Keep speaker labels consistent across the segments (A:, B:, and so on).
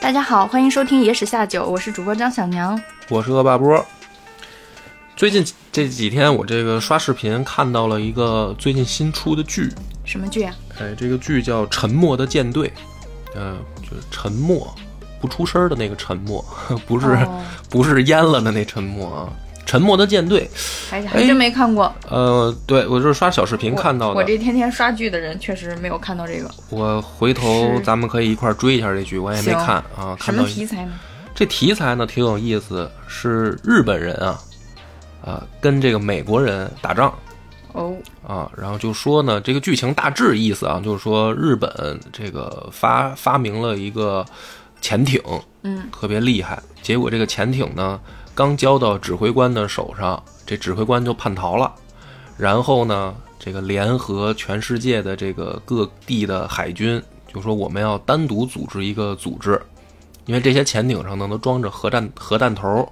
A: 大家好，欢迎收听《野史下酒》，我是主播张小娘。
B: 我是恶霸波。最近这几天，我这个刷视频看到了一个最近新出的剧，
A: 什么剧啊？
B: 哎，这个剧叫《沉默的舰队》，呃，就是沉默，不出声儿的那个沉默， 不是、
A: 哦
B: 不是淹了的那沉默啊，《沉默的舰队》。
A: 还是还真没看过。
B: 呃，对我就是刷小视频
A: 我
B: 哎看到
A: 我
B: 的，
A: 这天天刷剧的人确实没有看到这个。
B: 我回头
A: 是
B: 咱们可以一块儿追一下这剧，我也没
A: 行
B: 看啊，
A: 什
B: 看
A: 么
B: 到
A: 题材呢？
B: 这题材呢挺有意思，是日本人啊，啊、跟这个美国人打仗。
A: 哦，
B: 啊，然后就说呢，这个剧情大致意思啊，就是说日本这个发发明了一个潜艇，
A: 嗯，
B: 特别厉害。结果这个潜艇呢，刚交到指挥官的手上，这指挥官就叛逃了。然后呢，这个联合全世界的这个各地的海军，就说我们要单独组织一个组织，因为这些潜艇上呢都装着核弹核弹头。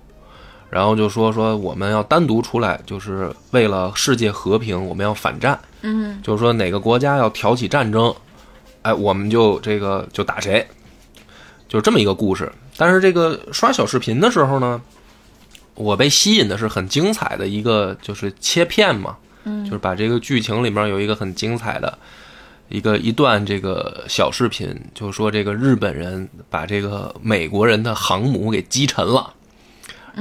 B: 然后就说说我们要单独出来，就是为了世界和平，我们要反战。
A: 嗯，
B: 就是说哪个国家要挑起战争，哎，我们就这个就打谁，就是这么一个故事。但是这个刷小视频的时候呢，我被吸引的是很精彩的一个就是切片嘛，嗯，就是把这个剧情里面有一个很精彩的一个一段这个小视频，就是说这个日本人把这个美国人的航母给击沉了。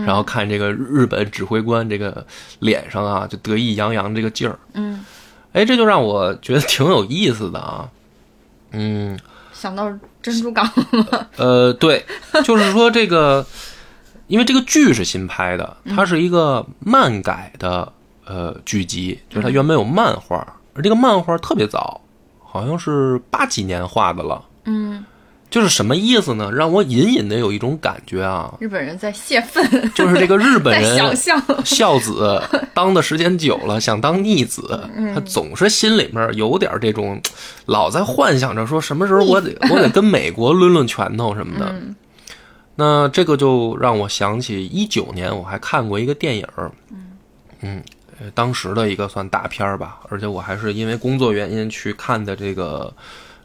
B: 然后看这个日本指挥官这个脸上啊，就得意洋洋这个劲儿，
A: 嗯，
B: 哎，这就让我觉得挺有意思的啊。嗯，
A: 想到珍珠 港，
B: 呃，对，就是说这个，因为这个剧是新拍的，
A: 嗯
B: 它是一个漫改的呃剧集，就是它原本有漫画，而这个漫画特别早，好像是八几年画的了。
A: 嗯，
B: 就是什么意思呢？让我隐隐的有一种感觉啊，
A: 日本人在泄愤，
B: 就是这个日本
A: 在
B: 人
A: 想象。
B: 孝子当的时间久了，想当逆子，他总是心里面有点这种，老在幻想着说什么时候我得我得跟美国抡抡拳头什么的。那这个就让我想起一九年我还看过一个电影，嗯呃当时的一个算大片儿吧，而且我还是因为工作原因去看的这个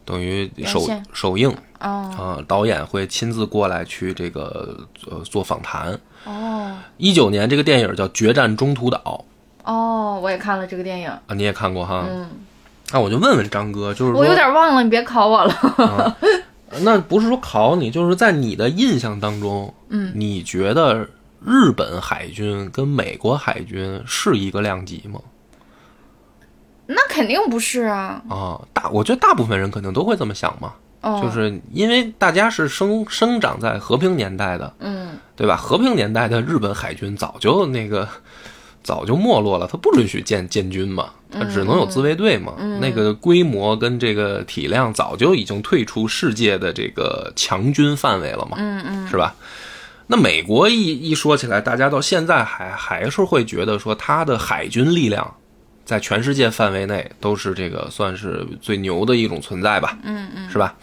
B: 等于
A: 原
B: 首
A: 先
B: 首映
A: 哦
B: 啊、导演会亲自过来去这个呃做访谈。
A: 哦
B: 一九年这个电影叫《决战中途岛
A: 哦，我也看了这个电影。》
B: 啊，你也看过哈？
A: 嗯，
B: 那我就问问张哥，就是说
A: 我有点忘了，你别考我了。
B: 那不是说考你，就是在你的印象当中，嗯，你觉得日本海军跟美国海军是一个量级吗？
A: 那肯定不是啊。
B: 啊，大，我觉得大部分人肯定都会这么想嘛，
A: 哦，
B: 就是因为大家是生生长在和平年代的，
A: 嗯，
B: 对吧？和平年代的日本海军早就那个早就没落了，他不允许建建军嘛，他只能有自卫队嘛。那个规模跟这个体量早就已经退出世界的这个强军范围了嘛，嗯嗯，是吧？那美国一一说起来，大家到现在还还是会觉得说他的海军力量在全世界范围内都是这个算是最牛的一种存在吧，嗯嗯，是吧？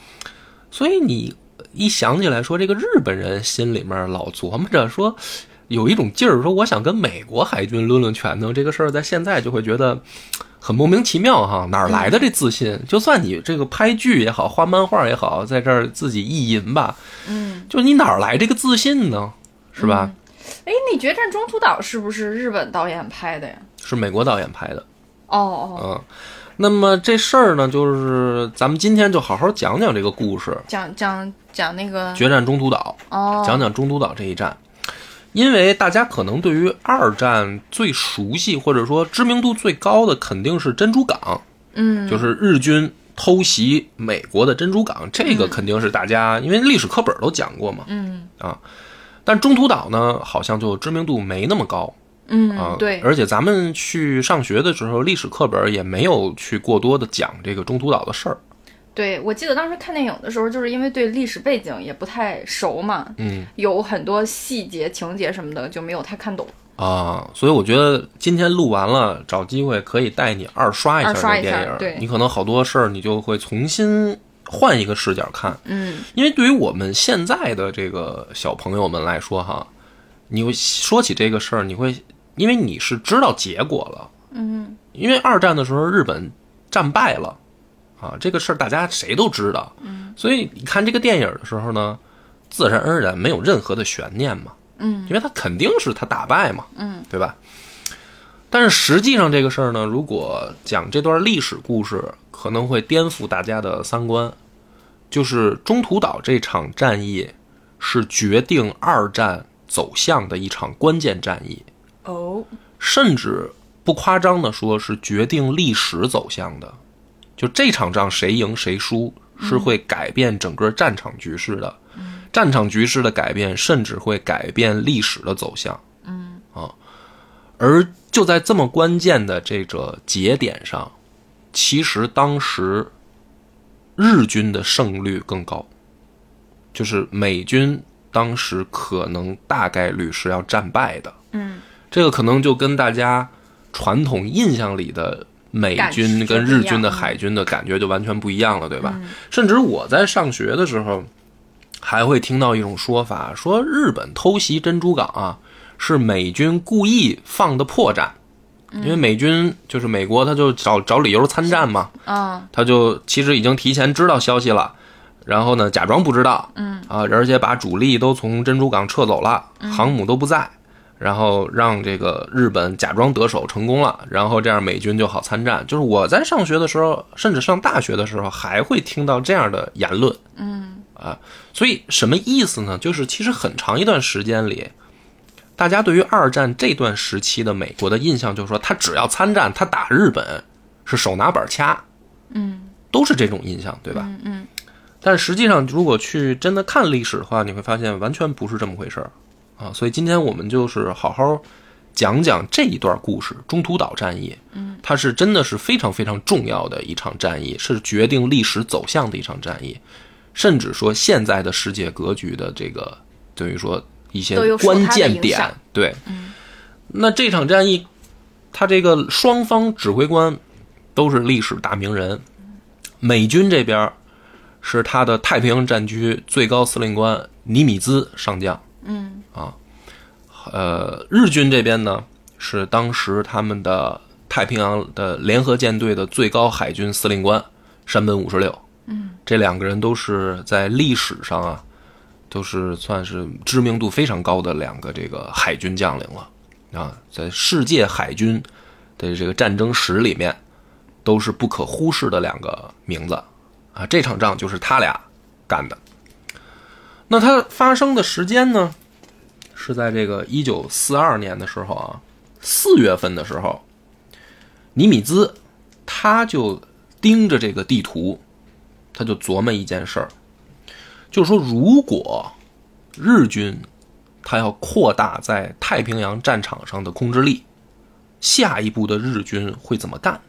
B: 所以你一想起来说这个日本人心里面老琢磨着说，有一种劲儿，说我想跟美国海军抡抡拳头这个事儿，在现在就会觉得嘖很莫名其妙哈，哪儿来的这自信？就算你这个拍剧也好，画漫画也好，在这儿自己意淫吧，嗯，就你哪儿来这个自信呢？是吧？
A: 哎，你《决战中途岛》是不是日本导演拍的呀？
B: 是美国导演拍的，
A: 哦哦，
B: 嗯。那么这事儿呢，就是咱们今天就好好讲讲这个故事，
A: 讲讲讲那个
B: 《决战中途岛》。
A: 哦，
B: 讲讲中途岛这一战，因为大家可能对于二战最熟悉或者说知名度最高的肯定是珍珠港，
A: 嗯，
B: 就是日军偷袭美国的珍珠港，这个肯定是大家因为历史课本都讲过嘛，
A: 嗯
B: 啊，但中途岛呢好像就知名度没那么高啊、
A: 嗯，对，
B: 而且咱们去上学的时候，历史课本也没有去过多的讲这个中途岛的事儿，
A: 对，我记得当时看电影的时候，就是因为对历史背景也不太熟嘛，
B: 嗯
A: 有很多细节、情节什么的就没有太看懂。
B: 啊，所以我觉得今天录完了，找机会可以带你二刷一下
A: 二
B: 这
A: 刷
B: 个
A: 一下
B: 电影儿。
A: 对
B: 你可能好多事儿你就会重新换一个视角看，
A: 嗯，
B: 因为对于我们现在的这个小朋友们来说哈，你会说起这个事儿，你会因为你是知道结果了，嗯，因为二战的时候日本战败了啊，这个事儿大家谁都知道，嗯，所以你看这个电影儿的时候呢，自然而然没有任何的悬念嘛，
A: 嗯
B: 因为他肯定是他打败嘛，嗯，对吧？但是实际上这个事儿呢，如果讲这段历史故事，可能会颠覆大家的三观。就是中途岛这场战役是决定二战走向的一场关键战役，
A: 哦，
B: 甚至不夸张的说，是决定历史走向的。就这场仗谁赢谁输，是会改变整个战场局势的。战场局势的改变，甚至会改变历史的走向。嗯啊，而就在这么关键的这个节点上，其实当时日军的胜率更高，就是美军当时可能大概率是要战败的。
A: 嗯，
B: 这个可能就跟大家传统印象里的美军跟日军的海军的感觉就完全不一样了，对吧？甚至我在上学的时候，还会听到一种说法，说日本偷袭珍珠港啊，是美军故意放的破绽。因为美军就是美国，他就找找理由参战嘛，
A: 啊，
B: 他就其实已经提前知道消息了，然后呢，假装不知道，嗯啊，而且把主力都从珍珠港撤走了，航母都不在，然后让这个日本假装得手成功了，然后这样美军就好参战。就是我在上学的时候，甚至上大学的时候，还会听到这样的言论，嗯啊，所以什么意思呢？就是其实很长一段时间里。大家对于二战这段时期的美国的印象，就是说他只要参战，他打日本是手拿板掐，都是这种印象，对吧？嗯嗯。但实际上，如果去真的看历史的话，你会发现完全不是这么回事儿啊。所以今天我们就是好好讲讲这一段故事——中途岛战役。嗯，它是真的是非常非常重要的一场战役，是决定历史走向的一场战役，甚至说现在的世界格局的这个等于说一些
A: 都有受它的
B: 关键
A: 影
B: 点
A: 响。嗯
B: 对，那这场战役，他这个双方指挥官都是历史大名人。美军这边儿是他的太平洋战区最高司令官尼米兹上将，啊
A: 嗯
B: 呃，日军这边呢是当时他们的太平洋的联合舰队的最高海军司令官山本五十六。嗯，这两个人都是在历史上啊，都是算是知名度非常高的两个这个海军将领了啊，在世界海军的这个战争史里面，都是不可忽视的两个名字啊。这场仗就是他俩干的。那它发生的时间呢？是在这个一九四二年的时候啊，四月份的时候，尼米兹他就盯着这个地图，他就琢磨一件事儿，就是说，如果日军他要扩大在太平洋战场上的控制力，下一步的日军会怎么干？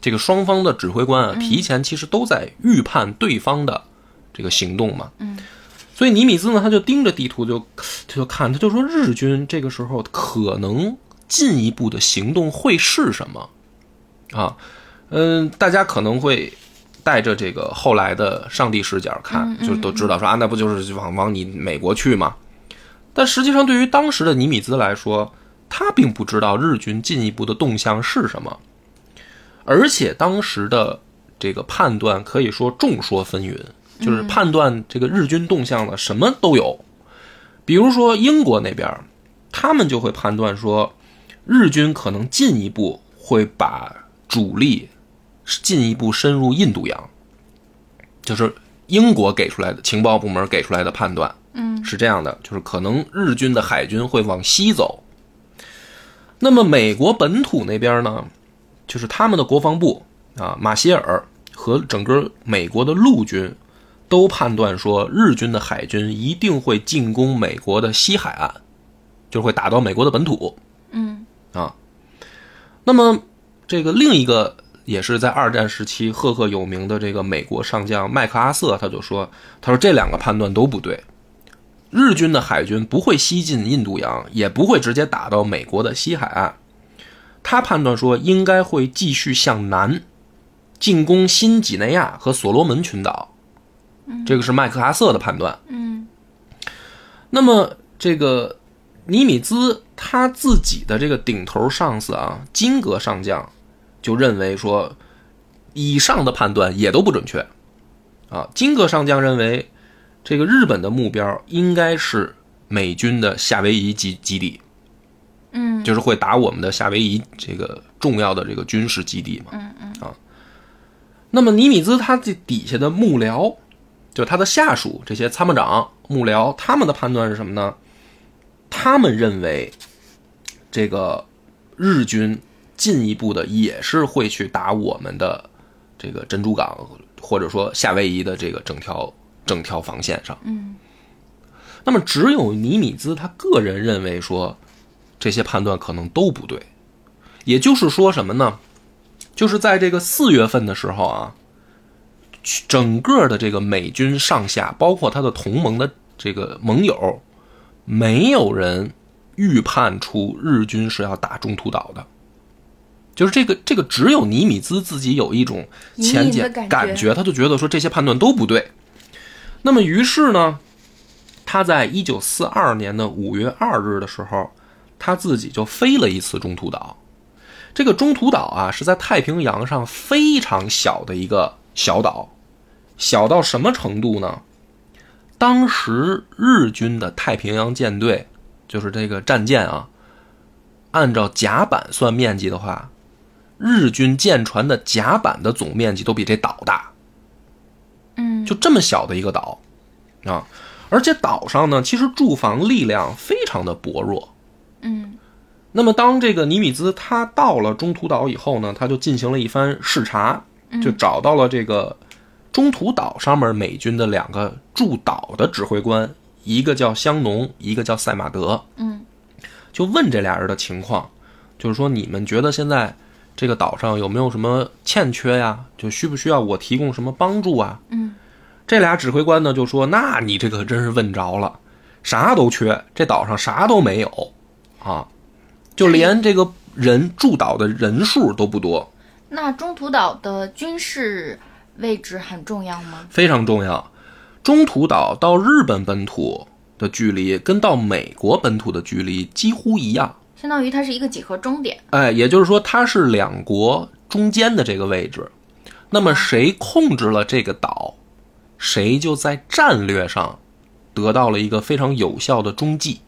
B: 这个双方的指挥官啊，提前其实都在预判对方的这个行动嘛。所以尼米兹呢，他就盯着地图就他就看，他就说日军这个时候可能进一步的行动会是什么啊？嗯，大家可能会带着这个后来的上帝视角看，就是都知道说啊，那不就是往往你美国去吗？但实际上，对于当时的尼米兹来说，他并不知道日军进一步的动向是什么，而且当时的这个判断可以说众说纷纭，就是判断这个日军动向了什么都有。比如说英国那边儿，他们就会判断说，日军可能进一步会把主力进一步深入印度洋，就是英国给出来的情报部门给出来的判断，嗯，是这样的，就是可能日军的海军会往西走。那么美国本土那边呢，就是他们的国防部啊，马歇尔和整个美国的陆军都判断说，日军的海军一定会进攻美国的西海岸，就会打到美国的本土。
A: 嗯
B: 啊，那么这个另一个也是在二战时期赫赫有名的这个美国上将麦克阿瑟，他就说，他说这两个判断都不对，日军的海军不会西进印度洋，也不会直接打到美国的西海岸。他判断说，应该会继续向南进攻新几内亚和所罗门群岛。这个是麦克阿瑟的判断。
A: 嗯
B: 那么这个尼米兹他自己的这个顶头上司啊，金格上将就认为说，以上的判断也都不准确啊。金格上将认为，这个日本的目标应该是美军的夏威夷基基地，
A: 嗯，
B: 就是会打我们的夏威夷这个重要的这个军事基地嘛，嗯嗯啊。那么尼米兹他这底下的幕僚，就他的下属这些参谋长、幕僚，他们的判断是什么呢？他们认为这个日军进一步的也是会去打我们的这个珍珠港，或者说夏威夷的这个整条整条防线上。
A: 嗯，
B: 那么只有尼米兹他个人认为说，这些判断可能都不对。也就是说什么呢？就是在这个四月份的时候啊，整个的这个美军上下，包括他的同盟的这个盟友，没有人预判出日军是要打中途岛的。就是这个这个，只有尼米兹自己有一种浅
A: 隐隐
B: 显
A: 的感觉
B: 觉，他就觉得说这些判断都不对。那么于是呢，他在一九四二年的五月二日的时候，他自己就飞了一次中途岛。这个中途岛啊，是在太平洋上非常小的一个小岛，小到什么程度呢？当时日军的太平洋舰队，就是这个战舰啊，按照甲板算面积的话，日军舰船的甲板的总面积都比这岛大。
A: 嗯，
B: 就这么小的一个岛啊，而且岛上呢，其实驻防力量非常的薄弱。
A: 嗯
B: 那么，当这个尼米兹他到了中途岛以后呢，他就进行了一番视察，
A: 嗯
B: 就找到了这个中途岛上面美军的两个驻岛的指挥官，一个叫香农，一个叫塞马德。
A: 嗯，
B: 就问这俩人的情况，就是说你们觉得现在这个岛上有没有什么欠缺呀？就需不需要我提供什么帮助啊？
A: 嗯，
B: 这俩指挥官呢就说：“那你这可真是问着了，啥都缺，这岛上啥都没有啊，就连这个人驻岛的人数都不多，
A: 那中途岛的军事位置很重要吗？
B: 非常重要。中途岛到日本本土的距离跟到美国本土的距离几乎一样。”
A: 相当于它是一个几何终点。
B: 哎，也就是说，它是两国中间的这个位置。那么，谁控制了这个岛，谁就在战略上得到了一个非常有效的中继。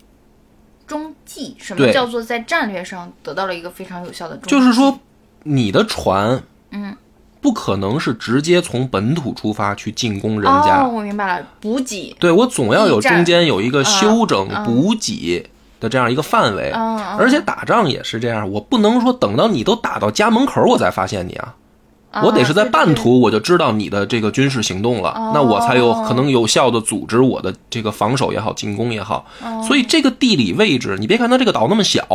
A: 中继，什么
B: 对
A: 叫做在战略上得到了一个非常有效的中？
B: 就是，说，你的船，
A: 嗯，
B: 不可能是直接从本土出发去进攻人家。
A: 哦，我明白了，补给，
B: 对我总要有
A: 驿站
B: 中间有一个休整
A: 嗯嗯
B: 补给的这样一个范围。
A: 嗯嗯
B: 而且打仗也是这样，我不能说等到你都打到家门口我才发现你啊。我得是在半
A: 啊
B: 途我就知道你的这个军事行动了，
A: 哦
B: 那我才有可能有效的组织我的这个防守也好，进攻也好。
A: 哦
B: 所以这个地理位置，你别看它这个岛那么小，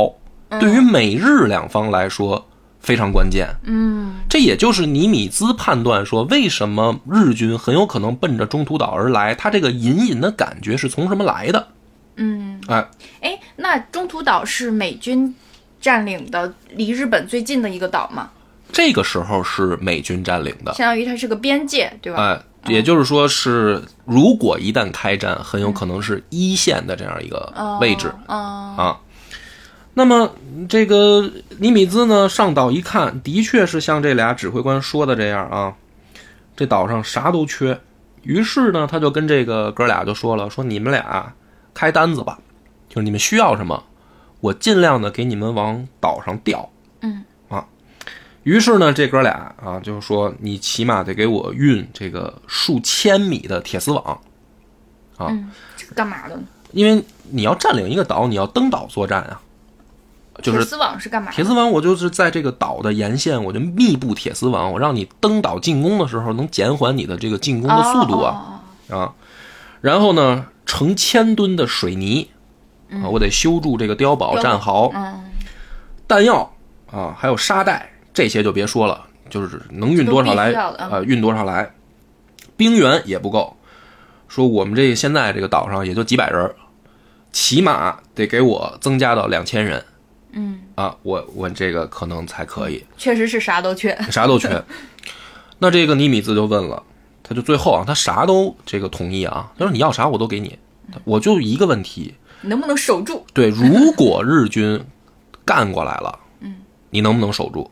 A: 嗯
B: 对于美日两方来说非常关键。
A: 对对对嗯
B: 这也就是尼米兹判断说，为什么日军很有可能奔着中途岛而来，他这个隐隐的感觉是从什么来的？
A: 嗯，
B: 哎，
A: 哎，那中途岛是美军占领的，离日本最近的一个岛嘛，
B: 这个时候是美军占领的，
A: 相当于它是个边界，对吧？嗯
B: 哎，也就是说是，如果一旦开战，很有可能是一线的这样一个位置。
A: 哦，
B: 啊。那么这个尼米兹呢，上岛一看，的确是像这俩指挥官说的这样啊，这岛上啥都缺。于是呢，他就跟这个哥俩就说了，说你们俩开单子吧，就是你们需要什么，我尽量的给你们往岛上调。
A: 嗯
B: 啊，于是呢，这哥俩啊，就是说你起码得给我运这个数千米的铁丝网，啊
A: 嗯，这个干嘛的呢？
B: 因为你要占领一个岛，你要登岛作战啊，就
A: 铁
B: 是
A: 丝网是干嘛的？
B: 铁丝网，我就是在这个岛的沿线，我就密布铁丝网，我让你登岛进攻的时候能减缓你的这个进攻的速度啊
A: 啊，
B: 啊！然后呢，成千吨的水泥啊，我得修筑这个碉堡、
A: 嗯碉堡
B: 战壕
A: 哦哦、嗯，
B: 弹药啊，还有沙袋这些就别说了，就是能运多少来
A: 这都必须要的嗯
B: 呃，运多少来，兵员也不够。说我们这现在这个岛上也就几百人儿，起码得给我增加到两千人。
A: 嗯
B: 啊，我我这个可能才可以。
A: 确实是啥都缺。
B: 啥都缺。那这个尼米兹就问了，他就最后啊，他啥都这个同意啊，他说你要啥我都给你，我就一个问题，
A: 你能不能守住？
B: 对，如果日军干过来了，嗯，你能不能守住？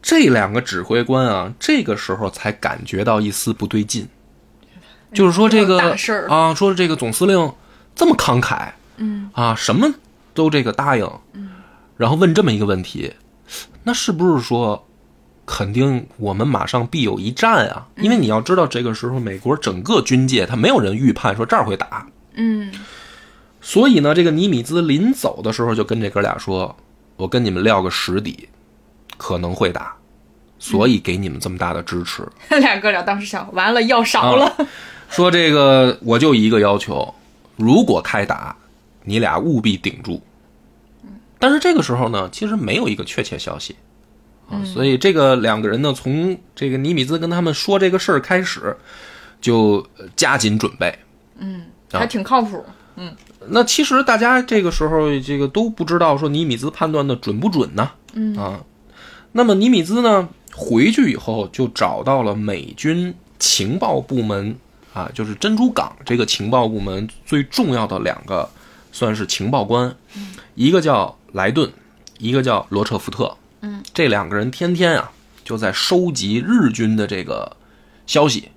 B: 这两个指挥官啊，这个时候才感觉到一丝不对劲，就是说这
A: 有
B: 个
A: 大事儿
B: 啊，说这个总司令这么慷慨，
A: 嗯
B: 啊，什么都这个答应，嗯，然后问这么一个问题，那是不是说，肯定我们马上必有一战啊？因为你要知道，这个时候美国整个军界他没有人预判说这儿会打，
A: 嗯
B: 所以呢，这个尼米兹临走的时候就跟这哥俩说：“我跟你们撂个实底，可能会打，所以给你们这么大的支持。
A: 俩哥俩当时想，完了药少
B: 啊
A: 了，
B: 说这个我就一个要求，如果开打，你俩务必顶住。但是这个时候呢，其实没有一个确切消息啊，所以这个两个人呢，从这个尼米兹跟他们说这个事儿开始，就呃加紧准备。啊
A: 还挺靠谱。
B: 那其实大家这个时候这个都不知道说尼米兹判断的准不准呢？嗯啊，那么尼米兹呢回去以后就找到了美军情报部门啊，就是珍珠港这个情报部门最重要的两个算是情报官，
A: 嗯
B: 一个叫莱顿，一个叫罗彻福特。
A: 嗯，
B: 这两个人天天啊就在收集日军的这个消息、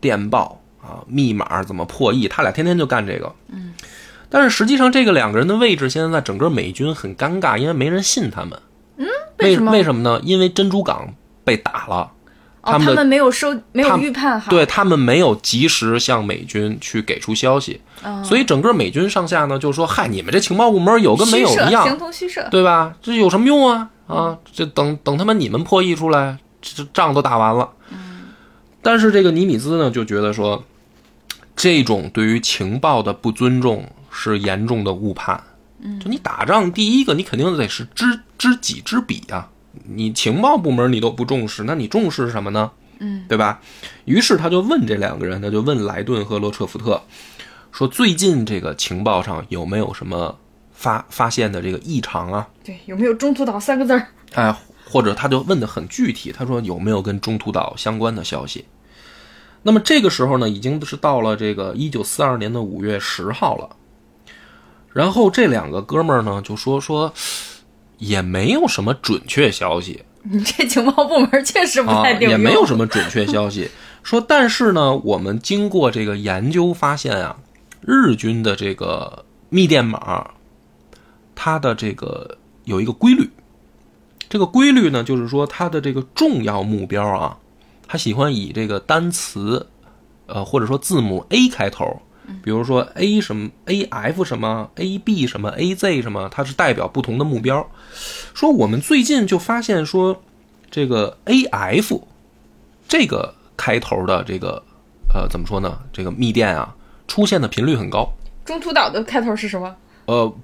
B: 电报啊、密码怎么破译，他俩天天就干这个。
A: 嗯
B: 但是实际上，这个两个人的位置现在在整个美军很尴尬，因为没人信他们。嗯，
A: 为
B: 为
A: 什么
B: 为什么呢？因为珍珠港被打了，
A: 哦，
B: 他
A: 他
B: 们的
A: 们没有收，没
B: 他
A: 有
B: 们
A: 预判好。
B: 对他们没有及时向美军去给出消息，
A: 嗯，
B: 所以整个美军上下呢就说：“嗨，你们这情报部门有跟没有
A: 虚设
B: 一样
A: 形，同虚 设。
B: 对吧？这有什么用啊？啊，这等等他们你们破译出来，这这仗都打完了。”但是这个尼米兹呢就觉得说，这种对于情报的不尊重是严重的误判。就你打仗，第一个你肯定得是知知己知彼啊。你情报部门你都不重视，那你重视什么呢？
A: 嗯，
B: 对吧？于是他就问这两个人，他就问莱顿和罗彻福特，说最近这个情报上有没有什么发发现的这个异常啊？
A: 对，有没有中途岛三个字儿？
B: 哎，或者他就问的很具体，他说有没有跟中途岛相关的消息？那么这个时候呢，已经是到了这个一九四二年的五月十号了。然后这两个哥们儿呢就说说，也没有什么准确消息
A: 你这情报部门确实不
B: 啊，
A: 太顶
B: 也
A: 用。
B: 没有什么准确消息。说但是呢，我们经过这个研究发现啊，日军的这个密电码，它的这个有一个规律，这个规律呢，就是说它的这个重要目标啊，它喜欢以这个单词，呃，或者说字母 A 开头，
A: 嗯
B: 比如说 A 什么 A F 什么 A B 什么 A Z 什么，它是代表不同的目标。说我们最近就发现说，这个 A F 这个开头的这个呃怎么说呢？这个密电啊，出现的频率很高。
A: 中途岛的开头是什么？
B: 呃，不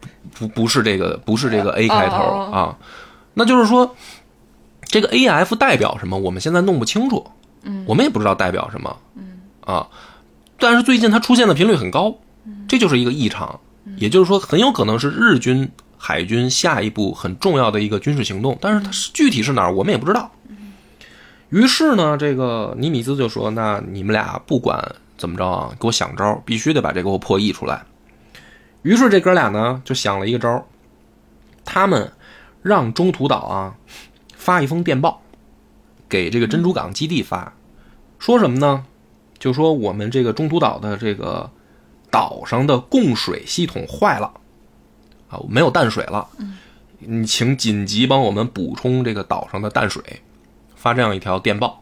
B: 不不是这个，不是这个 A 开头、
A: 哦哦哦
B: 啊，那就是说，这个 A F 代表什么？我们现在弄不清楚，嗯，我们也不知道代表什么，嗯啊，但是最近它出现的频率很高，这就是一个异常，也就是说，很有可能是日军海军下一步很重要的一个军事行动，但是它是具体是哪儿，我们也不知道。于是呢，这个尼米兹就说：“那你们俩不管怎么着啊，给我想招，必须得把这给我破译出来。”于是这哥俩呢就想了一个招儿，他们让中途岛啊发一封电报，给这个珍珠港基地发，说什么呢？就说我们这个中途岛的这个岛上的供水系统坏了啊，没有淡水了，你请紧急帮我们补充这个岛上的淡水，发这样一条电报。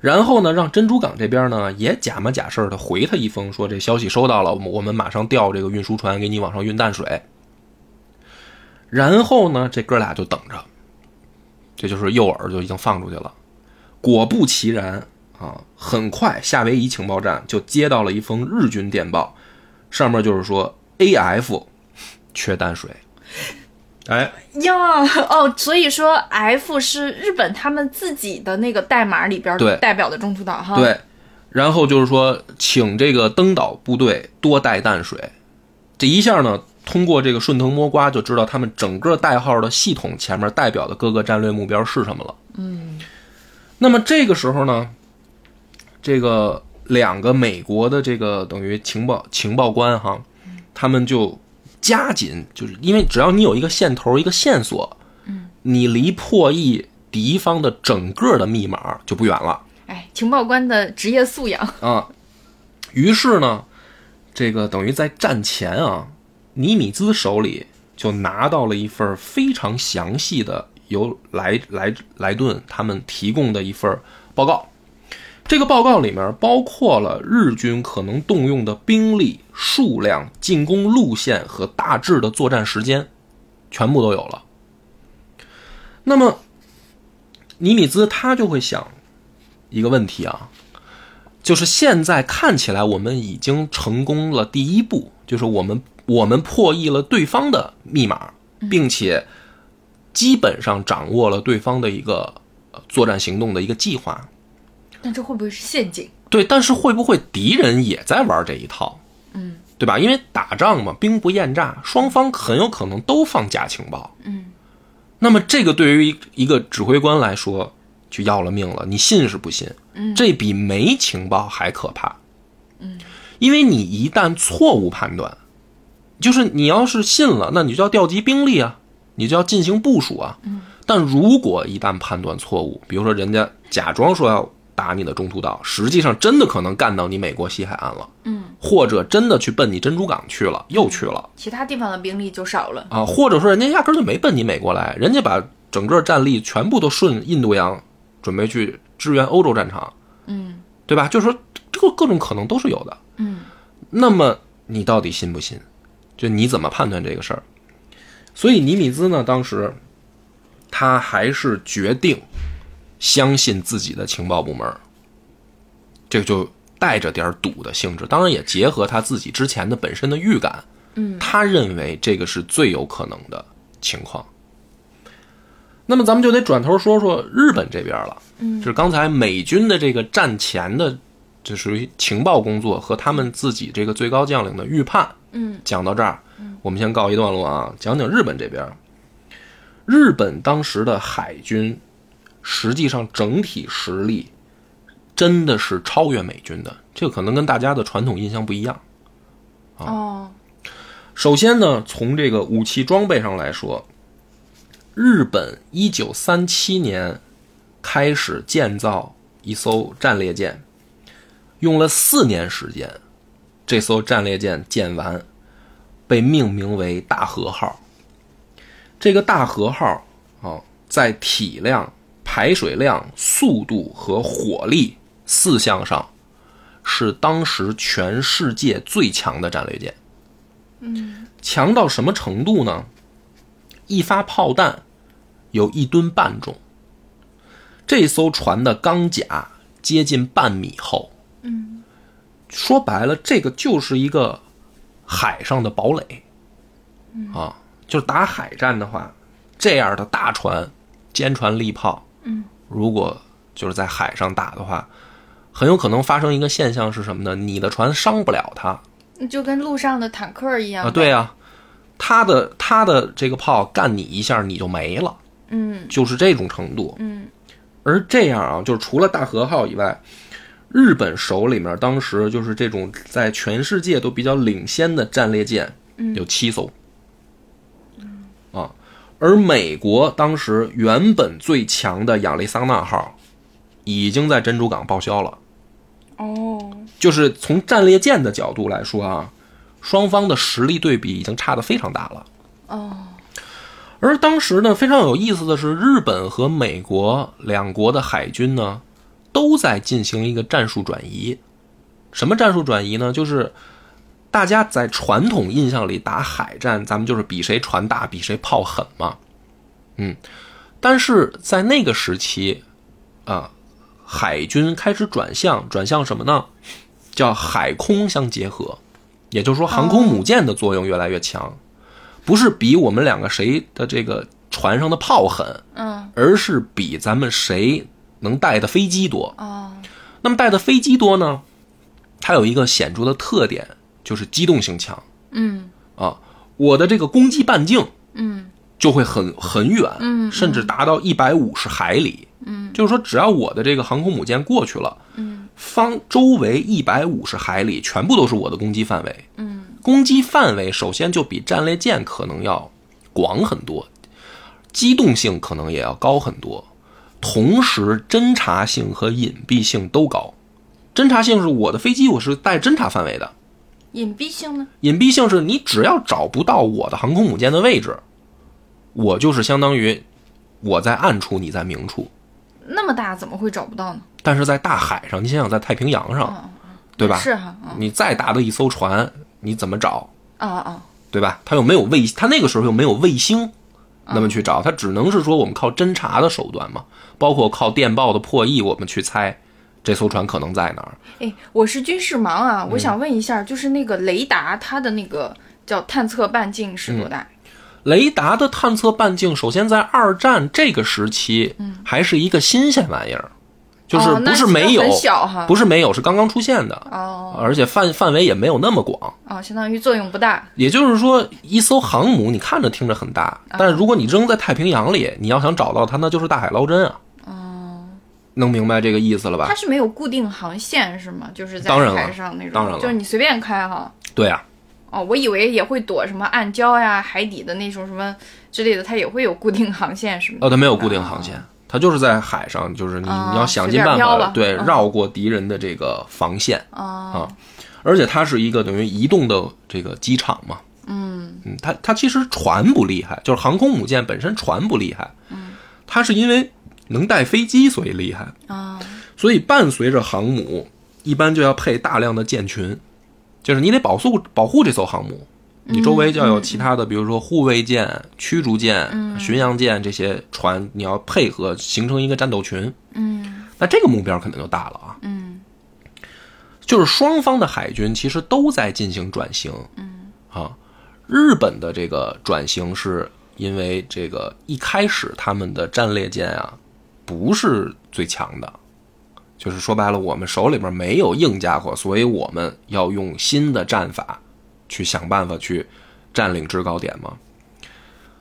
B: 然后呢，让珍珠港这边呢也假模假式的回他一封，说这消息收到了，我们我们马上调这个运输船给你往上运淡水。然后呢，这哥俩就等着，这就是诱饵就已经放出去了。果不其然啊，很快夏威夷情报站就接到了一封日军电报，上面就是说 AF 缺淡水。哎，
A: 呀哦，所以说 F 是日本他们自己的那个代码里边
B: 对
A: 代表的中途岛哈。，
B: 对，然后就是说，请这个登岛部队多带淡水。这一下呢，通过这个顺藤摸瓜，就知道他们整个代号的系统前面代表的各个战略目标是什么了。嗯，那么这个时候呢，这个两个美国的这个等于情报情报官哈，他们就加紧，就是因为只要你有一个线头，一个线索，嗯，你离破译敌方的整个的密码就不远了。
A: 哎，情报官的职业素养，
B: 啊，于是呢，这个等于在战前啊，尼米兹手里就拿到了一份非常详细的由莱莱莱顿他们提供的一份报告。这个报告里面包括了日军可能动用的兵力、数量、进攻路线和大致的作战时间，全部都有了。那么，尼米兹他就会想一个问题啊，就是现在看起来我们已经成功了第一步，就是我们我们破译了对方的密码，并且基本上掌握了对方的一个呃作战行动的一个计划。
A: 但这会不会是陷阱？
B: 对，但是会不会敌人也在玩这一套？嗯，对吧？因为打仗嘛，兵不厌诈，双方很有可能都放假情报。嗯，那么这个对于一个指挥官来说，就要了命了。你信是不信？嗯，这比没情报还可怕。嗯，因为你一旦错误判断，就是你要是信了，那你就要调集兵力啊，你就要进行部署啊。但如果一旦判断错误，比如说人家假装说要打你的中途岛，实际上真的可能干到你美国西海岸了，嗯，或者真的去奔你珍珠港去了，又去了
A: 其他地方的兵力就少了。
B: 啊，或者说人家压根儿就没奔你美国来，人家把整个战力全部都顺印度洋，准备去支援欧洲战场，
A: 嗯，
B: 对吧？就是说这个各种可能都是有的，
A: 嗯，
B: 那么你到底信不信？就你怎么判断这个事儿？所以尼米兹呢，当时他还是决定相信自己的情报部门儿，这个就带着点儿赌的性质，当然也结合他自己之前的本身的预感，嗯，他认为这个是最有可能的情况。那么咱们就得转头说说日本这边了，嗯，就是刚才美军的这个战前的，这属于情报工作和他们自己这个最高将领的预判，
A: 嗯，
B: 讲到这儿，我们先告一段落啊，讲讲日本这边。日本当时的海军实际上整体实力真的是超越美军的，这个可能跟大家的传统印象不一样。
A: 哦，
B: 首先呢，从这个武器装备上来说，日本一九三七年开始建造一艘战列舰，用了四年时间，这艘战列舰建完，被命名为“大和号”。这个“大和号”啊，在体量、排水量、速度和火力四项上，是当时全世界最强的战列舰。强到什么程度呢？一发炮弹有一吨半重，这艘船的钢甲接近半米厚。嗯，说白了，这个就是一个海上的堡垒。啊，就是打海战的话，这样的大船、坚船利炮，嗯，如果就是在海上打的话，很有可能发生一个现象是什么呢？你的船伤不了它，
A: 那就跟路上的坦克一样
B: 啊，对啊，他的他的这个炮干你一下你就没了，
A: 嗯，
B: 就是这种程度。
A: 嗯，
B: 而这样啊，就是除了大和号以外，日本手里面当时就是这种在全世界都比较领先的战列舰，
A: 嗯
B: 有七艘。啊，而美国当时原本最强的亚利桑那号，已经在珍珠港报销了。
A: 哦，
B: 就是从战列舰的角度来说啊，双方的实力对比已经差得非常大了。
A: 哦，
B: 而当时呢，非常有意思的是，日本和美国两国的海军呢，都在进行一个战术转移。什么战术转移呢？就是大家在传统印象里打海战，咱们就是比谁船大，比谁炮狠嘛。嗯，但是在那个时期，啊，海军开始转向，转向什么呢？叫海空相结合，也就是
A: 哦
B: 说，航空母舰的作用越来越强。不是比我们两个谁的这个船上的炮狠，
A: 嗯，
B: 而是比咱们谁能带的飞机多。
A: 哦，
B: 那么带的飞机多呢，它有一个显著的特点，就是机动性强
A: 嗯
B: 啊。我的这个攻击半径
A: 嗯
B: 就会很很远，
A: 嗯
B: 甚至达到一百五十海里。嗯，就是说，只要我的这个航空母舰过去了，
A: 嗯，
B: 方周围一百五十海里全部都是我的攻击范围。
A: 嗯
B: 攻击范围首先就比战列舰可能要广很多，机动性可能也要高很多，同时侦察性和隐蔽性都高。侦察性是我的飞机我是带侦察范围的，
A: 隐蔽性呢？
B: 隐蔽性是你只要找不到我的航空母舰的位置，我就是相当于我在暗处，你在明处。
A: 那么大怎么会找不到呢？
B: 但是在大海上，你想想在太平洋上，对吧？
A: 是哈，嗯
B: 你再大的一艘船，你怎么找，
A: 啊啊，
B: 对吧？它又没有卫，它那个时候又没有卫星，
A: 嗯
B: 那么去找，它只能是说我们靠侦察的手段嘛，包括靠电报的破译，我们去猜这艘船可能在哪儿。
A: 哎，我是军事盲
B: 嗯
A: 啊，我想问一下，就是那个雷达，它的那个叫探测半径是多
B: 嗯
A: 大？
B: 雷达的探测半径，首先在二战这个时期，还是一个新鲜玩意儿，就
A: 嗯
B: 是
A: 哦那
B: 不是没有，
A: 很小哈
B: 不是没有，是刚刚出现的，
A: 哦
B: 而且范范围也没有那么广。
A: 哦，相当于作用不大。
B: 也就是说，一艘航母你看着听着很大，
A: 啊
B: 但如果你扔在太平洋里，你要想找到它，那就是大海捞针啊。能明白这个意思了吧
A: 哦它？是没有固定航线是吗？就是在
B: 当然了
A: 海上那种，
B: 当然了
A: 就是你随便开哈。
B: 对啊，
A: 哦，我以为也会躲什么暗礁呀、海底的那种什么之类的，它也会有固定航线什么的。
B: 哦，它没有固定航线，它就是在海上，就是你、
A: 啊
B: 你要想
A: 随
B: 尽
A: 便
B: 办
A: 飘
B: 法
A: 吧
B: 对、
A: 嗯
B: 绕过敌人的这个防线。
A: 哦，
B: 啊，而且它是一个等于移动的这个机场嘛。嗯它它其实船不厉害，就是航空母舰本身船不厉害。嗯，它是因为能带飞机所以厉害，
A: 啊，
B: 所以伴随着航母，一般就要配大量的舰群，就是你得保护保护这艘航母。你周围就要有其他的，比如说护卫舰、驱逐舰、巡洋舰这些船，你要配合形成一个战斗群。
A: 嗯
B: 那这个目标可能就大了啊。
A: 嗯，
B: 就是双方的海军其实都在进行转型。嗯，啊，日本的这个转型是因为这个一开始他们的战列舰啊不是最强的，就是说白了，我们手里边没有硬家伙，所以我们要用新的战法去想办法去占领制高点嘛。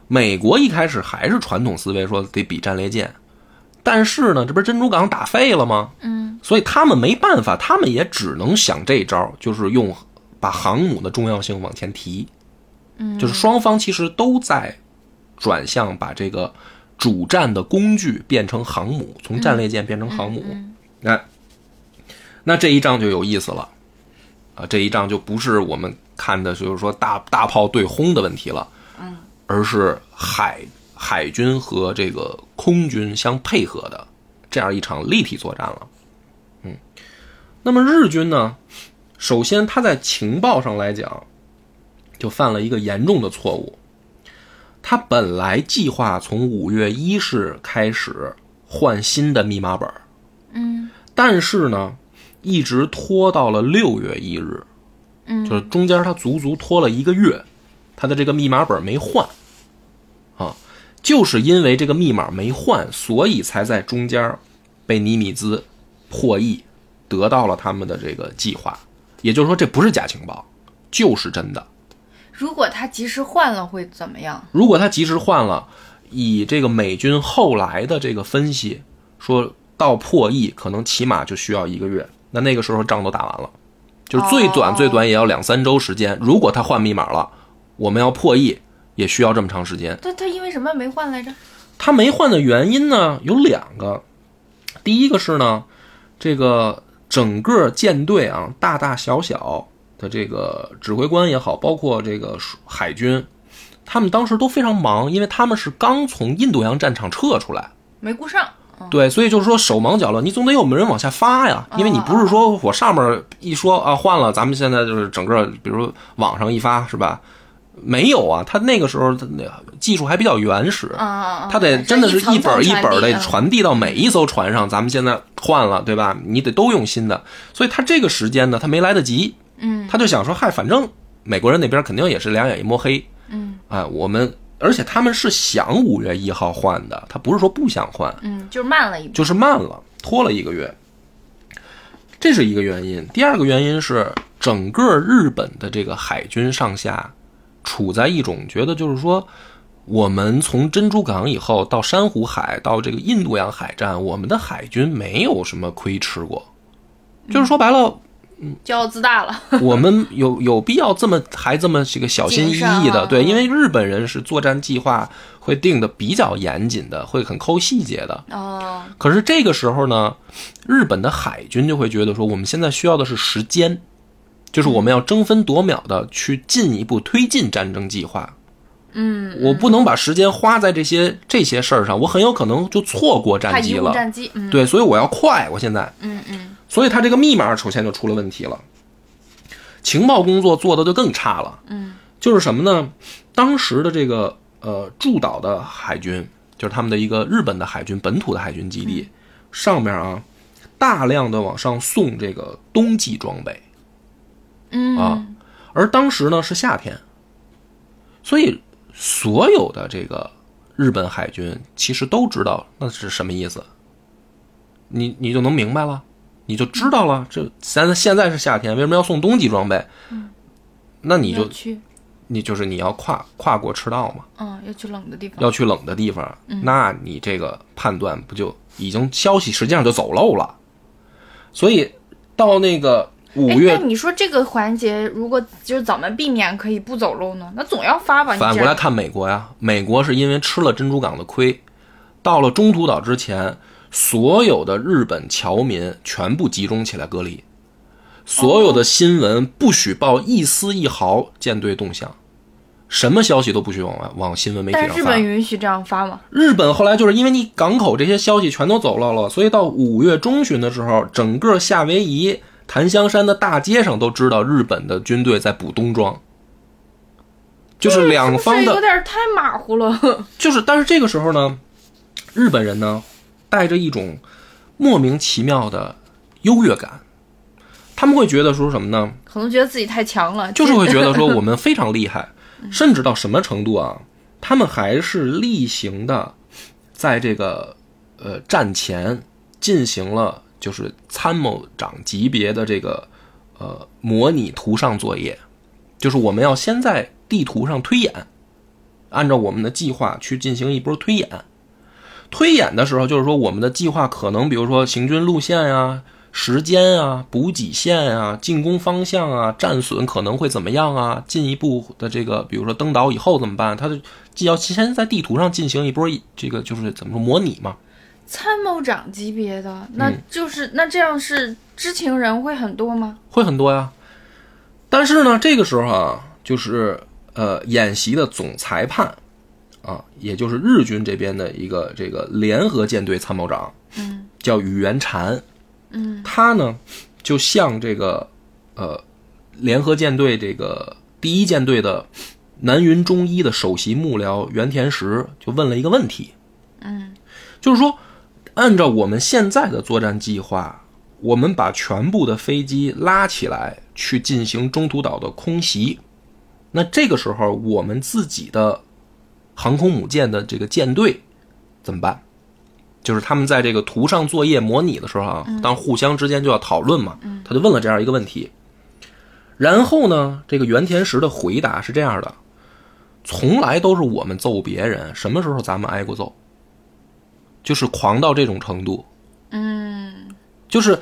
B: 美国一开始还是传统思维，说得比战列舰，但是呢，这不是珍珠港打废了吗？
A: 嗯，
B: 所以他们没办法，他们也只能想这招，就是用把航母的重要性往前提。嗯，就是双方其实都在转向把这个主战的工具变成航母，从战列舰变成航母。那那这一仗就有意思了啊！这一仗就不是我们看的，就是说大大炮对轰的问题了，嗯，而是海海军和这个空军相配合的这样一场立体作战了。嗯，那么日军呢，首先他在情报上来讲，就犯了一个严重的错误。他本来计划从五月一日开始换新的密码本儿，
A: 嗯
B: 但是呢，一直拖到了六月一日，
A: 嗯
B: 就是中间他足足拖了一个月，他的这个密码本没换，啊，就是因为这个密码没换，所以才在中间被尼米兹破译，得到了他们的这个计划。也就是说，这不是假情报，就是真的。
A: 如果它及时换了会怎么样？
B: 如果他及时换了，以这个美军后来的这个分析，说到破译可能起码就需要一个月，那那个时候仗都打完了，就是最短
A: 哦
B: 最短也要两三周时间。如果他换密码了，我们要破译也需要这么长时间。
A: 但它因为什么没换来着？
B: 他没换的原因呢有两个，第一个是呢，这个整个舰队啊，大大小小的这个指挥官也好，包括这个海军，他们当时都非常忙，因为他们是刚从印度洋战场撤出来，
A: 没顾上。嗯
B: 对，所以就是说手忙脚乱，你总得有人往下发呀，因为你不是说我上面一说啊换了，咱们现在就是整个，比如网上一发是吧？没有啊，他那个时候他那技术还比较原始，
A: 啊啊啊！
B: 他得真的是一本儿一本儿的
A: 这层层传递。嗯
B: 传递到每一艘船上。咱们现在换了，对吧？你得都用新的，所以他这个时间呢，他没来得及。
A: 嗯，
B: 他就想说，嗨，反正美国人那边肯定也是两眼一摸黑。
A: 嗯，
B: 哎，我们而且他们是想五月一号换的，他不是说不想换，
A: 嗯，就是慢了一步。
B: 就是慢了，拖了一个月。这是一个原因，第二个原因是整个日本的这个海军上下处在一种觉得就是说，我们从珍珠港以后到珊瑚海到这个印 度洋海战，我们的海军没有什么亏吃过，就是说白了，
A: 骄傲自大了。
B: 我们有有必要这么还这么这个小心翼翼
A: 谨慎
B: 的，
A: 啊
B: 对，因为日本人是作战计划会定的比较严谨的，会很抠细节的。
A: 哦，
B: 可是这个时候呢，日本的海军就会觉得说，我们现在需要的是时间，就是我们要争分夺秒的去进一步推进战争计划。嗯，我不能把时间花在这些这些事儿上，我很有可能就错过
A: 怕
B: 战机
A: 贻误
B: 了。
A: 战机，嗯
B: 对，所以我要快，我现在，
A: 嗯嗯，
B: 所以他这个密码首先就出了问题了，情报工作做的就更差了。
A: 嗯，
B: 就是什么呢？当时的这个呃驻岛的海军，就是他们的一个日本的海军本土的海军基
A: 嗯
B: 地，上面啊大量的往上送这个冬季装备，
A: 嗯
B: 啊，而当时呢是夏天，所以所有的这个日本海军其实都知道那是什么意思，你你就能明白了，你就知道了。这咱现在是夏天，为什么要送冬季装备？那你
A: 要
B: 就
A: 去，
B: 你就是你要跨跨过赤道嘛，
A: 嗯，要去冷的地方，
B: 要去冷的地方，那你这个判断不就已经消息实际上就走漏了？所以到那个五
A: 哎，
B: 月
A: 那你说这个环节，如果就是怎么避免可以不走漏呢？那总要发吧？你
B: 反
A: 这
B: 过来
A: 样，
B: 看美国呀，美国是因为吃了珍珠港的亏，到了中途岛之前，所有的日本侨民全部集中起来隔离，所有
A: 哦
B: 的新闻不许报一丝一毫舰队动向，什么消息都不许往外往新闻媒体
A: 但
B: 上
A: 是日
B: 发
A: 本。允许这样发吗？
B: 日本后来就是因为你港口这些消息全都走漏了，所以到五月中旬的时候，整个夏威夷檀香山的大街上都知道日本的军队在补冬装，就是两方
A: 是
B: 的
A: 有点太马虎了。
B: 就是，但是这个时候呢，日本人呢，带着一种莫名其妙的优越感，他们会觉得说什么呢？
A: 可能觉得自己太强了，
B: 就是会觉得说我们非常厉害，甚至到什么程度啊？他们还是例行的在这个呃战前进行了就是参谋长级别的这个呃模拟图上作业，就是我们要先在地图上推演，按照我们的计划去进行一波推演。推演的时候，就是说我们的计划可能，比如说行军路线啊呀、时间啊、补给线啊、进攻方向啊、战损可能会怎么样啊？进一步的这个，比如说登岛以后怎么办？它就既要先在地图上进行一波这个就是怎么说模拟嘛？
A: 参谋长级别的，那
B: 嗯
A: 就是、那这样是知情人会很多吗？
B: 会很多呀。但是呢，这个时候啊，就是呃，演习的总裁判啊，也就是日军这边的一个这个联合舰队参谋长，
A: 嗯，
B: 叫宇垣禅，
A: 嗯，
B: 他呢就向这个呃联合舰队这个第一舰队的南云忠一的首席幕僚原田实就问了一个问题，
A: 嗯，
B: 就是说，按照我们现在的作战计划，我们把全部的飞机拉起来去进行中途岛的空袭。那这个时候，我们自己的航空母舰的这个舰队怎么办？就是他们在这个图上作业模拟的时候啊，当互相之间就要讨论嘛，他就问了这样一个问题。然后呢，这个原田实的回答是这样的：从来都是我们揍别人，什么时候咱们挨过揍？就是狂到这种程度。
A: 嗯，
B: 就是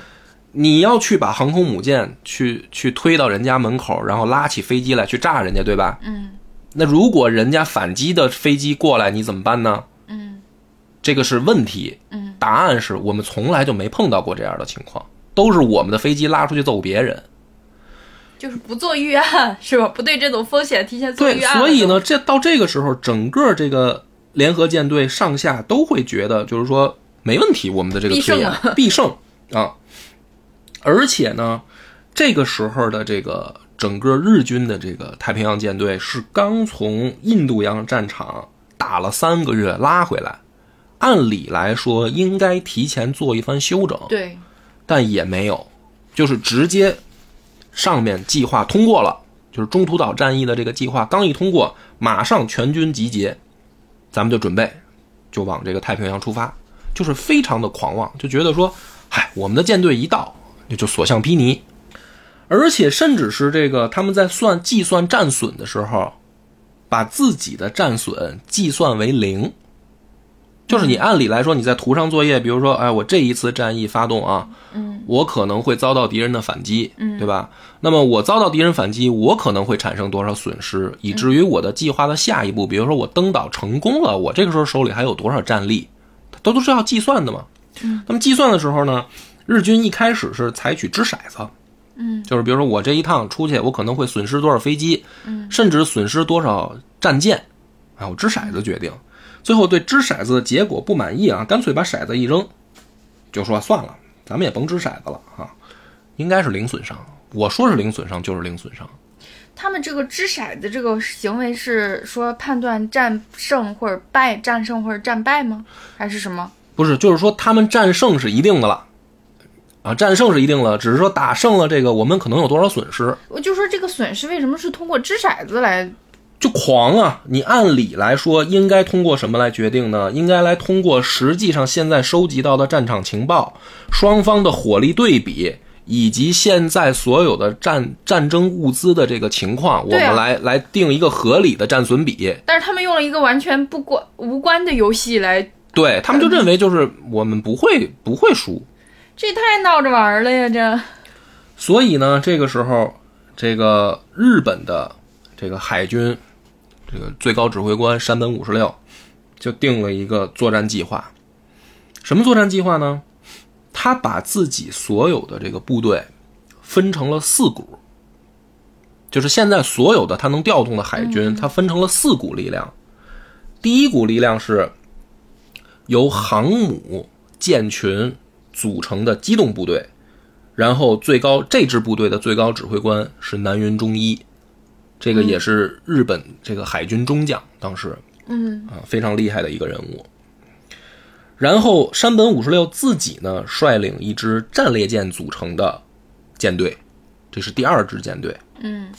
B: 你要去把航空母舰去去推到人家门口，然后拉起飞机来去炸人家，对吧？
A: 嗯。
B: 那如果人家反击的飞机过来，你怎么办呢？
A: 嗯
B: 这个是问题。
A: 嗯，
B: 答案是我们从来就没碰到过这样的情况，都是我们的飞机拉出去揍别人。
A: 就是不做预案是吧？不对这种风险提前做
B: 对
A: 预，案。
B: 所以，呢，这到这个时候，整个这个联合舰队上下都会觉得，就是说没问题，我们的这个
A: 必
B: 推
A: 胜
B: 演 必胜啊！而且呢，这个时候的这个整个日军的这个太平洋舰队是刚从印度洋战场打了三个月拉回来，按理来说应该提前做一番休整，
A: 对，
B: 但也没有，就是直接上面计划通过了，就是中途岛战役的这个计划刚一通过，马上全军集结，咱们就准备就往这个太平洋出发，就是非常的狂妄，就觉得说，嗨，我们的舰队一到就就所向披靡，而且甚至是这个他们在算计算战损的时候，把自己的战损计算为零。就是你按理来说，你在图上作业，比如说，哎，我这一次战役发动啊，
A: 嗯，
B: 我可能会遭到敌人的反击，
A: 嗯
B: 对吧？那么我遭到敌人反击，我可能会产生多少损失，以至于我的计划的下一步，比如说我登岛成功了，我这个时候手里还有多少战力，它都都是要计算的嘛。
A: 嗯
B: 那么计算的时候呢，日军一开始是采取掷骰子，
A: 嗯，
B: 就是比如说我这一趟出去，我可能会损失多少飞机，嗯，甚至损失多少战舰，啊，我掷骰子决定。最后对掷骰子的结果不满意啊，干脆把骰子一扔，就说算了，咱们也甭掷骰子了啊，应该是零损伤。我说是零损伤就是零损伤，
A: 他们这个掷骰子这个行为是说判断战胜或者败、战胜或者战败吗？还是什么？
B: 不是，就是说他们战胜是一定的了，啊，战胜是一定了，只是说打胜了这个，我们可能有多少损失，
A: 我就说这个损失为什么是通过掷骰子来？
B: 就狂啊！你按理来说应该通过什么来决定呢？应该来通过实际上现在收集到的战场情报、双方的火力对比，以及现在所有的战战争物资的这个情况，我
A: 对啊
B: 们来来定一个合理的战损比。
A: 但是他们用了一个完全不关无关的游戏来，
B: 对他们就认为就是我们不会不会输，
A: 这也太闹着玩儿了呀！这，
B: 所以呢，这个时候，这个日本的这个海军这个最高指挥官山本五十六就定了一个作战计划。什么作战计划呢？他把自己所有的这个部队分成了四股，就是现在所有的他能调动的海军，他分成了四股力量。第一股力量是由航母、舰群组成的机动部队，然后最高这支部队的最高指挥官是南云忠一，这个也是日本这个海军中将，当时
A: 嗯
B: 啊非常厉害的一个人物。然后山本五十六自己呢率领一支战列舰组成的舰队，这是第二支舰队。
A: 嗯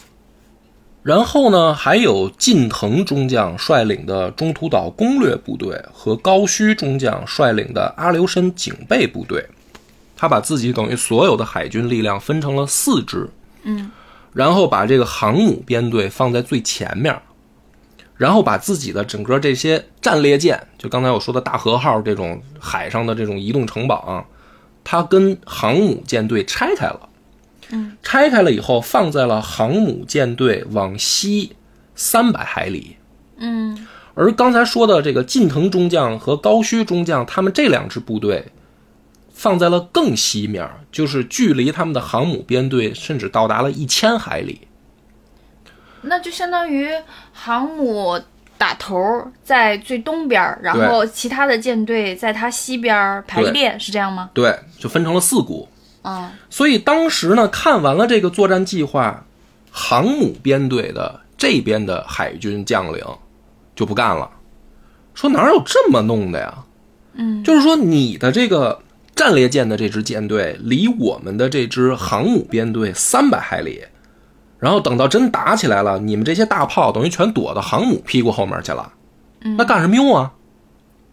B: 然后呢，还有近藤中将率领的中途岛攻略部队和高须中将率领的阿留申警备部队，他把自己等于所有的海军力量分成了四支，
A: 嗯，
B: 然后把这个航母编队放在最前面，然后把自己的整个这些战列舰，就刚才我说的大和号这种海上的这种移动城堡啊，它跟航母舰队拆开了。拆开了以后，放在了航母舰队往西三百海里。
A: 嗯
B: 而刚才说的这个近藤中将和高须中将，他们这两支部队放在了更西面，就是距离他们的航母编队甚至到达了一千海里。
A: 那就相当于航母打头儿在最东边儿，然后其他的舰队在它西边儿排列，是这样吗？
B: 对，就分成了四股。
A: 啊、
B: 所以当时呢，看完了这个作战计划，航母编队的这边的海军将领就不干了，说哪有这么弄的呀？
A: 嗯，
B: 就是说你的这个战列舰的这支舰队离我们的这支航母编队三百海里，然后等到真打起来了，你们这些大炮等于全躲到航母屁股后面去了，
A: 嗯
B: 那干什么用啊？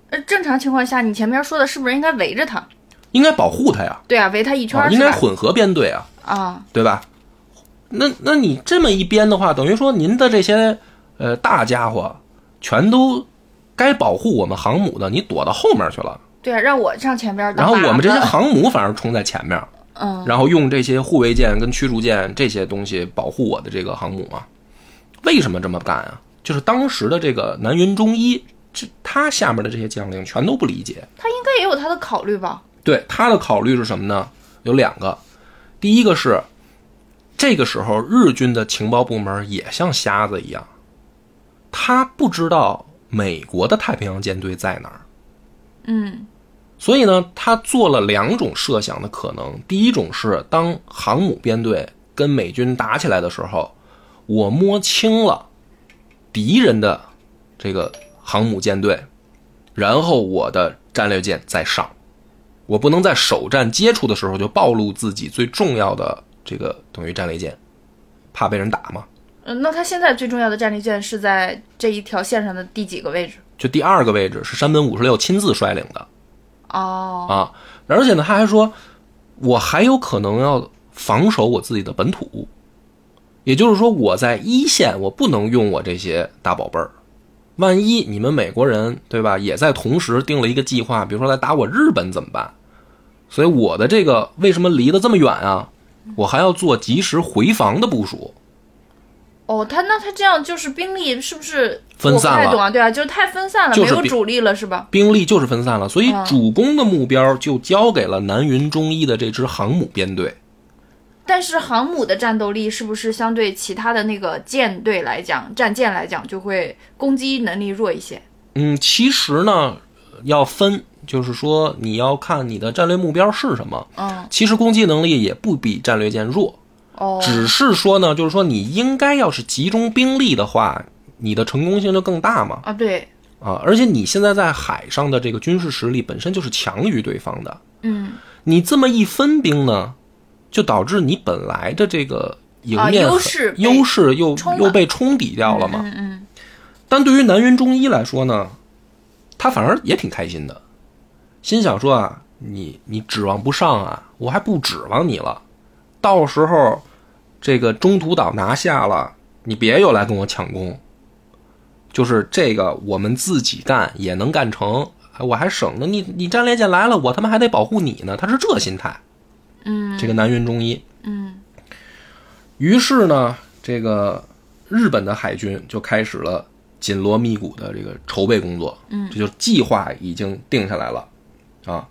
A: 呃，正常情况下，你前面说的是不是应该围着它？
B: 应该保护它呀，
A: 对啊，围它一圈
B: 啊
A: 儿
B: 应
A: 是
B: 该
A: 吧？
B: 混合编队啊。
A: 啊，
B: 对吧？那那你这么一编的话，等于说您的这些呃大家伙全都该保护我们航母的，你躲到后面去了，
A: 对啊，让我上前边儿当
B: 然后我们这些
A: 靶子
B: 航母反而冲在前面，
A: 嗯
B: 然后用这些护卫舰跟驱逐舰这些东西保护我的这个航母啊。为什么这么干啊？就是当时的这个南云忠一，这他下面的这些将领全都不理解，
A: 他应该也有他的考虑吧？
B: 对他的考虑是什么呢？有两个，第一个是，这个时候日军的情报部门也像瞎子一样，他不知道美国的太平洋舰队在哪儿，
A: 嗯
B: 所以呢，他做了两种设想的可能。第一种是，当航母编队跟美军打起来的时候，我摸清了敌人的这个航母舰队，然后我的战略舰再上，我不能在首战接触的时候就暴露自己最重要的这个等于战列舰，怕被人打嘛。
A: 嗯，那他现在最重要的战力舰是在这一条线上的第几个位置？
B: 就第二个位置是山本五十六亲自率领的，
A: 哦，
B: 啊，而且呢，他还说，我还有可能要防守我自己的本土，也就是说，我在一线我不能用我这些大宝贝儿，万一你们美国人对吧，也在同时定了一个计划，比如说来打我日本怎么办？所以我的这个为什么离得这么远啊？我还要做及时回防的部署。
A: 哦，他那他这样就是兵力是不是
B: 分散了？
A: 不太懂啊，对啊，就是太分散了，
B: 就是
A: 没有主力了，是吧？
B: 兵力就是分散了，所以主攻的目标就交给了南云中一的这支航母编队。
A: 但是航母的战斗力是不是相对其他的那个舰队来讲，战舰来讲就会攻击能力弱一些？
B: 嗯，其实呢要分，就是说你要看你的战略目标是什么。
A: 嗯，
B: 其实攻击能力也不比战略舰弱，
A: 哦，
B: 只是说呢，就是说你应该要是集中兵力的话，你的成功性就更大嘛。
A: 啊，对，
B: 啊，而且你现在在海上的这个军事实力本身就是强于对方的，
A: 嗯，
B: 你这么一分兵呢？就导致你本来的这个赢面、
A: 啊、优势
B: 优势又
A: 冲了
B: 又被冲抵掉了嘛。
A: 嗯嗯，
B: 但对于南云中一来说呢，他反而也挺开心的，心想说啊，你你指望不上啊，我还不指望你了，到时候这个中途岛拿下了，你别又来跟我抢功，就是这个我们自己干也能干成，哎我还省得你你战列舰来了，我他妈还得保护你呢，他是这心态。
A: 嗯，
B: 这个南云中一。
A: 嗯，
B: 于是呢，这个日本的海军就开始了紧锣密鼓的这个筹备工作。
A: 嗯，
B: 这就是计划已经定下来了啊。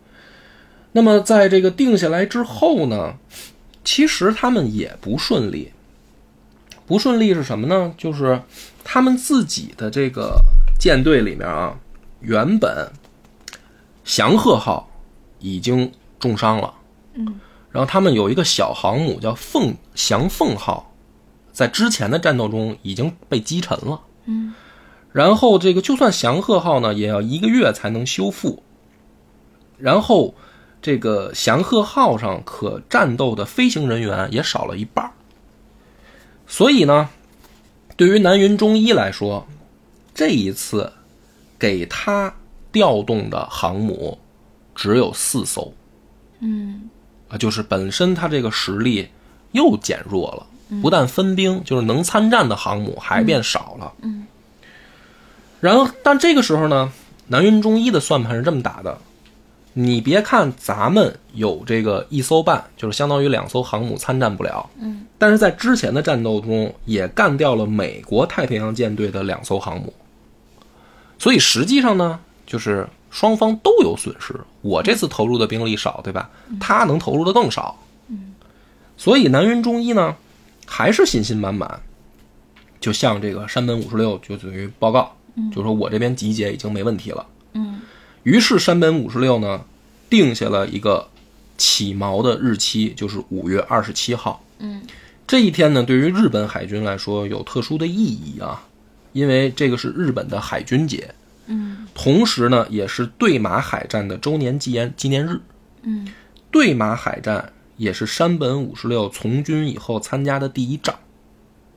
B: 那么在这个定下来之后呢，其实他们也不顺利。不顺利是什么呢？就是他们自己的这个舰队里面啊，原本祥鹤号已经重伤了。然后他们有一个小航母叫凤翔凤号，在之前的战斗中已经被击沉了。
A: 嗯，
B: 然后这个就算翔鹤号呢，也要一个月才能修复。然后这个翔鹤号上可战斗的飞行人员也少了一半儿所以呢，对于南云中一来说，这一次给他调动的航母只有四艘。啊，就是本身它这个实力又减弱了，不但分兵，就是能参战的航母还变少了。
A: 嗯
B: 然后，但这个时候呢，南云中一的算盘是这么打的：你别看咱们有这个一艘半，就是相当于两艘航母参战不了，
A: 嗯，
B: 但是在之前的战斗中也干掉了美国太平洋舰队的两艘航母，所以实际上呢，就是双方都有损失。我这次投入的兵力少，对吧？
A: 嗯
B: 他能投入的更少，嗯，所以南云中一呢，还是信心满满，就向这个山本五十六就等于报告，就说我这边集结已经没问题了。
A: 嗯，
B: 于是山本五十六呢，定下了一个起锚的日期，就是五月二十七号。
A: 嗯，
B: 这一天呢，对于日本海军来说有特殊的意义啊，因为这个是日本的海军节，
A: 嗯
B: 同时呢，也是对马海战的周年纪念纪念日。
A: 嗯
B: 对马海战也是山本五十六从军以后参加的第一仗，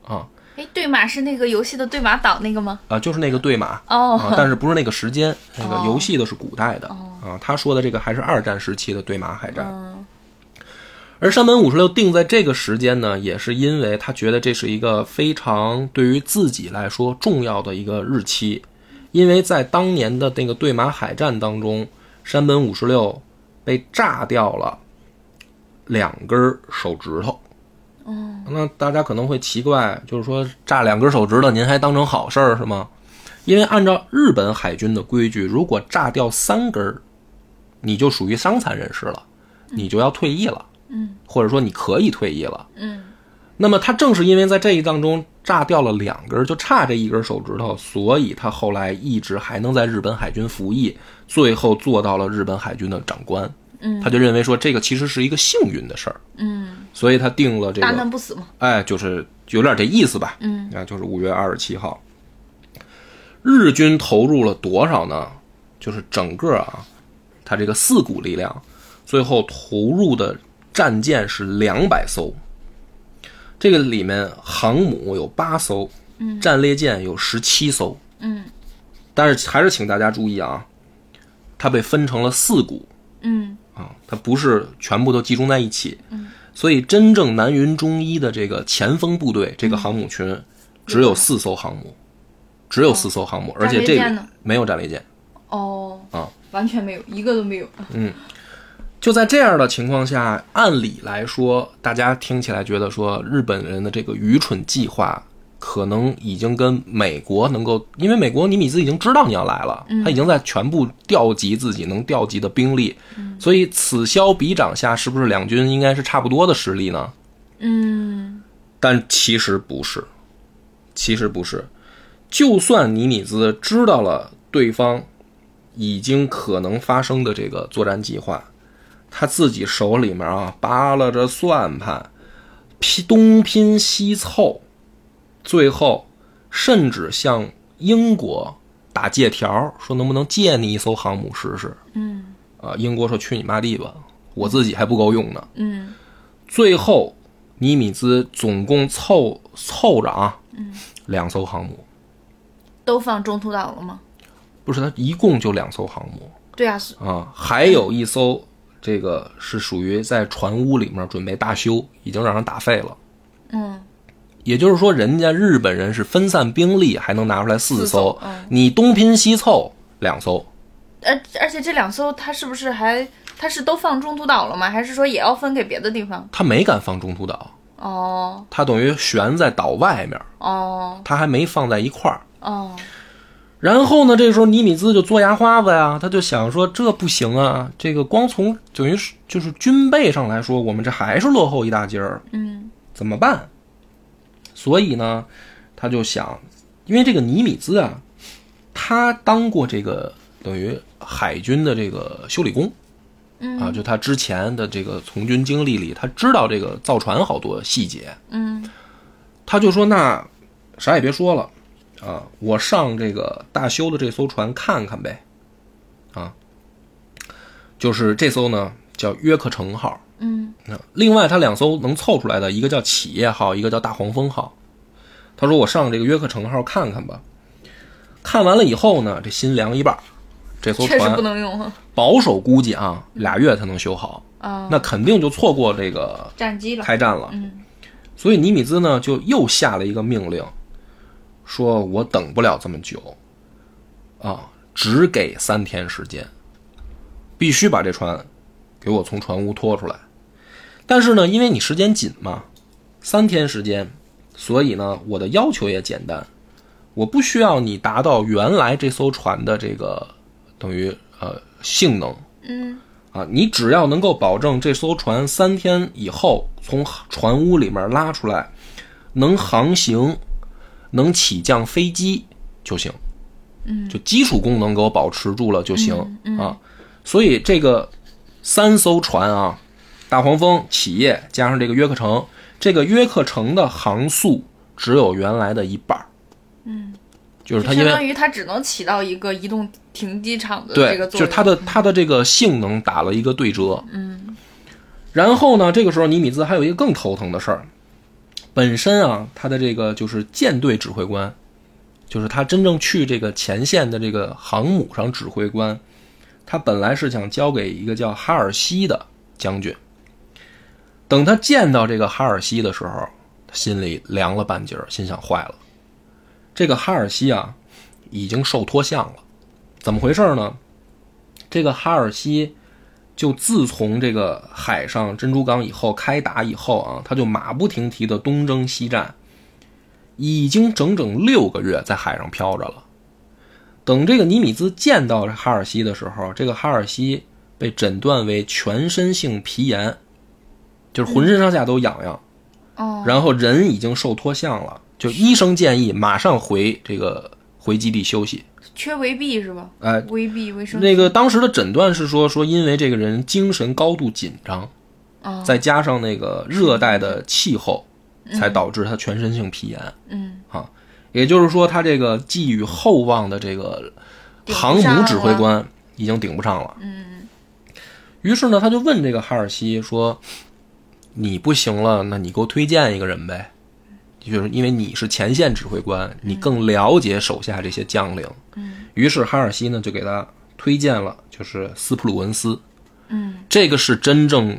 B: 啊
A: 哎，对马是那个游戏的对马岛那个吗？
B: 啊，就是那个对马。
A: 哦，
B: 啊，但是不是那个时间，那个
A: 哦
B: 游戏的是古代的啊。他说的这个还是二战时期的对马海战，
A: 嗯
B: 而山本五十六定在这个时间呢，也是因为他觉得这是一个非常对于自己来说重要的一个日期，因为在当年的那个对马海战当中，山本五十六被炸掉了两根儿手指头。
A: 嗯
B: 那大家可能会奇怪，就是说炸两根手指头，您还当成好事儿是吗？因为按照日本海军的规矩，如果炸掉三根儿，你就属于伤残人士了，你就要退役了，
A: 嗯
B: 或者说你可以退役了。
A: 嗯
B: 那么他正是因为在这一仗中炸掉了两根儿，就差这一根手指头，所以他后来一直还能在日本海军服役，最后做到了日本海军的长官。
A: 嗯
B: 他就认为说这个其实是一个幸运的事儿，
A: 嗯，
B: 所以他定了这个
A: 大难不死嘛。
B: 哎，就是有点这意思吧。
A: 嗯，
B: 啊，就是五月二十七号，日军投入了多少呢？就是整个啊，他这个四股力量，最后投入的战舰是两百艘，这个里面航母有八艘，战列舰有十七艘，
A: 嗯
B: 但是还是请大家注意啊，它被分成了四股，
A: 嗯
B: 啊，它不是全部都集中在一起。所以真正南云中一的这个前锋部队，这个航母群只有四艘航母，只有四艘航母，而且这个没有战列舰。
A: 哦，
B: 啊，
A: 完全没有，一个都没有。
B: 嗯，就在这样的情况下，按理来说，大家听起来觉得说日本人的这个愚蠢计划，可能已经跟美国能够，因为美国尼米兹已经知道你要来了，他已经在全部调集自己能调集的兵力，所以此消彼长下，是不是两军应该是差不多的实力呢？
A: 嗯，
B: 但其实不是，其实不是，就算尼米兹知道了对方。已经可能发生的这个作战计划，他自己手里面啊扒拉着算盘，拼东拼西凑，最后甚至向英国打借条，说能不能借你一艘航母试试？
A: 嗯，
B: 啊，英国说去你妈地吧，我自己还不够用呢。
A: 嗯，
B: 最后尼米兹总共凑凑着啊，
A: 嗯，
B: 两艘航母
A: 都放中途岛了吗？
B: 不是，它一共就两艘航母。
A: 对啊，是
B: 啊，还有一艘，这个是属于在船坞里面准备大修，已经让人打废了。
A: 嗯，
B: 也就是说，人家日本人是分散兵力，还能拿出来四艘，
A: 嗯
B: 你东拼西凑两艘。
A: 而而且这两艘它是不是还它是都放中途岛了吗？还是说也要分给别的地方？
B: 他没敢放中途岛，
A: 哦
B: 他等于悬在岛外面，
A: 哦
B: 他还没放在一块儿。
A: 哦，
B: 然后呢，这时候尼米兹就嘬牙花子呀，他就想说这不行啊，这个光从等于是就是军备上来说，我们这还是落后一大截儿。
A: 嗯
B: 怎么办？所以呢，他就想，因为这个尼米兹啊，他当过这个等于海军的这个修理工
A: 嗯
B: 啊，就他之前的这个从军经历里，他知道这个造船好多细节，
A: 嗯
B: 他就说那啥也别说了啊，我上这个大修的这艘船看看呗，啊，就是这艘呢叫约克城号，
A: 嗯
B: 那另外，他两艘能凑出来的，一个叫企业号，一个叫大黄蜂号。他说：“我上这个约克城号看看吧。”看完了以后呢，这心凉一半儿。这艘
A: 确实不
B: 船
A: 能用
B: 保守估计啊，俩月才能修好，
A: 啊，
B: 那肯定就错过这个
A: 战机了，
B: 开战了。
A: 嗯
B: 所以尼米兹呢，就又下了一个命令，说我等不了这么久，啊，只给三天时间，必须把这船给我从船坞拖出来。但是呢，因为你时间紧嘛，三天时间，所以呢，我的要求也简单，我不需要你达到原来这艘船的这个等于呃性能，
A: 嗯
B: 啊，你只要能够保证这艘船三天以后从船坞里面拉出来，能航行，能起降飞机就行。
A: 嗯，
B: 就基础功能给我保持住了就行、啊。所以这个三艘船啊，大黄蜂、企业加上这个约克城，这个约克城的航速只有原来的一半儿。
A: 嗯，
B: 就是它
A: 就
B: 因
A: 相
B: 为
A: 当于它只能起到一个移动停机场的
B: 对，
A: 这个
B: 就
A: 作
B: 是
A: 用，
B: 它的它的这个性能打了一个对折。
A: 嗯
B: 然后呢，这个时候尼米兹还有一个更头疼的事儿，本身啊，他的这个就是舰队指挥官，就是他真正去这个前线的这个航母上指挥官，他本来是想交给一个叫哈尔西的将军。等他见到这个哈尔西的时候，他心里凉了半截儿，心想坏了，这个哈尔西啊，已经受脱相了。怎么回事呢？这个哈尔西就自从这个海上珍珠港以后开打以后啊，他就马不停蹄的东征西战，已经整整六个月在海上漂着了。等这个尼米兹见到这哈尔西的时候，这个哈尔西被诊断为全身性皮炎，就是浑身上下都痒痒，
A: 哦
B: 然后人已经受脱相了。就医生建议马上回这个回基地休息。
A: 缺维 B 是吧？
B: 哎，
A: 维 B 维生素
B: 那个当时的诊断是说说因为这个人精神高度紧张，
A: 啊
B: 再加上那个热带的气候，才导致他全身性皮炎。
A: 嗯
B: 也就是说，他这个寄予厚望的这个
A: 顶不
B: 航
A: 上
B: 母指挥
A: 了
B: 官已经顶不上了。
A: 嗯
B: 于是呢，他就问这个哈尔西说：“你不行了，那你给我推荐一个人呗。”就是因为你是前线指挥官，你更了解手下这些将领。
A: 嗯
B: 于是哈尔西呢就给他推荐了，就是斯普鲁文斯。
A: 嗯
B: 这个是真正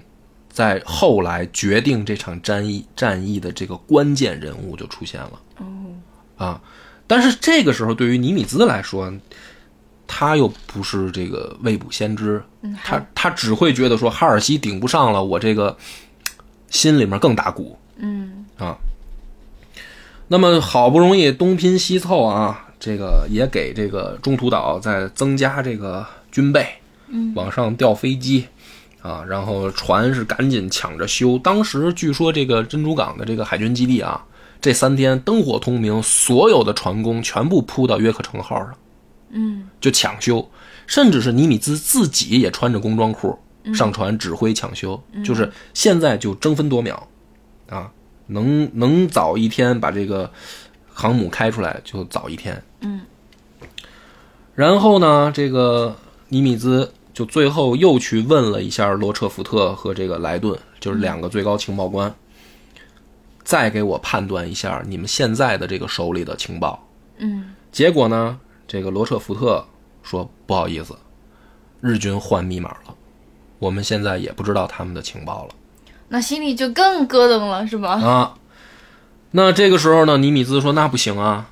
B: 在后来决定这场战役战役的这个关键人物就出现了
A: 哦
B: 啊。但是这个时候，对于尼米兹来说，他又不是这个未卜先知，
A: 嗯好
B: 他他只会觉得说哈尔西顶不上了，我这个心里面更打鼓。
A: 嗯
B: 啊。那么好不容易东拼西凑啊，这个也给这个中途岛再增加这个军备，嗯，往上调飞机啊，然后船是赶紧抢着修。当时据说这个珍珠港的这个海军基地啊，这三天灯火通明，所有的船工全部扑到约克城号上，
A: 嗯
B: 就抢修，甚至是尼米兹自己也穿着工装裤上船指挥抢修，就是现在就争分夺秒啊，能能早一天把这个航母开出来就早一天。
A: 嗯，
B: 然后呢，这个尼米兹就最后又去问了一下罗彻福特和这个莱顿，就是两个最高情报官。再给我判断一下你们现在的这个手里的情报，
A: 嗯
B: 结果呢，这个罗彻福特说不好意思，日军换密码了，我们现在也不知道他们的情报了
A: 那心里就更咯噔了，是吧？
B: 啊。那这个时候呢，尼米兹说那不行啊，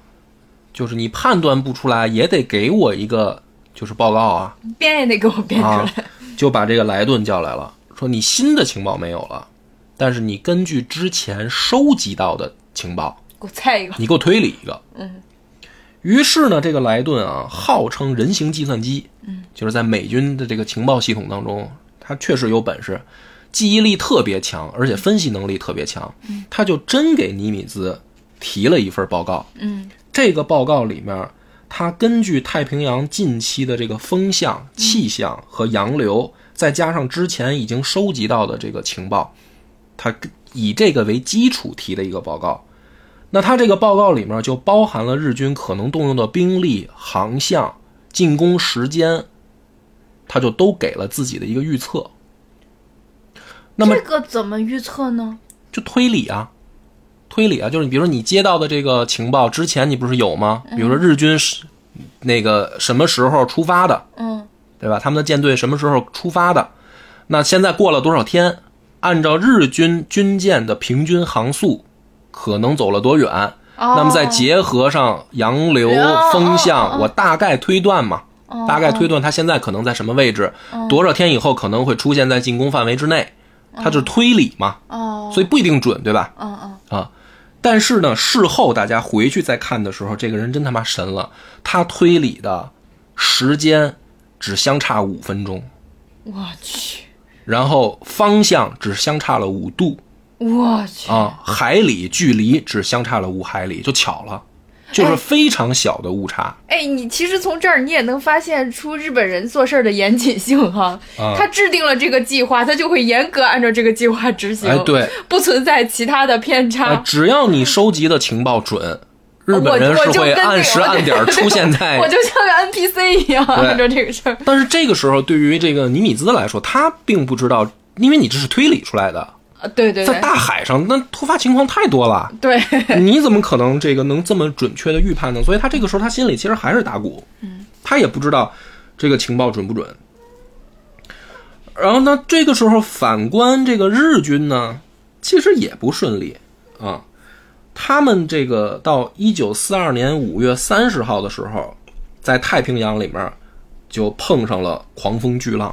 B: 就是你判断不出来，也得给我一个就是报告啊
A: 编也得给我编出
B: 啊
A: 来。，
B: 就把这个莱顿叫来了，说你新的情报没有了，但是你根据之前收集到的情报，
A: 给我猜一个。
B: 你给我推理一个。嗯。于是呢，这个莱顿啊，号称人形计算机，嗯，就是在美军的这个情报系统当中，他确实有本事，记忆力特别强，而且分析能力特别强。嗯，他就真给尼米兹提了一份报告。
A: 嗯
B: 这个报告里面，他根据太平洋近期的这个风向、气象和洋流，再加上之前已经收集到的这个情报，他跟以这个为基础提的一个报告。那他这个报告里面就包含了日军可能动用的兵力、航向、进攻时间，他就都给了自己的一个预测。那么
A: 这个怎么预测呢？
B: 就推理啊，推理啊，就是你比如说你接到的这个情报之前你不是有吗？比如说日军是那个什么时候出发的，
A: 嗯
B: 对吧？他们的舰队什么时候出发的？那现在过了多少天？按照日军军舰的平均航速，可能走了多远？
A: 哦
B: 那么再结合上洋流
A: 哦
B: 风
A: 哦哦哦
B: 向，我大概推断嘛，大概推断他现在可能在什么位置，多少天以后可能会出现在进攻范围之内，他就是推理嘛，
A: 哦，
B: 所以不一定准，对吧？
A: 嗯嗯
B: 啊。但是呢，事后大家回去再看的时候，这个人真他妈神了，他推理的时间只相差五分钟，
A: 我去
B: 然后方向只相差了五度
A: 我去，
B: 啊，海里距离只相差了五海里，就巧了，就是非常小的误差。
A: 哎，你其实从这儿你也能发现出日本人做事儿的严谨性哈。
B: 啊
A: 他制定了这个计划，他就会严格按照这个计划执行，
B: 哎，对，
A: 不存在其他的偏
B: 啊，
A: 差。
B: 只要你收集的情报准，日
A: 我
B: 本人
A: 我
B: 是
A: 就
B: 会
A: 跟那
B: 按
A: 个
B: 时
A: 我
B: 按
A: 就
B: 点儿出现在
A: 我就像个 NPC 一样按照这个事儿。
B: 但是这个时候，对于这个尼米兹来说，他并不知道，因为你这是推理出来的，
A: 啊对对
B: 在
A: 对
B: 大海上，那突发情况太多了，
A: 对，
B: 你怎么可能这个能这么准确的预判呢？所以他这个时候他心里其实还是打鼓，嗯，他也不知道这个情报准不准。然后呢，这个时候反观这个日军呢，其实也不顺利啊。他们这个到一九四二年五月三十号的时候，在太平洋里面就碰上了狂风巨浪，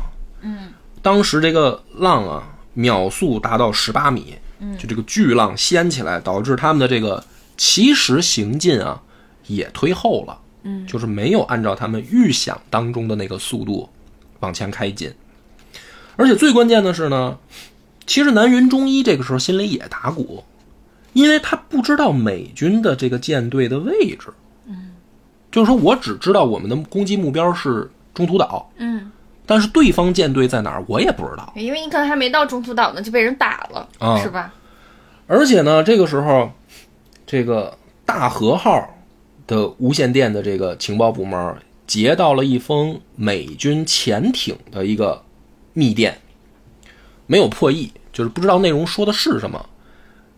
B: 当时这个浪啊，秒速达到十八米，就这个巨浪掀起来，导致他们的这个其实行进啊也推后了，嗯，就是没有按照他们预想当中的那个速度往前开进，而且最关键的是呢，其实南云中一这个时候心里也打鼓，因为他不知道美军的这个舰队的位置，嗯，就是说我只知道我们的攻击目标是中途岛，
A: 嗯，
B: 但是对方舰队在哪儿我也不知道。
A: 因为你可能还没到中途岛呢，就被人打了，
B: 啊
A: 是吧？
B: 而且呢，这个时候，这个大和号的无线电的这个情报部门接到了一封美军潜艇的一个密电，没有破译，就是不知道内容说的是什么，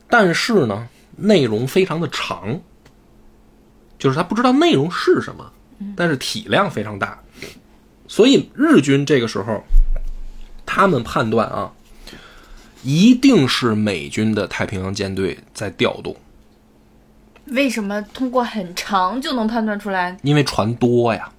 B: 但是呢，内容非常的长，就是他不知道内容是什么，但是体量非常大，所以日军这个时候，他们判断啊，一定是美军的太平洋舰队在调动，
A: 为什么通过很长就能判断出来？
B: 因为船多呀，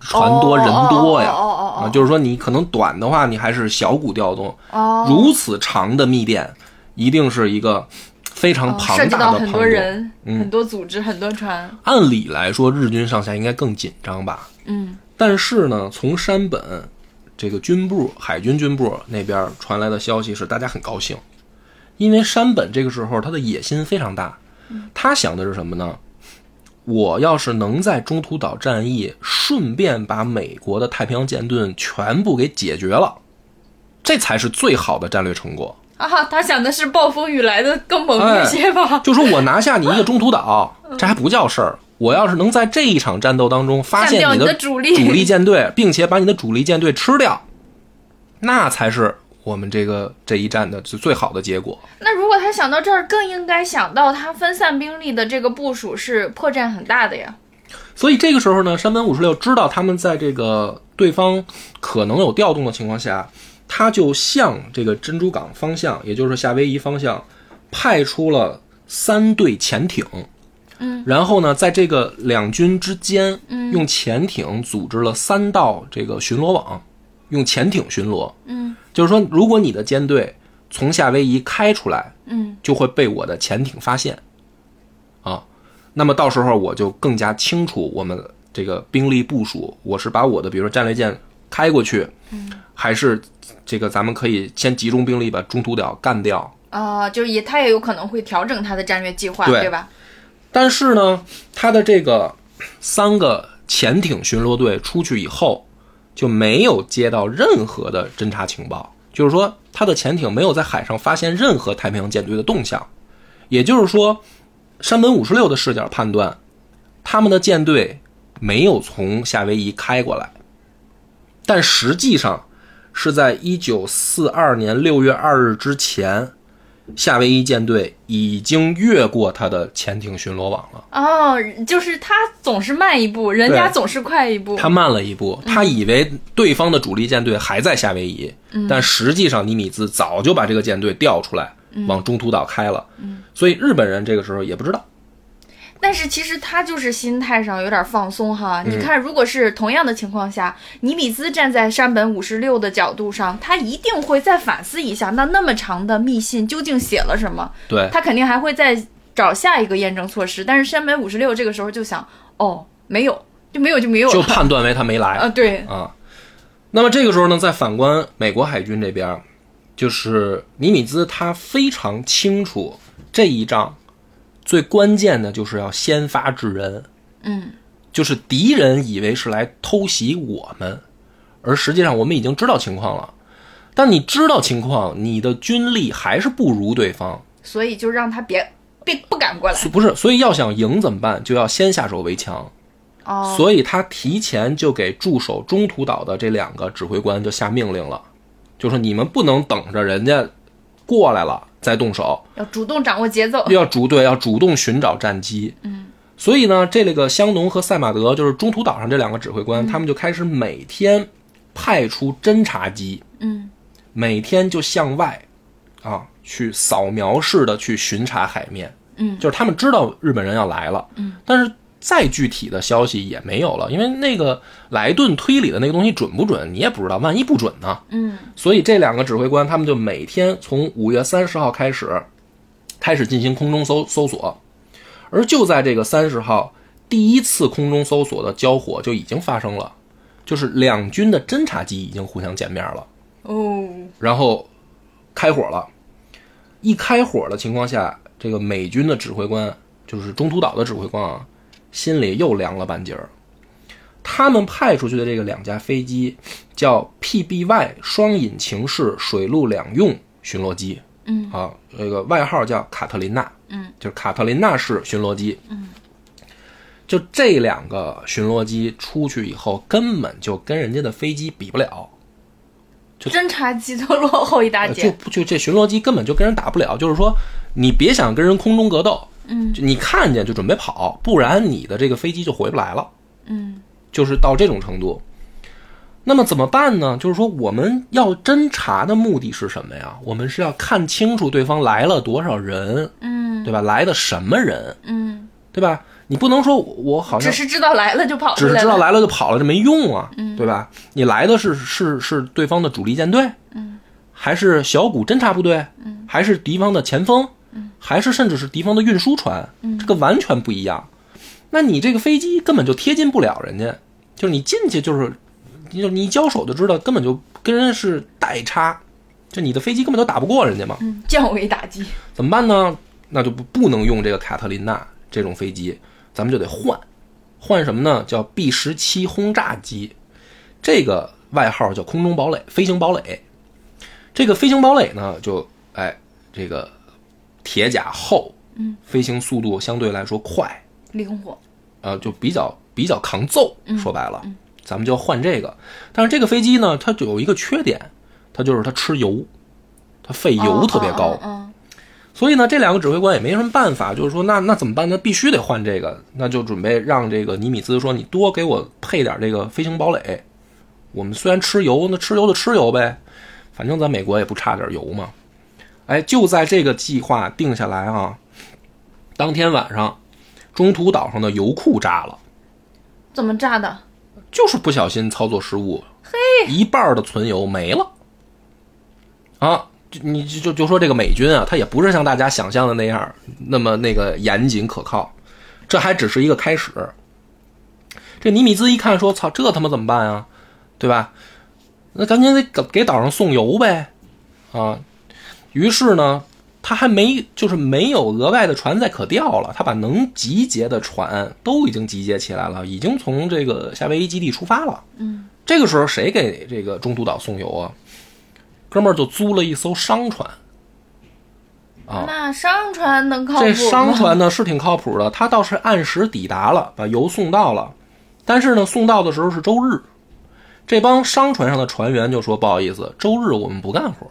B: 船多人多呀，
A: 哦哦哦哦哦
B: 啊，就是说你可能短的话，你还是小股调动，
A: 哦，
B: 如此长的密电，一定是一个非常
A: 哦
B: 庞
A: 涉及
B: 大
A: 到
B: 的
A: 很
B: 庞嗯
A: 多
B: 众。
A: 人、很多组织、很多船。
B: 按理来说，日军上下应该更紧张吧？
A: 嗯，
B: 但是呢，从山本这个军部海军军部那边传来的消息是，大家很高兴，因为山本这个时候他的野心非常大，他想的是什么呢？我要是能在中途岛战役顺便把美国的太平洋舰队全部给解决了，这才是最好的战略成果。
A: 啊，他想的是暴风雨来的更猛
B: 哎
A: 一些吧？
B: 就说我拿下你一个中途岛，
A: 嗯
B: 这还不叫事儿。我要是能在这一场战斗当中发
A: 干
B: 现
A: 掉你
B: 的
A: 的主力
B: 主力舰队，并且把你的主力舰队吃掉，那才是我们这个这一战的最最好的结果。
A: 那如果他想到这儿，更应该想到他分散兵力的这个部署是破绽很大的呀。
B: 所以这个时候呢，山本五十六知道他们在这个对方可能有调动的情况下，他就向这个珍珠港方向，也就是夏威夷方向，派出了三队潜艇。
A: 嗯，
B: 然后呢，在这个两军之间，用潜艇组织了三道这个巡逻网，用潜艇巡逻。
A: 嗯
B: 就是说，如果你的舰队从夏威夷开出来，
A: 嗯
B: 就会被我的潜艇发现，啊，那么到时候我就更加清楚我们这个兵力部署，我是把我的比如说战列舰开过去，还是这个咱们可以先集中兵力把中途岛干掉。
A: 啊、就是也他也有可能会调整他的战略计划，
B: 对
A: 对吧？
B: 但是呢，他的这个三个潜艇巡逻队出去以后，就没有接到任何的侦察情报，就是说他的潜艇没有在海上发现任何太平洋舰队的动向。也就是说，山本五十六的视角判断，他们的舰队没有从夏威夷开过来，但实际上是在一九四二年六月二日之前，夏威夷舰队已经越过他的潜艇巡逻网了。
A: 哦，就是他总是慢一步，人家总是快一步。
B: 他慢了一步，他以为对方的主力舰队还在夏威夷，但实际上尼米兹早就把这个舰队调出来，往中途岛开了。所以日本人这个时候也不知道，
A: 但是其实他就是心态上有点放松哈。
B: 嗯
A: 你看，如果是同样的情况下，尼米兹站在山本五十六的角度上，他一定会再反思一下，那那么长的密信究竟写了什么？
B: 对
A: 他肯定还会再找下一个验证措施。但是山本五十六这个时候就想，哦，没有，就没有就没有
B: 就
A: 了。
B: 判断为他没来。
A: 啊，对，
B: 啊。那么这个时候呢，再反观美国海军这边儿，就是尼米兹他非常清楚这一仗最关键的就是要先发制人，
A: 嗯，
B: 就是敌人以为是来偷袭我们，而实际上我们已经知道情况了。但你知道情况，你的军力还是不如对方，
A: 所以就让他别别不敢过来。
B: 不是？所以要想赢怎么办？就要先下手为强。
A: 哦，
B: 所以他提前就给驻守中途岛的这两个指挥官就下命令了，就说你们不能等着人家过来了再动手，
A: 要主动掌握节奏。
B: 要主对要主动寻找战机。嗯，所以呢，这个香农和赛马德就是中途岛上这两个指挥
A: 嗯
B: 官，他们就开始每天派出侦察机，
A: 嗯，
B: 每天就向外啊去扫描式的去巡查海面。
A: 嗯，
B: 就是他们知道日本人要来了，嗯，但是。再具体的消息也没有了，因为那个莱顿推理的那个东西准不准，你也不知道，万一不准呢？
A: 嗯，
B: 所以这两个指挥官他们就每天从五月三十号开始，开始进行空中搜搜索，而就在这个三十号，第一次空中搜索的交火就已经发生了，就是两军的侦察机已经互相见面了，
A: 哦，
B: 然后开火了。一开火的情况下，这个美军的指挥官，就是中途岛的指挥官啊，心里又凉了半截儿。他们派出去的这个两架飞机叫 PBY 双引擎式水陆两用巡逻机，
A: 嗯，
B: 啊，这个外号叫卡特琳娜，
A: 嗯，
B: 就是卡特琳娜式巡逻机，嗯，就这两个巡逻机出去以后，根本就跟人家的飞机比不了，
A: 侦察机都落后一大
B: 呃就
A: 截。
B: 不就这巡逻机根本就跟人打不了，就是说你别想跟人空中格斗，
A: 嗯
B: 就你看见就准备跑，不然你的这个飞机就回不来了，
A: 嗯
B: 就是到这种程度。那么怎么办呢？就是说我们要侦查的目的是什么呀？我们是要看清楚对方来了多少人，
A: 嗯。
B: 对吧？来的什么人，
A: 嗯，
B: 对吧？你不能说我我好像
A: 只是知道来了就跑出
B: 只是
A: 来
B: 知道
A: 了，
B: 来了就跑了，这没用啊，对吧？你来的是是是对方的主力舰队，
A: 嗯，
B: 还是小股侦察部队，嗯，还是敌方的前锋，嗯，还是甚至是敌方的运输船，嗯，这个完全不一样。那你这个飞机根本就贴近不了人家，就是你进去就是，你就你一交手就知道，根本就跟人家是代差，就你的飞机根本就打不过人家嘛。
A: 嗯，降维打击，
B: 怎么办呢？那就不不能用这个卡特琳娜这种飞机，咱们就得换，换什么呢？叫 B 十七轰炸机，这个外号叫空中堡垒、飞行堡垒。这个飞行堡垒呢，就哎，这个铁甲厚，
A: 嗯，
B: 飞行速度相对来说快，
A: 灵活，
B: 呃，就比较比较抗揍。说白了，咱们就要换这个。但是这个飞机呢，它就有一个缺点，它就是它吃油，它费油特别高。
A: 嗯嗯，
B: 所以呢，这两个指挥官也没什么办法，就是说，那那怎么办呢？必须得换这个，那就准备让这个尼米兹说，你多给我配点这个飞行堡垒。我们虽然吃油，那吃油就吃油呗，反正咱美国也不差点油嘛。哎，就在这个计划定下来啊，当天晚上，中途岛上的油库炸了，
A: 嗯怎么炸的？
B: 就是不小心操作失误，嘿，一半儿的存油没了。啊，就你就就就说这个美军啊，他也不是像大家想象的那样儿那么那个严谨可靠，这还只是一个开始。这尼米兹一看说：“操，这他妈怎么办啊？对吧？那赶紧得给给岛上送油呗，啊！”于是呢，他还没就是没有额外的船再可调了，他把能集结的船都已经集结起来了，已经从这个夏威夷基地出发了。
A: 嗯，
B: 这个时候谁给这个中途岛送油啊？哥们儿就租了一艘商船，啊
A: 那商船能靠谱吗
B: 这商船呢是挺靠谱的，它倒是按时抵达了，把油送到了。但是呢，送到的时候是周日，这帮商船上的船员就说：“不好意思，周日我们不干活，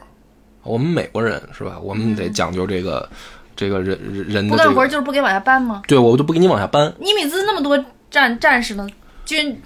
B: 我们美国人是吧？我们得讲究这个，这个人人人
A: 不
B: 的这
A: 干活
B: 个，
A: 就是不给往下搬吗？
B: 对我就不给你往下搬。
A: 尼米兹那么多战战士呢，军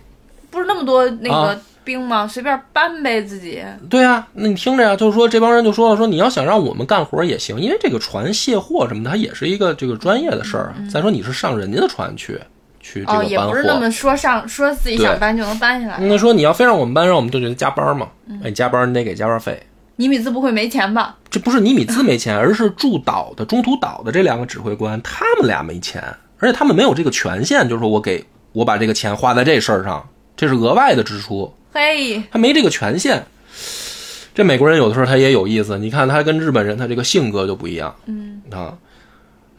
A: 不是那么多那个
B: 啊
A: 兵吗？随便搬呗自己。
B: 对啊，那你听着呀、就是说这帮人就说了，说你要想让我们干活也行，因为这个船卸货什么的，它也是一个这个专业的事儿啊。再说你是上人家的船去去这
A: 嗯哦，
B: 个
A: 也
B: 搬
A: 不
B: 货，
A: 是那么说上说自己想搬就能搬下来。
B: 那说你要非让我们班，让我们就得加班嘛。
A: 嗯
B: 哎，加班你得给加班费。
A: 尼米兹不会没钱吧？
B: 这不是尼米兹没钱，而是驻岛的中途岛的这两个指挥官，他们俩没钱，而且他们没有这个权限，就是说我给我把这个钱花在这事儿上，这是额外的支出，
A: 嘿，
B: 他没这个权限。这美国人有的时候他也有意思，你看他跟日本人他这个性格就不一样，
A: 嗯
B: 啊。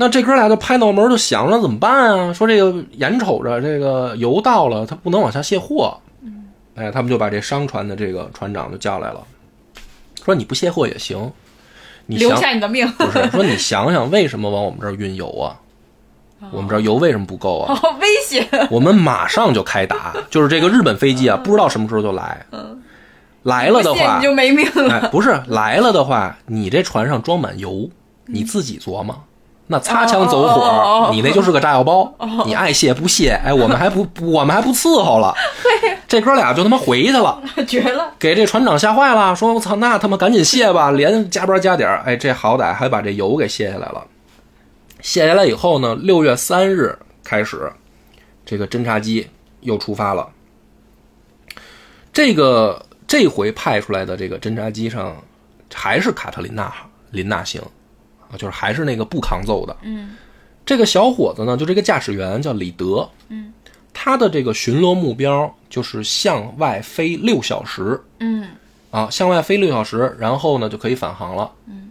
B: 那这哥俩就拍脑门儿就想了怎么办啊？说这个眼瞅着这个油到了，他不能往下卸货，
A: 嗯
B: 哎，他们就把这商船的这个船长就叫来了，说你不卸货也行，你
A: 留
B: 想
A: 下你的 命。
B: 不是说你想想为什么往我们这儿运油 啊？
A: 哦
B: 我们这儿油为什么不够啊？
A: 好危险！
B: 我们马上就 开打，就是这个日本飞机啊，不知道什么时候就来，来了的
A: 不信嗯
B: 话
A: 你，就没命了。
B: 哎，不是来了的话，你这船上装满油，你自己琢磨。那擦枪
A: 嗯
B: 走
A: 哦哦哦
B: 火
A: 哦，
B: 你那就是个炸药包，你爱卸不卸，哎，我们 还不，我们还不伺候了。这哥俩就他妈回去了，
A: 绝了！
B: 给这船长吓坏了，说我操，那他妈赶紧卸吧，连加班加点儿，哎，这好歹还把这油给卸下来了。卸下来以后呢，六月三日开始，这个侦察机又出发了。这个这回派出来的这个侦察机上还是卡特琳娜琳娜型啊，就是还是那个不抗揍的。
A: 嗯，
B: 这个小伙子呢，就这个驾驶员叫李德。
A: 嗯，
B: 他的这个巡逻目标就是向外飞六小时。
A: 嗯，
B: 啊，向外飞六小时，然后呢就可以返航了。嗯，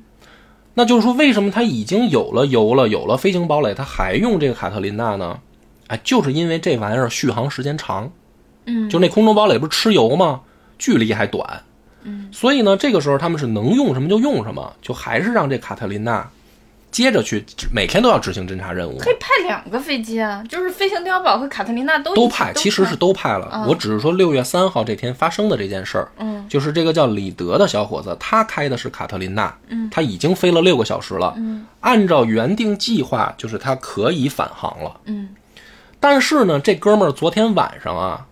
B: 那就是说，为什么他已经有了油了，有了飞行堡垒，他还用这个卡特琳娜呢？哎，就是因为这玩意儿续航时间长。
A: 嗯
B: 就那空中堡垒不是吃油吗？距离还短。嗯，所以呢，这个时候他们是能用什么就用什么，就还是让这卡特琳娜接着去每天都要执行侦察任务。
A: 可以派两个飞机啊，就是飞行碉堡和卡特琳娜都
B: 都
A: 一起
B: 派，嗯其实是都派了。我只是说六月三号这天发生的这件事儿，
A: 嗯，
B: 就是这个叫李德的小伙子，他开的是卡特琳娜，嗯，他已经飞了六个小时了，嗯，按照原定计划，就是他可以返航了，
A: 嗯，
B: 但是呢，这哥们儿昨天晚上啊，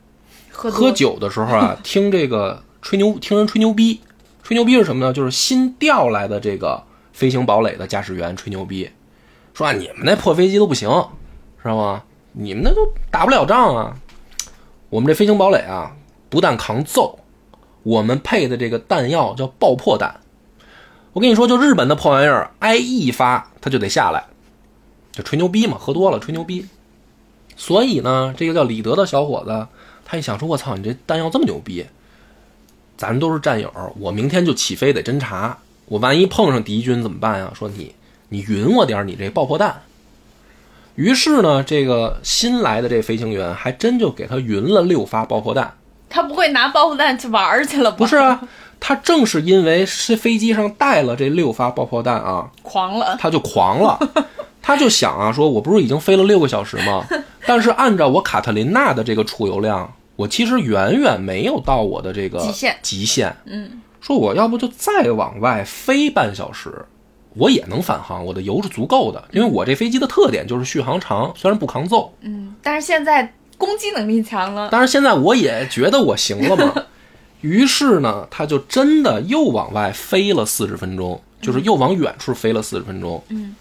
A: 喝多
B: 喝酒的时候 啊，听这个吹牛，听人吹牛逼，吹牛逼是什么呢？就是新调来的这个飞行堡垒的驾驶员吹牛逼，说啊，你们那破飞机都不行，知道吗？你们那都打不了仗啊。我们这飞行堡垒啊，不但扛揍，我们配的这个弹药叫爆破弹。我跟你说，就日本的破玩意儿，挨一发它就得下来，就吹牛逼嘛，喝多了吹牛逼。所以呢，这个叫李德的小伙子，他一想说：“我操，你这弹药这么牛逼，咱们都是战友，我明天就起飞得侦察，我万一碰上敌军怎么办呀？”说你你匀我点儿你这爆破弹。于是呢，这个新来的这飞行员还真就给他匀了六发爆破弹。
A: 他不会拿爆弹去玩儿去了吧？
B: 不是啊，他正是因为是飞机上带了这六发爆破弹啊，
A: 狂了，
B: 他就狂了，他就想啊，说我不是已经飞了六个小时吗？但是按照我卡特琳娜的这个储油量，我其实远远没有到我的这个
A: 极限
B: 极限。
A: 嗯，
B: 说我要不就再往外飞半小时，我也能返航，我的油是足够的，因为我这飞机的特点就是续航长，虽然不抗揍，
A: 嗯，但是现在攻击能力强了，
B: 但是现在我也觉得我行了嘛。 于是呢，他就真的又往外飞了四十分钟，就是又往远处飞了四十分钟。
A: 嗯，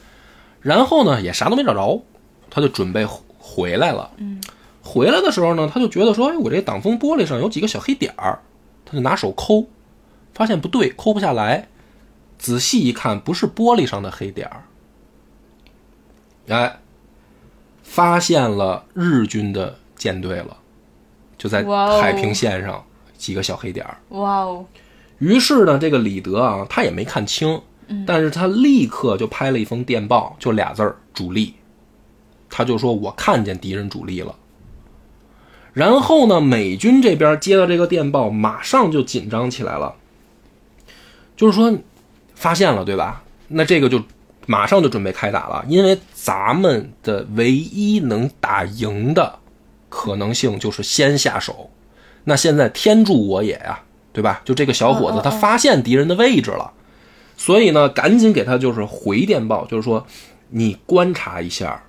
B: 然后呢，也啥都没找着，他就准备回回来了。
A: 嗯，
B: 回来的时候呢，他就觉得说，哎，我这挡风玻璃上有几个小黑点儿，他就拿手抠，发现不对，抠不下来。仔细一看，不是玻璃上的黑点儿，哎，发现了日军的舰队了，就在
A: 哇哦
B: 海平线上几个小黑点儿。
A: 哇哦，
B: 于是呢，这个李德啊，他也没看清，但是他立刻就拍了一封电报，就俩字儿“主力”，他就说我看见敌人主力了。然后呢，美军这边接到这个电报，马上就紧张起来了，就是说发现了，对吧？那这个就马上就准备开打了，因为咱们的唯一能打赢的可能性就是先下手。那现在天助我也呀、对吧？就这个小伙
A: 嗯嗯
B: 子
A: 嗯
B: 他发现敌人的位置了，所以呢，赶紧给他就是回电报，就是说你观察一下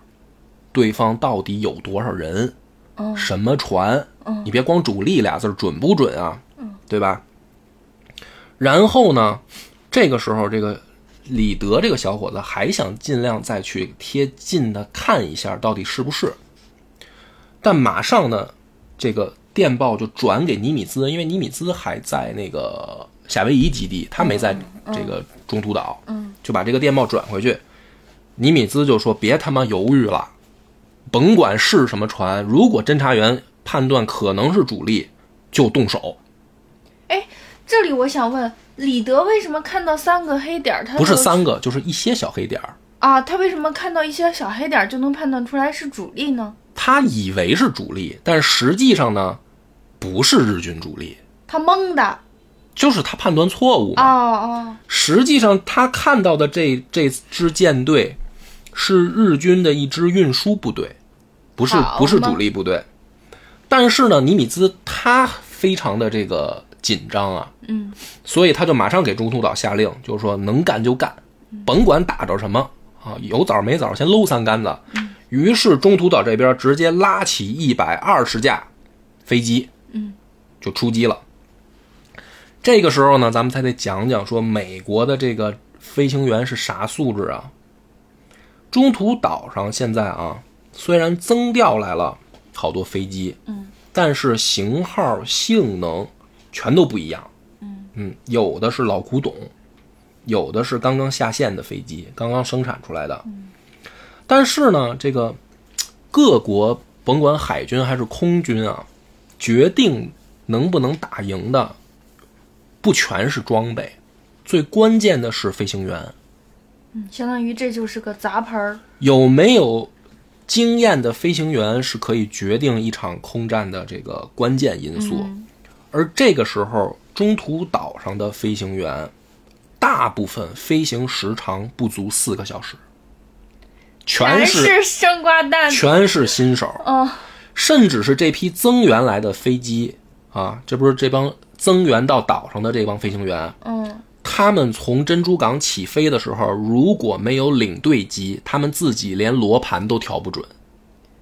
B: 对方到底有多少人，
A: 嗯
B: 什么船，你别光主力俩字儿准不准啊，
A: 嗯
B: 对吧？然后呢，这个时候这个李德这个小伙子还想尽量再去贴近的看一下到底是不是，但马上呢，这个电报就转给尼米兹，因为尼米兹还在那个夏威夷基地，他没在这个中途岛，就把这个电报转回去。尼米兹就说：“别他妈犹豫了，甭管是什么船，如果侦察员判断可能是主力，就动手。
A: 哎，这里我想问，李德为什么看到三个黑点儿，他
B: 不是
A: 就
B: 三个，就是一些小黑点儿。
A: 啊？他为什么看到一些小黑点儿就能判断出来是主力呢？
B: 他以为是主力，但实际上呢，不是日军主力，
A: 他懵的，
B: 就是他判断错误嘛
A: 哦哦，
B: 实际上，他看到的这这支舰队是日军的一支运输部队，不是
A: 好嘛
B: 不是主力部队。但是呢，尼米兹他非常的这个紧张啊，
A: 嗯，
B: 所以他就马上给中途岛下令，就是说能干就干，
A: 嗯
B: 甭管打着什么啊，有枣没枣先搂三杆子。
A: 嗯
B: 于是中途岛这边直接拉起一百二十架飞机，
A: 嗯，
B: 就出击了。这个时候呢，咱们才得讲讲说美国的这个飞行员是啥素质啊？中途岛上现在啊，虽然增调来了好多飞机，
A: 嗯，
B: 但是型号、性能全都不一样，
A: 嗯
B: 有的是老古董，有的是刚刚下线的飞机，刚刚生产出来的。
A: 嗯
B: 但是呢，这个各国甭管海军还是空军啊，决定能不能打赢的，不全是装备，最关键的是飞行员
A: 嗯，相当于这就是个杂牌儿，
B: 有没有经验的飞行员是可以决定一场空战的这个关键因素。而这个时候，中途岛上的飞行员大部分飞行时长不足四个小时，全
A: 全
B: 是
A: 是生瓜蛋，
B: 全是新手，
A: 哦，
B: 甚至是这批增援来的飞机啊，这不是这帮增援到岛上的这帮飞行员，
A: 嗯，
B: 他们从珍珠港起飞的时候，如果没有领队机，他们自己连罗盘都调不准。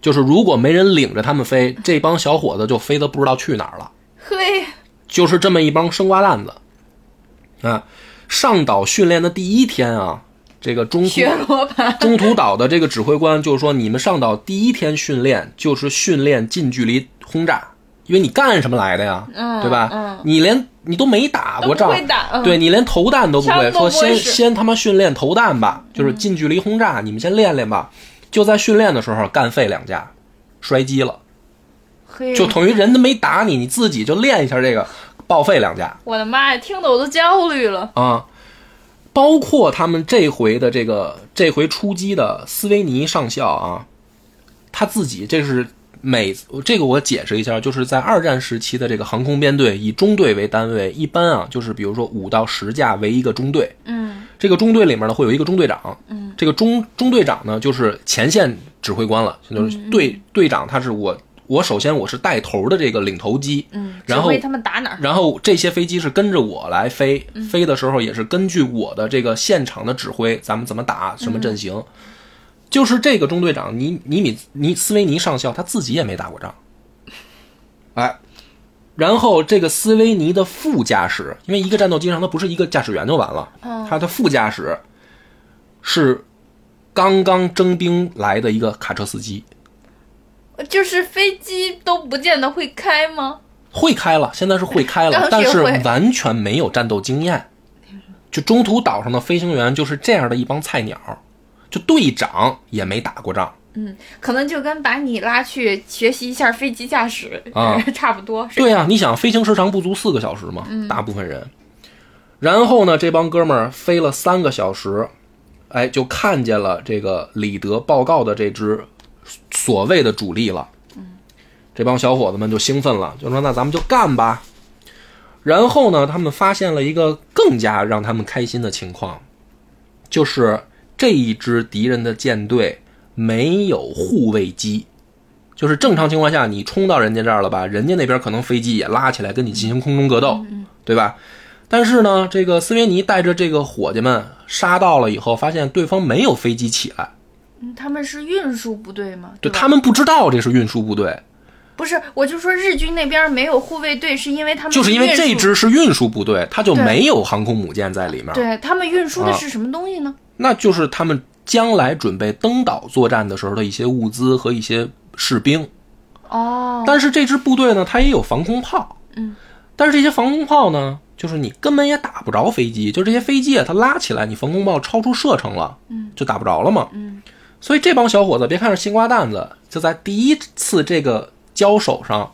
B: 就是如果没人领着他们飞，这帮小伙子就飞得不知道去哪儿了。
A: 嘿，
B: 就是这么一帮生瓜蛋子，啊，上岛训练的第一天啊，这个中途
A: 学罗盘，
B: 中途岛的这个指挥官就说：“你们上岛第一天训练就是训练近距离轰炸，因为你干什么来的呀？
A: 嗯
B: 对吧？
A: 嗯
B: 你连你都没打
A: 都
B: 过仗
A: 不，会打，嗯
B: 对你连投弹都不会，
A: 枪都不
B: 说
A: 会
B: 先
A: 使嗯
B: 先他妈训练投弹吧，就是近距离轰炸，你们先练练吧。就在训练的时候干废两架，摔机了，
A: 嘿，
B: 就等于人都没打你，你自己就练一下这个，报废两架
A: 我的妈呀，听得我都焦虑了。
B: 啊。包括他们这回的这个这回出击的斯维尼上校啊，他自己这是每这个我解释一下，就是在二战时期的这个航空编队以中队为单位，一般啊就是比如说五到十架为一个中队，
A: 嗯
B: 这个中队里面呢会有一个中队长，嗯，这个中中队长呢就是前线指挥官了，
A: 嗯
B: 就是队、队长，他是我我首先我是带头的这个领头机，
A: 嗯，
B: 然后
A: 指挥他们打哪儿？
B: 然后这些飞机是跟着我来飞，飞的时候也是根据我的这个现场的指挥，咱们怎么打，什么阵型。就是这个中队长尼尼米尼斯维尼上校，他自己也没打过仗，哎，然后这个斯维尼的副驾驶，因为一个战斗机上他不是一个驾驶员就完了，他的副驾驶是刚刚征兵来的一个卡车司机，
A: 就是飞机都不见得会开吗？
B: 会开了，现在是会开了，
A: 刚
B: 但
A: 学
B: 是
A: 会
B: 完全没有战斗经验。就中途岛上的飞行员就是这样的一帮菜鸟，就队长也没打过仗。
A: 可能就跟把你拉去学习一下飞机驾驶
B: 啊
A: 差不多。是
B: 对呀、你想飞行时长不足四个小时嘛，大部分人。然后呢，这帮哥们儿飞了三个小时，哎，就看见了这个里德报告的这支所谓的主力了。这帮小伙子们就兴奋了，就说：“那咱们就干吧。”然后呢，他们发现了一个更加让他们开心的情况，就是这一支敌人的舰队没有护卫机。就是正常情况下，你冲到人家这儿了吧，人家那边可能飞机也拉起来跟你进行空中格斗，对吧？但是呢，这个斯维尼带着这个伙计们杀到了以后，发现对方没有飞机起来，
A: 嗯他们是运输部队吗？
B: 就
A: 吧
B: 他们不知道这是运输部队，
A: 不是，我就说日军那边没有护卫队，是因为他们
B: 就是因为
A: 运输
B: 这支是啊运输部队，它就
A: 对
B: 没有航空母舰在里面，
A: 对他们运输的
B: 啊
A: 是什么东西呢？
B: 那就是他们将来准备登岛作战的时候的一些物资和一些士兵。
A: 哦，
B: 但是这支部队呢，它也有防空炮，
A: 嗯，
B: 但是这些防空炮呢，就是你根本也打不着飞机，就这些飞机啊，它拉起来，你防空炮超出射程了，嗯，就打不着了嘛，
A: 嗯，
B: 所以这帮小伙子别看是新瓜蛋子，就在第一次这个交手上，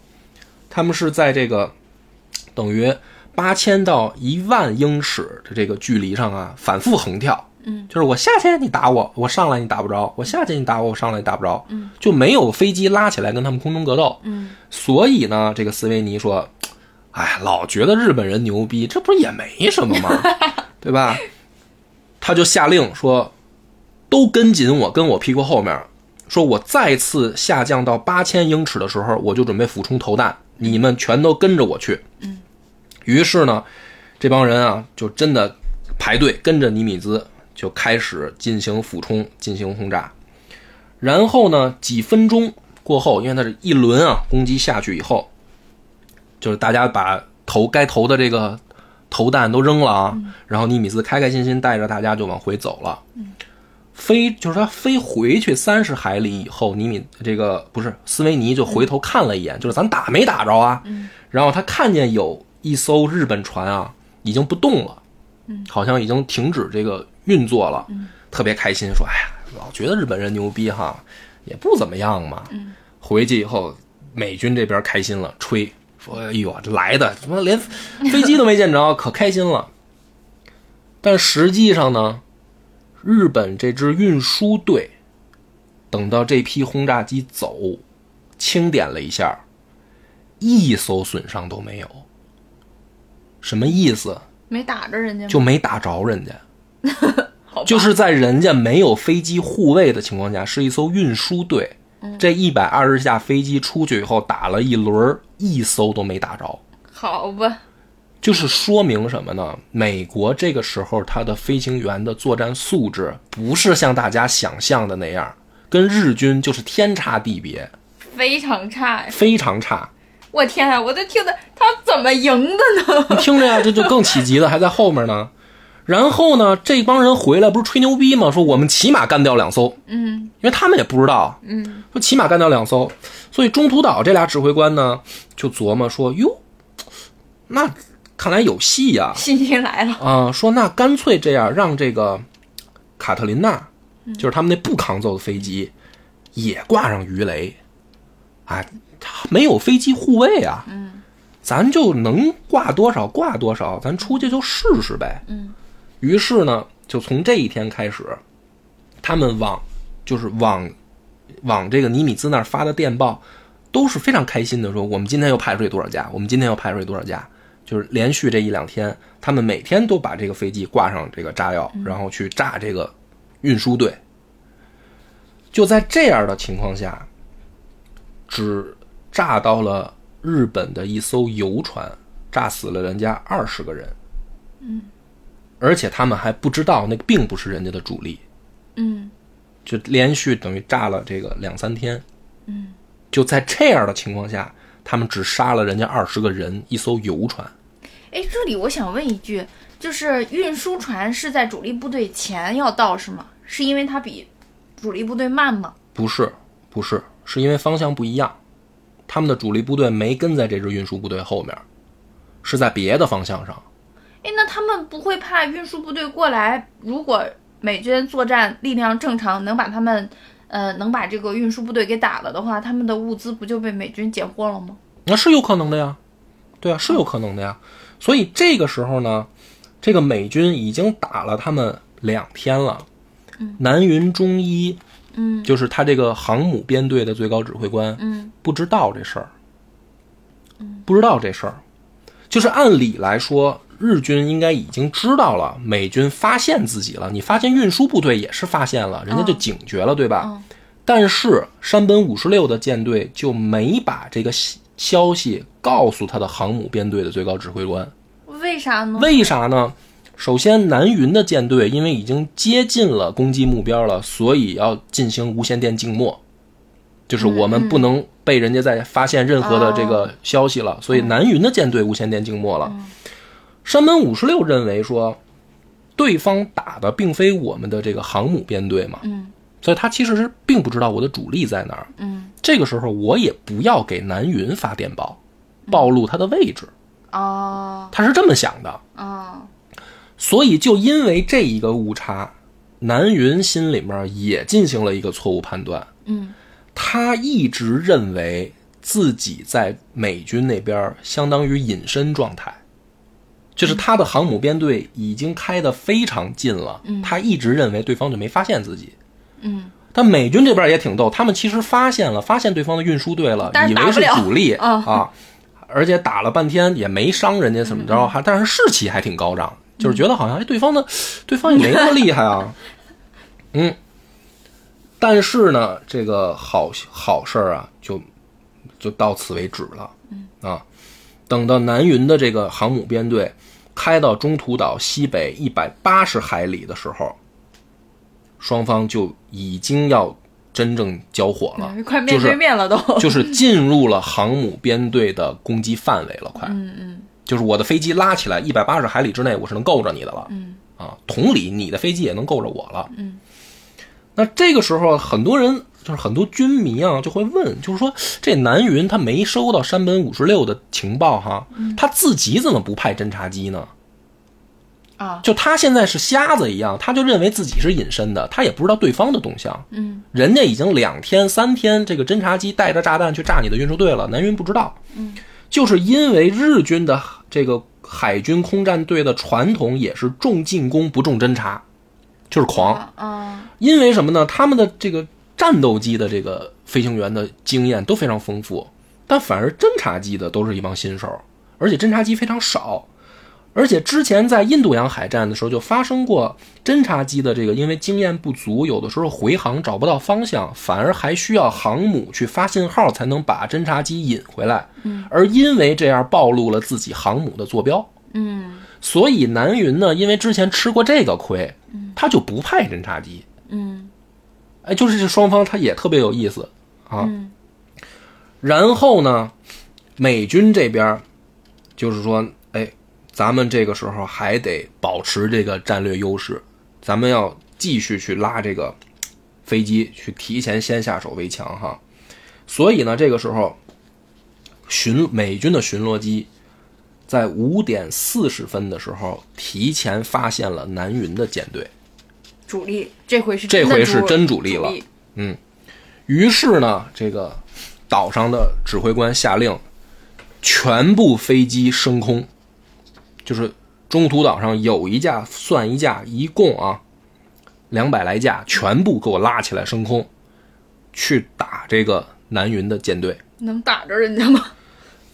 B: 他们是在这个等于八千到一万英尺的这个距离上啊，反复横跳。
A: 嗯，
B: 就是我下去你打我，我上来你打不着，我下去你打我，我上来你打不着，嗯，就没有飞机拉起来跟他们空中格斗，
A: 嗯，
B: 所以呢，这个斯维尼说，哎，老觉得日本人牛逼，这不是也没什么吗？对吧？他就下令说，都跟紧我，跟我屁股后面，说我再次下降到八千英尺的时候，我就准备俯冲投弹，你们全都跟着我去。嗯，于是呢，这帮人啊，就真的排队跟着尼米兹，就开始进行俯冲，进行轰炸。然后呢，几分钟过后，因为它是一轮啊攻击下去以后，就是大家把投该投的这个投弹都扔了啊，然后尼米兹开开心心带着大家就往回走了。飞就是他飞回去三十海里以后，尼米这个不是斯维尼就回头看了一眼，就是咱打没打着啊？然后他看见有一艘日本船啊，已经不动了，好像已经停止这个运作了，特别开心，说：“哎呀，老觉得日本人牛逼哈，也不怎么样嘛。”回去以后，美军这边开心了，吹说：“哎呦，这来的怎么连飞机都没见着，可开心了。”但实际上呢，日本这支运输队等到这批轰炸机走，清点了一下，一艘损伤都没有。什么意思？
A: 没打着人家吗
B: 就没打着人家
A: 好吧，
B: 就是在人家没有飞机护卫的情况下，是一艘运输队。
A: 嗯
B: 这一百二十架飞机出去以后，打了一轮儿，一艘都没打着，
A: 好吧，
B: 就是说明什么呢？美国这个时候它的飞行员的作战素质不是像大家想象的那样，跟日军就是天差地别，
A: 非常差呀！
B: 非常差。
A: 我天啊，我都听的他怎么赢的呢？
B: 你听着呀，这就更起急了，还在后面呢。然后呢，这帮人回来不是吹牛逼吗？说我们起码干掉两艘，
A: 嗯
B: 因为他们也不知道，
A: 嗯
B: 说起码干掉两艘。所以中途岛这俩指挥官呢，就琢磨说，哟，那看来有戏呀、
A: 信心来了，
B: 啊、说那干脆这样，让这个卡特琳娜，就是他们那不抗揍的飞机，也挂上鱼雷，啊，它没有飞机护卫啊，嗯，咱就能挂多少挂多少，咱出去就试试呗，
A: 嗯。
B: 于是呢，就从这一天开始，他们往就是往往这个尼米兹那儿发的电报，都是非常开心的说，我们今天又派出去多少架，我们今天又派出去多少架，就是连续这一两天，他们每天都把这个飞机挂上这个炸药，然后去炸这个运输队。就在这样的情况下，只炸到了日本的一艘游船，炸死了人家二十个人。嗯，而且他们还不知道那并不是人家的主力。
A: 嗯
B: 就连续等于炸了这个两三天。嗯，就在这样的情况下，他们只杀了人家二十个人，一艘游船。
A: 哎，这里我想问一句，就是运输船是在主力部队前要到是吗？是因为它比主力部队慢吗？
B: 不是，不是，是因为方向不一样，他们的主力部队没跟在这支运输部队后面，是在别的方向上。
A: 哎，那他们不会怕运输部队过来？如果美军作战力量正常，能把他们，呃，能把这个运输部队给打了的话，他们的物资不就被美军截获了吗？
B: 那是有可能的呀，对啊，是有可能的呀。所以这个时候呢，这个美军已经打了他们两天了。南云忠一，
A: 嗯，
B: 就是他这个航母编队的最高指挥官，
A: 嗯
B: 不知道这事儿，不知道这事儿，就是按理来说，日军应该已经知道了，美军发现自己了，你发现运输部队也是发现了，人家就警觉了，对吧？
A: 嗯
B: 但是山本五十六的舰队就没把这个消消息告诉他的航母编队的最高指挥官，
A: 为啥呢？
B: 为啥呢？首先，南云的舰队因为已经接近了攻击目标了，所以要进行无线电静默，就是
A: 嗯
B: 我们不能被人家再发现任何的这
A: 哦
B: 个消息了。所以，
A: 嗯
B: 南云的舰队无线电静默了。山本五十六认为说，对方打的并非我们的这个航母编队嘛，
A: 嗯
B: 所以他其实是并不知道我的主力在哪儿。
A: 嗯
B: 这个时候，我也不要给南云发电报，暴露他的位置。
A: 嗯哦
B: 他是这么想的。
A: 哦
B: 所以就因为这一个误差，南云心里面也进行了一个错误判断，
A: 嗯
B: 他一直认为自己在美军那边相当于隐身状态。就是他的航母编队已经开得非常近了，他一直认为对方就没发现自己。
A: 嗯
B: 但美军这边也挺逗，他们其实发现了，发现对方的运输队了，
A: 但是
B: 以
A: 打
B: 为
A: 不
B: 是
A: 了
B: 主力
A: 嗯
B: 啊，而且打了半天也没伤人家怎么着，
A: 嗯
B: 还但是士气还挺高涨，就是觉得好像哎对方的对方也没那么厉害啊，嗯，但是呢，这个好好事儿啊，就就到此为止了，
A: 嗯
B: 啊，等到南云的这个航母编队开到中途岛西北一百八十海里的时候，双方就已经要真正交火了，
A: 嗯，快面对面了都。
B: 就是 就是进入了航母编队的攻击范围了，快，嗯嗯，就是我的飞机拉起来一百八十海里之内，我是能够着你的了，嗯啊，同理，你的飞机也能够着我了，嗯。那这个时候，很多人就是很多军迷啊，就会问，就是说这南云他没收到山本五十六的情报哈，他自己怎么不派侦察机呢？
A: 啊，
B: 就他现在是瞎子一样，他就认为自己是隐身的，他也不知道对方的动向。
A: 嗯，
B: 人家已经两天三天，这个侦察机带着炸弹去炸你的运输队了，南云不知道。嗯，就是因为日军的这个海军空战队的传统也是重进攻不重侦察，就是狂。
A: 啊啊
B: 因为什么呢？他们的这个战斗机的这个飞行员的经验都非常丰富，但反而侦察机的都是一帮新手，而且侦察机非常少。而且之前在印度洋海战的时候就发生过侦察机的这个，因为经验不足，有的时候回航找不到方向，反而还需要航母去发信号才能把侦察机引回来。嗯，而因为这样暴露了自己航母的坐标。
A: 嗯
B: 所以南云呢，因为之前吃过这个亏，他就不派侦察机。
A: 嗯
B: 哎，就是这双方他也特别有意思啊。
A: 嗯
B: 然后呢，美军这边就是说，哎，咱们这个时候还得保持这个战略优势，咱们要继续去拉这个飞机，去提前先下手为强哈。所以呢，这个时候巡美军的巡逻机在五点四十分的时候提前发现了南云的舰队，
A: 主力这回是
B: 这回是真
A: 主
B: 主力了。嗯，于是呢，这个岛上的指挥官下令，全部飞机升空，就是中途岛上有一架算一架，一共啊两百来架，全部给我拉起来升空，去打这个南云的舰队。
A: 能打着人家吗？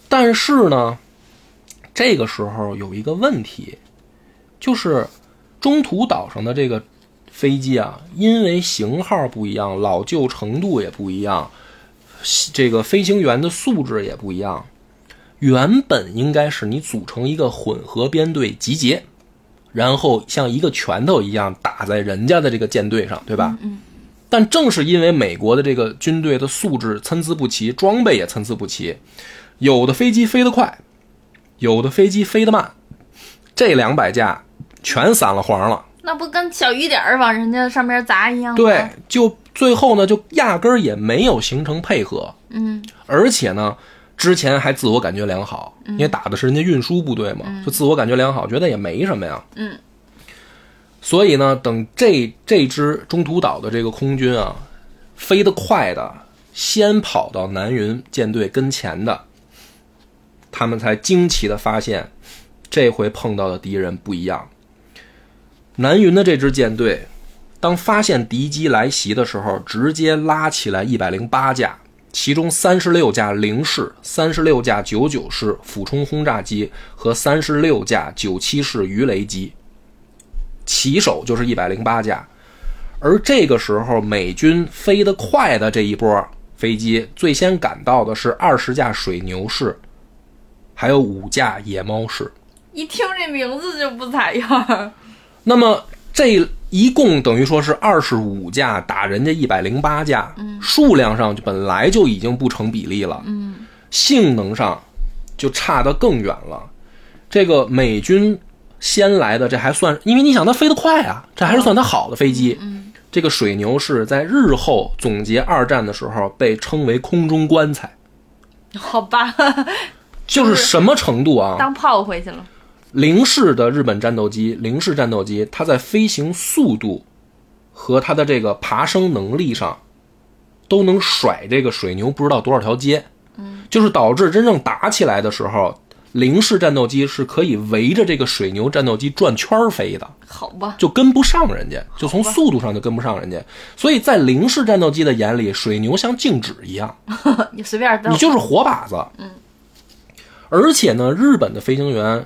B: 但是呢，这个时候有一个问题，就是中途岛上的这个飞机啊，因为型号不一样，老旧程度也不一样，这个飞行员的素质也不一样。原本应该是你组成一个混合编队集结，然后像一个拳头一样打在人家的这个舰队上，对吧？但正是因为美国的这个军队的素质参差不齐，装备也参差不齐，有的飞机飞得快，有的飞机飞得慢，这两百架全散了黄了。
A: 那不跟小雨点儿往人家上面砸一样吗？
B: 对，就最后呢，就压根儿也没有形成配合。
A: 嗯，
B: 而且呢，之前还自我感觉良好，
A: 嗯
B: 因为打的是人家运输部队嘛，就自我感觉良好，觉得也没什么呀。
A: 嗯。
B: 所以呢，等这这支中途岛的这个空军啊，飞得快的，先跑到南云舰队跟前的，他们才惊奇的发现，这回碰到的敌人不一样。南云的这支舰队，当发现敌机来袭的时候，直接拉起来一百零八架，其中三十六架零式、三十六架九九式俯冲轰炸机和三十六架九七式鱼雷机，起手就是一百零八架。而这个时候，美军飞得快的这一波飞机，最先赶到的是二十架水牛式，还有五架野猫式。
A: 一听这名字就不咋样。
B: 那么这一共等于说是二十五架打人家一百零八架，数量上就本来就已经不成比例了，
A: 嗯，
B: 性能上就差得更远了。这个美军先来的，这还算，因为你想它飞得快啊，这还是算它好的飞机。
A: 嗯，
B: 这个水牛是在日后总结二战的时候被称为空中棺材，
A: 好吧，
B: 就是什么程度啊？
A: 当炮回去了。
B: 零式的日本战斗机，零式战斗机，它在飞行速度和它的这个爬升能力上，都能甩这个水牛不知道多少条街。嗯，就是导致真正打起来的时候，零式战斗机是可以围着这个水牛战斗机转圈儿飞的，
A: 好吧，
B: 就跟不上人家，就从速度上就跟不上人家。所以在零式战斗机的眼里，水牛像静止一样。
A: 你随便当
B: 你。就是活靶子。嗯。而且呢，日本的飞行员，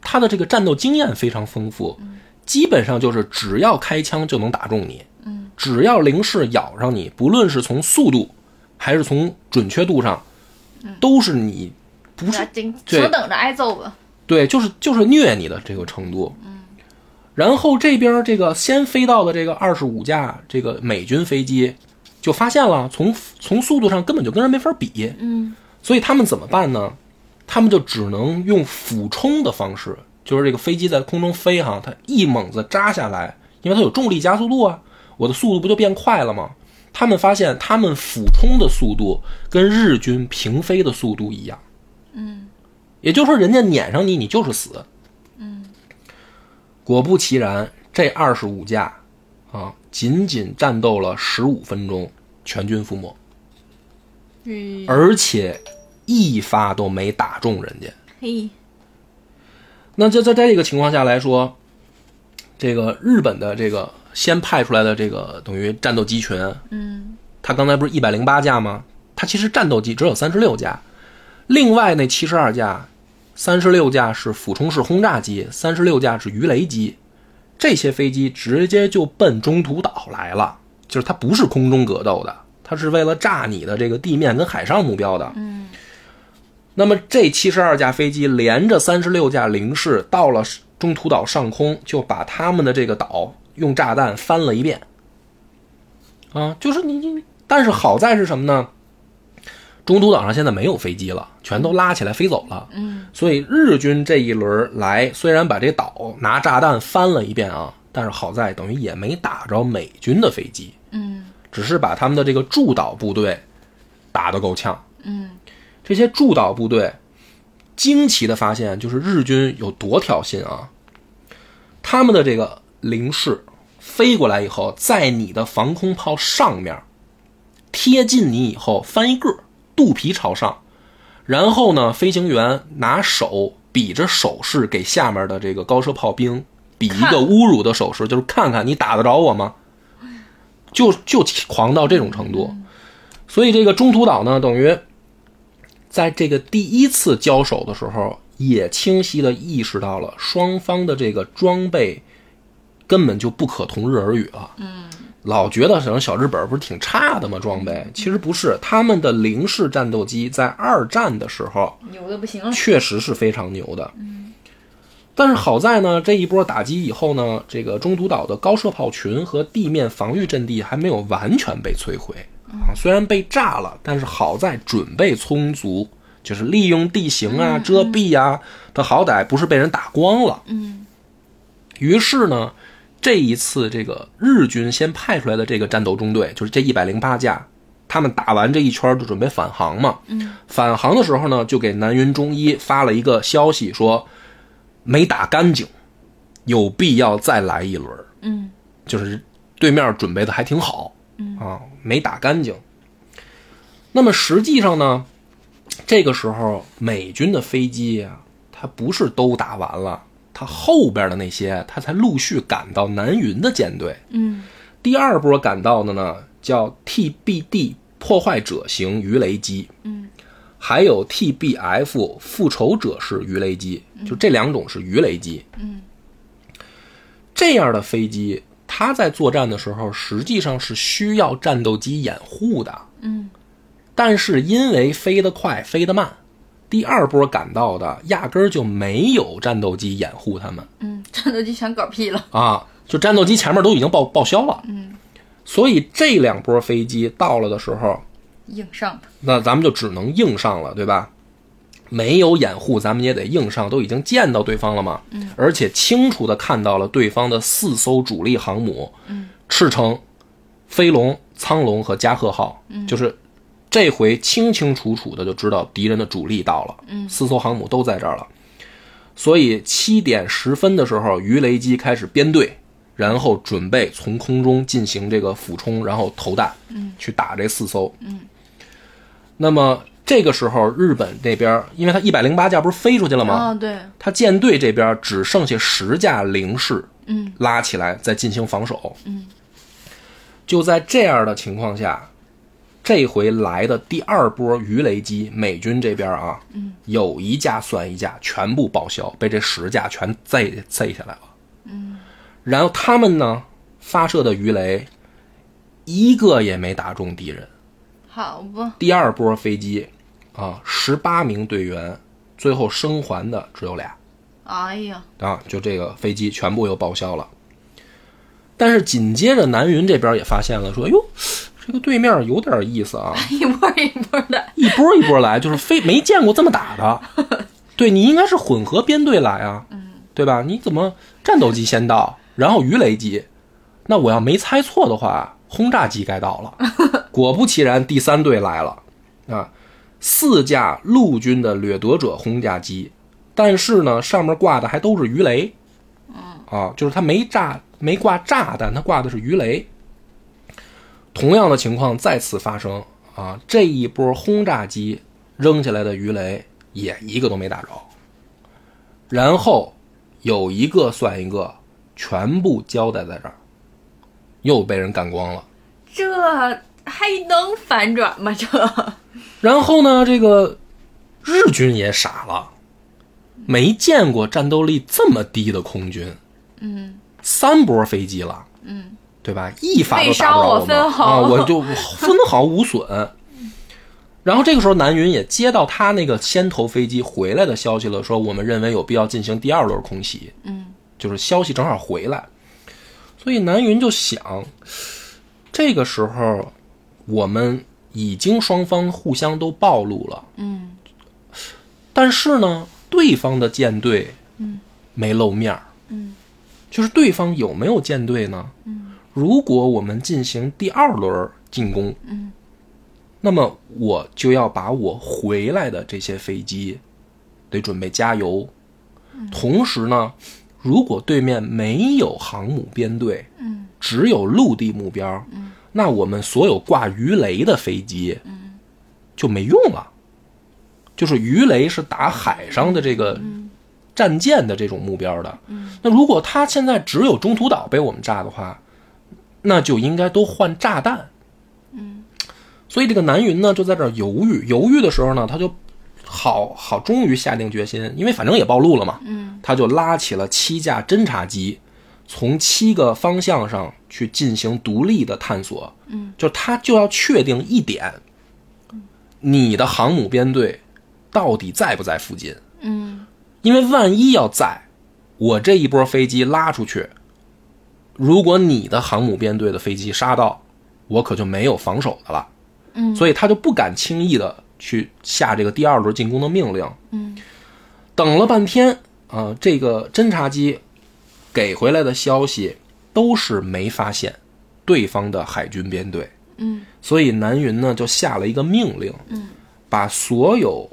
B: 他的这个战斗经验非常丰富，基本上就是只要开枪就能打中你。嗯。只要零式咬上你，不论是从速度还是从准确度上，都是你不是
A: 紧
B: 嗯对啊
A: 就等着挨揍吧。
B: 对，就是就是虐你的这个程度。嗯。然后这边儿这个先飞到的这个二十五架这个美军飞机，就发现了从从速度上根本就跟人没法比。
A: 嗯，
B: 所以他们怎么办呢？他们就只能用俯冲的方式，就是这个飞机在空中飞哈，它一猛子扎下来，因为它有重力加速度啊，我的速度不就变快了吗？他们发现他们俯冲的速度跟日军平飞的速度一样，嗯，也就是说人家撵上你，你就是死，嗯。果不其然，这二十五架啊，仅仅战斗了十五分钟，全军覆没。
A: 嗯，
B: 而且一发都没打中人家。
A: 嘿，
B: 那就在这个情况下来说，这个日本的这个先派出来的这个等于战斗机群，
A: 嗯，
B: 他刚才不是一百零八架吗？他其实战斗机只有三十六架，另外那七十二架，三十六架是俯冲式轰炸机，三十六架是鱼雷机，这些飞机直接就奔中途岛来了，就是它不是空中格斗的，它是为了炸你的这个地面跟海上目标的。
A: 嗯。
B: 那么这七十二架飞机连着三十六架零式到了中途岛上空，就把他们的这个岛用炸弹翻了一遍。啊，就是你你，但是好在是什么呢？中途岛上现在没有飞机了，全都拉起来飞走了。嗯，所以日军这一轮来，虽然把这岛拿炸弹翻了一遍啊，但是好在等于也没打着美军的飞机，
A: 嗯
B: 只是把他们的这个驻岛部队打得够呛。
A: 嗯
B: 这些驻岛部队惊奇的发现，就是日军有多挑衅啊！他们的这个零式飞过来以后，在你的防空炮上面贴近你以后翻一个儿，肚皮朝上，然后呢，飞行员拿手比着手势给下面的这个高射炮兵比一
A: 看
B: 个侮辱的手势，就是看看你打得着我吗？就就狂到这种程度，所以这个中途岛呢，等于在这个第一次交手的时候，也清晰的意识到了双方的这个装备根本就不可同日而语了。嗯，老觉得什么小日本不是挺差的吗？装备其实不是，他们的零式战斗机在二战的时候
A: 牛的不行嗯了。
B: 确实是非常牛的。但是好在呢，这一波打击以后呢，这个中途岛的高射炮群和地面防御阵地还没有完全被摧毁
A: 嗯
B: 啊，虽然被炸了，但是好在准备充足，就是利用地形啊、遮蔽啊，它好歹不是被人打光了。
A: 嗯
B: 于是呢，这一次这个日军先派出来的这个战斗中队，就是这一百零八架，他们打完这一圈儿就准备返航嘛。
A: 嗯，
B: 返航的时候呢，就给南云中一发了一个消息说，没打干净，有必要再来一轮儿。
A: 嗯
B: 就是对面准备的还挺好，啊，没打干净。那么实际上呢，这个时候美军的飞机啊，它不是都打完了，它后边的那些，它才陆续赶到南云的舰队。
A: 嗯
B: 第二波赶到的呢，叫 TBD 破坏者型鱼雷机，
A: 嗯，
B: 还有 TBF 复仇者式鱼雷机，就这两种是鱼雷机。
A: 嗯，
B: 这样的飞机，它在作战的时候实际上是需要战斗机掩护的，
A: 嗯
B: 但是因为飞得快，飞得慢。第二波赶到的压根儿就没有战斗机掩护他们，
A: 嗯， 战斗机全搞屁了。
B: 啊，就战斗机前面都已经报报销了，
A: 嗯，
B: 所以这两波飞机到了的时候，
A: 硬上吧。
B: 那咱们就只能硬上了，对吧？没有掩护，咱们也得硬上，都已经见到对方了嘛，嗯，而且清楚的看到了对方的四艘主力航母，嗯，赤城、飞龙、苍龙和加贺号，嗯，就是这回清清楚楚的就知道敌人的主力到了，嗯，四艘航母都在这儿了。所以七点十分的时候，鱼雷机开始编队，然后准备从空中进行这个俯冲，然后投弹，嗯，去打这四艘，嗯。那么这个时候，日本那边，因为它一百零八架不是飞出去了吗？
A: 哦，对，
B: 它舰队这边只剩下十架零式
A: 嗯
B: 拉起来再进行防守。
A: 嗯，
B: 就在这样的情况下，这回来的第二波鱼雷机，美军这边啊，嗯，有一架算一架，全部报销，被这十架全载载下来了。嗯，然后他们呢发射的鱼雷，一个也没打中敌人。
A: 好吧。
B: 第二波飞机啊，十八名队员最后生还的只有俩。
A: 哎呀，
B: 啊，就这个飞机全部又报销了。但是紧接着南云这边也发现了，说：“哟，这个对面有点意思啊，
A: 一波一波的。
B: 一波一波来，就是非没见过这么打的。对你应该是混合编队来啊，对吧？你怎么战斗机先到，然后鱼雷机？那我要没猜错的话，轰炸机该到了。果不其然，第三队来了啊，四架陆军的掠夺者轰炸机，但是呢，上面挂的还都是鱼雷，啊，就是它没炸，没挂炸弹，它挂的是鱼雷。同样的情况再次发生啊！这一波轰炸机扔下来的鱼雷也一个都没打着，然后有一个算一个，全部交代在这儿，又被人干光了。
A: 这还能反转吗？这
B: 然后呢，这个日军也傻了，没见过战斗力这么低的空军，
A: 嗯
B: 三波飞机了，
A: 嗯，
B: 对吧？一发都打
A: 被
B: 不着
A: 烧我分
B: 们
A: 毫
B: 啊，我就分毫无损。然后这个时候，南云也接到他那个先头飞机回来的消息了，说我们认为有必要进行第二轮空袭。
A: 嗯，
B: 就是消息正好回来，所以南云就想，这个时候我们已经双方互相都暴露了，
A: 嗯
B: 但是呢，对方的舰队，
A: 嗯，
B: 没露面儿，
A: 嗯
B: 就是对方有没有舰队呢？
A: 嗯
B: 如果我们进行第二轮进攻，
A: 嗯
B: 那么我就要把我回来的这些飞机得准备加油。
A: 嗯
B: 同时呢，如果对面没有航母编队，
A: 嗯
B: 只有陆地目标，那我们所有挂鱼雷的飞机就没用了。就是鱼雷是打海上的这个战舰的这种目标的。那如果它现在只有中途岛被我们炸的话，那就应该都换炸弹。所以这个南云呢就在这儿犹豫，犹豫的时候呢，他就好好终于下定决心，因为反正也暴露了嘛，
A: 嗯，
B: 他就拉起了七架侦察机，从七个方向上去进行独立的探索，
A: 嗯，
B: 就他就要确定一点，你的航母编队到底在不在附近，
A: 嗯
B: 因为万一要在，我这一波飞机拉出去，如果你的航母编队的飞机杀到，我可就没有防守的了。
A: 嗯
B: 所以他就不敢轻易的去下这个第二轮进攻的命令。
A: 嗯
B: 等了半天啊、这个侦察机给回来的消息都是没发现对方的海军编队，
A: 嗯
B: 所以南云呢就下了一个命令，
A: 嗯
B: 把所有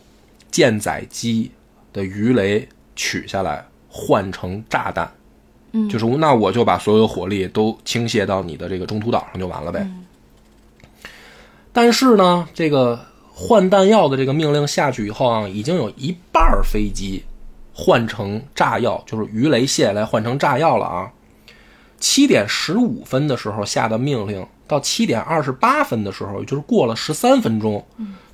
B: 舰载机的鱼雷取下来，换成炸弹。
A: 嗯
B: 就是那我就把所有火力都倾泻到你的这个中途岛上就完了呗。
A: 嗯
B: 但是呢，这个换弹药的这个命令下去以后啊，已经有一半儿飞机换成炸药，就是鱼雷卸下来换成炸药了啊。七点十五分的时候下的命令，到七点二十八分的时候，也就是过了十三分钟，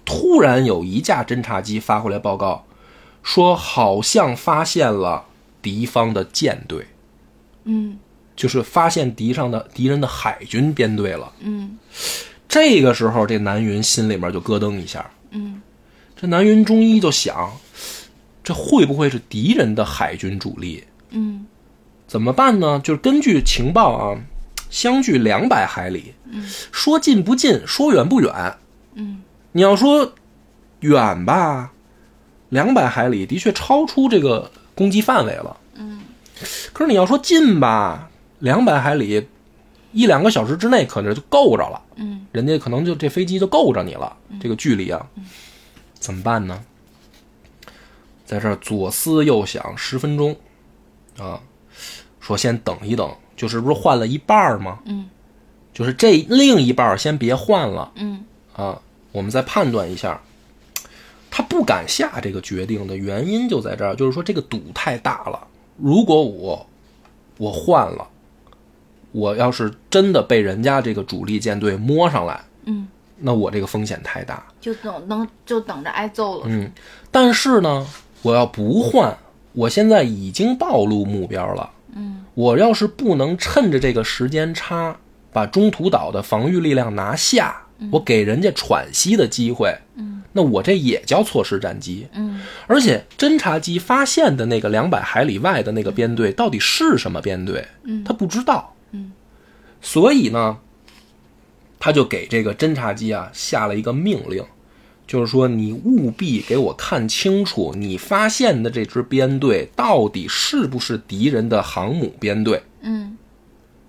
B: 突然有一架侦察机发回来报告，说好像发现了敌方的舰队，
A: 嗯
B: 就是发现敌上的敌人的海军编队了。
A: 嗯
B: 这个时候，这南云心里面就咯噔一下，
A: 嗯
B: 这南云中医就想，这会不会是敌人的海军主力？
A: 嗯
B: 怎么办呢？就是根据情报啊，相距两百海里，说近不近，说远不远。
A: 嗯，
B: 你要说远吧，两百海里的确超出这个攻击范围了。嗯，可是你要说近吧，两百海里一两个小时之内可能就够着了。
A: 嗯，
B: 人家可能就这飞机就够着你了，这个距离啊，怎么办呢？在这儿左思右想十分钟，啊，说先等一等，就是不是换了一半儿吗？
A: 嗯，
B: 就是这另一半儿先别换了
A: 嗯
B: 啊，我们再判断一下。他不敢下这个决定的原因就在这儿，就是说这个赌太大了。如果我我换了，我要是真的被人家这个主力舰队摸上来，
A: 嗯，
B: 那我这个风险太大。
A: 就等能就等着挨揍了。
B: 嗯，但是呢，我要不换，我现在已经暴露目标了。
A: 嗯，
B: 我要是不能趁着这个时间差把中途岛的防御力量拿下，我给人家喘息的机会，
A: 嗯，
B: 那我这也叫错失战机。
A: 嗯
B: 而且侦察机发现的那个两百海里外的那个编队到底是什么编队，
A: 嗯
B: 他不知道，
A: 嗯，
B: 所以呢，他就给这个侦察机啊下了一个命令，就是说你务必给我看清楚，你发现的这支编队到底是不是敌人的航母编队。
A: 嗯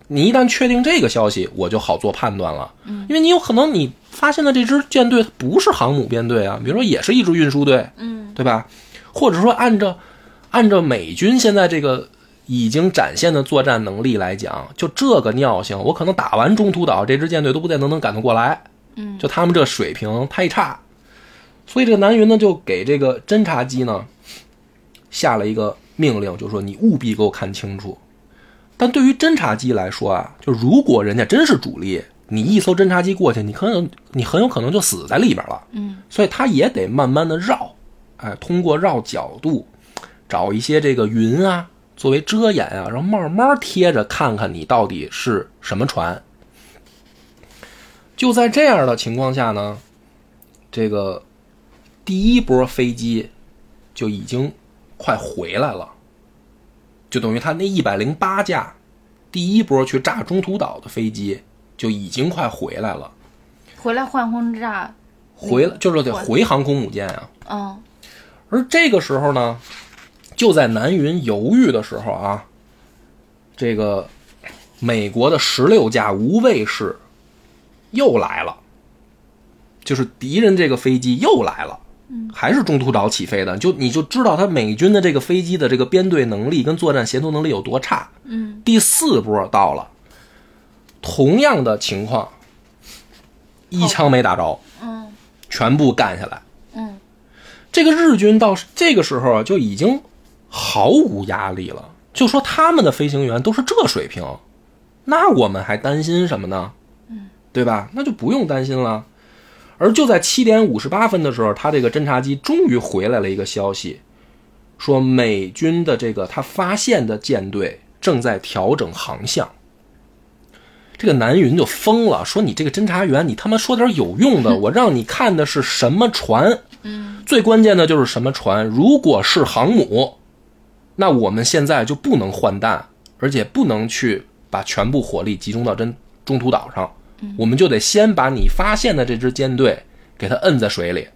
B: 你一旦确定这个消息，我就好做判断了。嗯，因为你有可能你发现的这支舰队它不是航母编队啊，比如说也是一支运输队，
A: 嗯，
B: 对吧？或者说按照按照美军现在这个已经展现的作战能力来讲，就这个尿性，我可能打完中途岛，这支舰队都不见得能赶得过来。
A: 嗯，
B: 就他们这水平太差，所以这个南云呢就给这个侦察机呢下了一个命令，就说你务必给我看清楚。但对于侦察机来说啊，就如果人家真是主力，你一艘侦察机过去，你可能你很有可能就死在里边了。
A: 嗯，
B: 所以他也得慢慢的绕，哎，通过绕角度，找一些这个云啊作为遮掩啊，然后慢慢贴着看看你到底是什么船。就在这样的情况下呢，这个第一波飞机就已经快回来了，就等于他那一百零八架第一波去炸中途岛的飞机就已经快回来了。
A: 回来换轰炸，
B: 回就是得回航空母舰啊。
A: 嗯
B: 而这个时候呢，就在南云犹豫的时候啊，这个美国的十六架无畏式又来了，就是敌人这个飞机又来了。还是中途岛起飞的，就你就知道他美军的这个飞机的这个编队能力跟作战协同能力有多差。
A: 嗯，
B: 第四波到了，同样的情况，一枪没打着，
A: 嗯
B: 全部干下来。
A: 嗯，
B: 这个日军到这个时候啊，就已经毫无压力了。就说他们的飞行员都是这水平，那我们还担心什么呢？嗯，对吧？那就不用担心了。而就在七点五十八分的时候，他这个侦察机终于回来了一个消息，说美军的这个他发现的舰队正在调整航向。这个南云就疯了，说你这个侦察员，你他妈说点有用的，我让你看的是什么船？最关键的就是什么船？如果是航母，那我们现在就不能换弹，而且不能去把全部火力集中到真中途岛上，我们就得先把你发现的这支舰队给它摁在水里。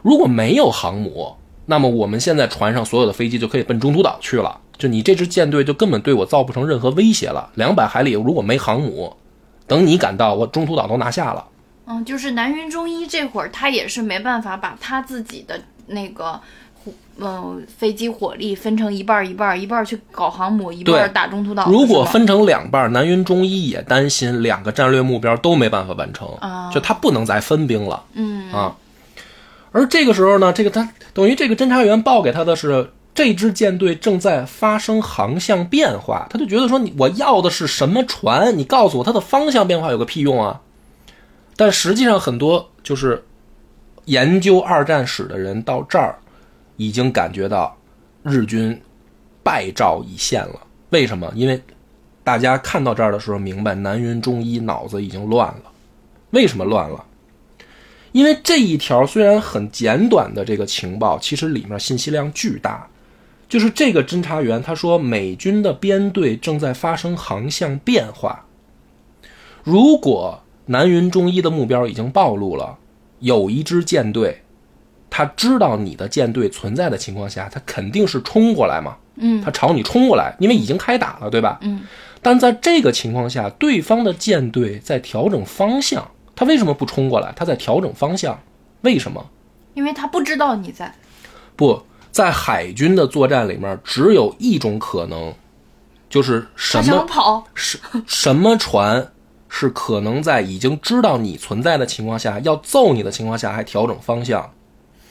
B: 如果没有航母，那么我们现在船上所有的飞机就可以奔中途岛去了。就你这支舰队就根本对我造不成任何威胁了。两百海里如果没航母，等你赶到，我中途岛都拿下了。
A: 嗯，就是南云中一这会儿，他也是没办法把他自己的那个火，嗯、飞机火力分成一半儿一半儿，一半儿去搞航母，一半儿
B: 对
A: 打中途岛。
B: 如果
A: 是吧
B: 分成两半儿，南云中一也担心两个战略目标都没办法完成，
A: 啊
B: 就他不能再分兵了，
A: 嗯
B: 啊。而这个时候呢，这个他等于这个侦察员报给他的是这支舰队正在发生航向变化，他就觉得说你我要的是什么船，你告诉我它的方向变化有个屁用啊！但实际上，很多就是研究二战史的人到这儿已经感觉到日军败兆已现了。为什么？因为大家看到这儿的时候，明白南云中一脑子已经乱了。为什么乱了？因为这一条虽然很简短的这个情报，其实里面信息量巨大。就是这个侦察员他说，美军的编队正在发生航向变化。如果南云中一的目标已经暴露了，有一支舰队，他知道你的舰队存在的情况下，他肯定是冲过来嘛，
A: 嗯，
B: 他朝你冲过来，因为已经开打了，对吧？
A: 嗯，
B: 但在这个情况下，对方的舰队在调整方向，他为什么不冲过来？他在调整方向，为什么？
A: 因为他不知道你在，
B: 不在海军的作战里面，只有一种可能，就是
A: 他
B: 什么
A: 想跑。
B: 是什么船是可能在已经知道你存在的情况下，要揍你的情况下还调整方向？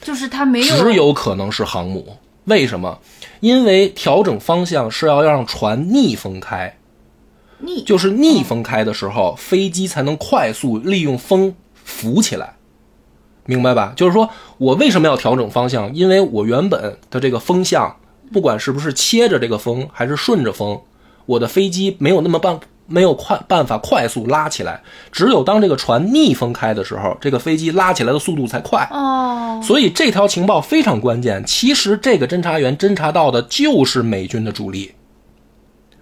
A: 就是他没有，
B: 只有可能是航母。为什么？因为调整方向是要让船逆风开，
A: 你
B: 就是逆风开的时候，飞机才能快速利用风浮起来，明白吧？就是说我为什么要调整方向？因为我原本的这个风向，不管是不是切着这个风，还是顺着风，我的飞机没有那么办，没有快办法快速拉起来。只有当这个船逆风开的时候，这个飞机拉起来的速度才快。
A: 哦，
B: 所以这条情报非常关键。其实这个侦察员侦察到的就是美军的主力，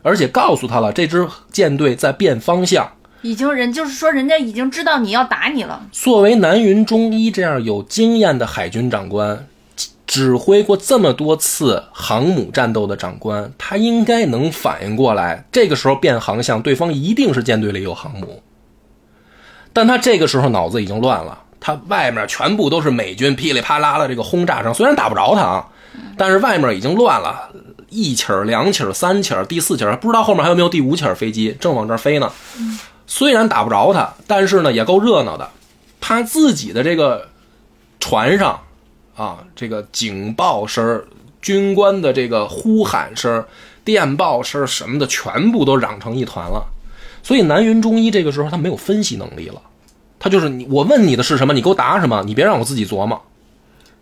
B: 而且告诉他了这支舰队在变方向。
A: 已经人就是说人家已经知道你要打你了，
B: 作为南云中一这样有经验的海军长官，指指挥过这么多次航母战斗的长官，他应该能反应过来，这个时候变航向，对方一定是舰队里有航母。但他这个时候脑子已经乱了，他外面全部都是美军噼里啪啦的这个轰炸声，虽然打不着他啊，但是外面已经乱了，一起儿、两起儿、三起儿、第四起儿，不知道后面还有没有第五起儿飞机正往这儿飞呢。虽然打不着他，但是呢也够热闹的。他自己的这个船上啊，这个警报声儿、军官的这个呼喊声儿、电报声儿什么的，全部都嚷成一团了。所以南云中一这个时候他没有分析能力了，他就是你我问你的是什么，你给我答什么，你别让我自己琢磨。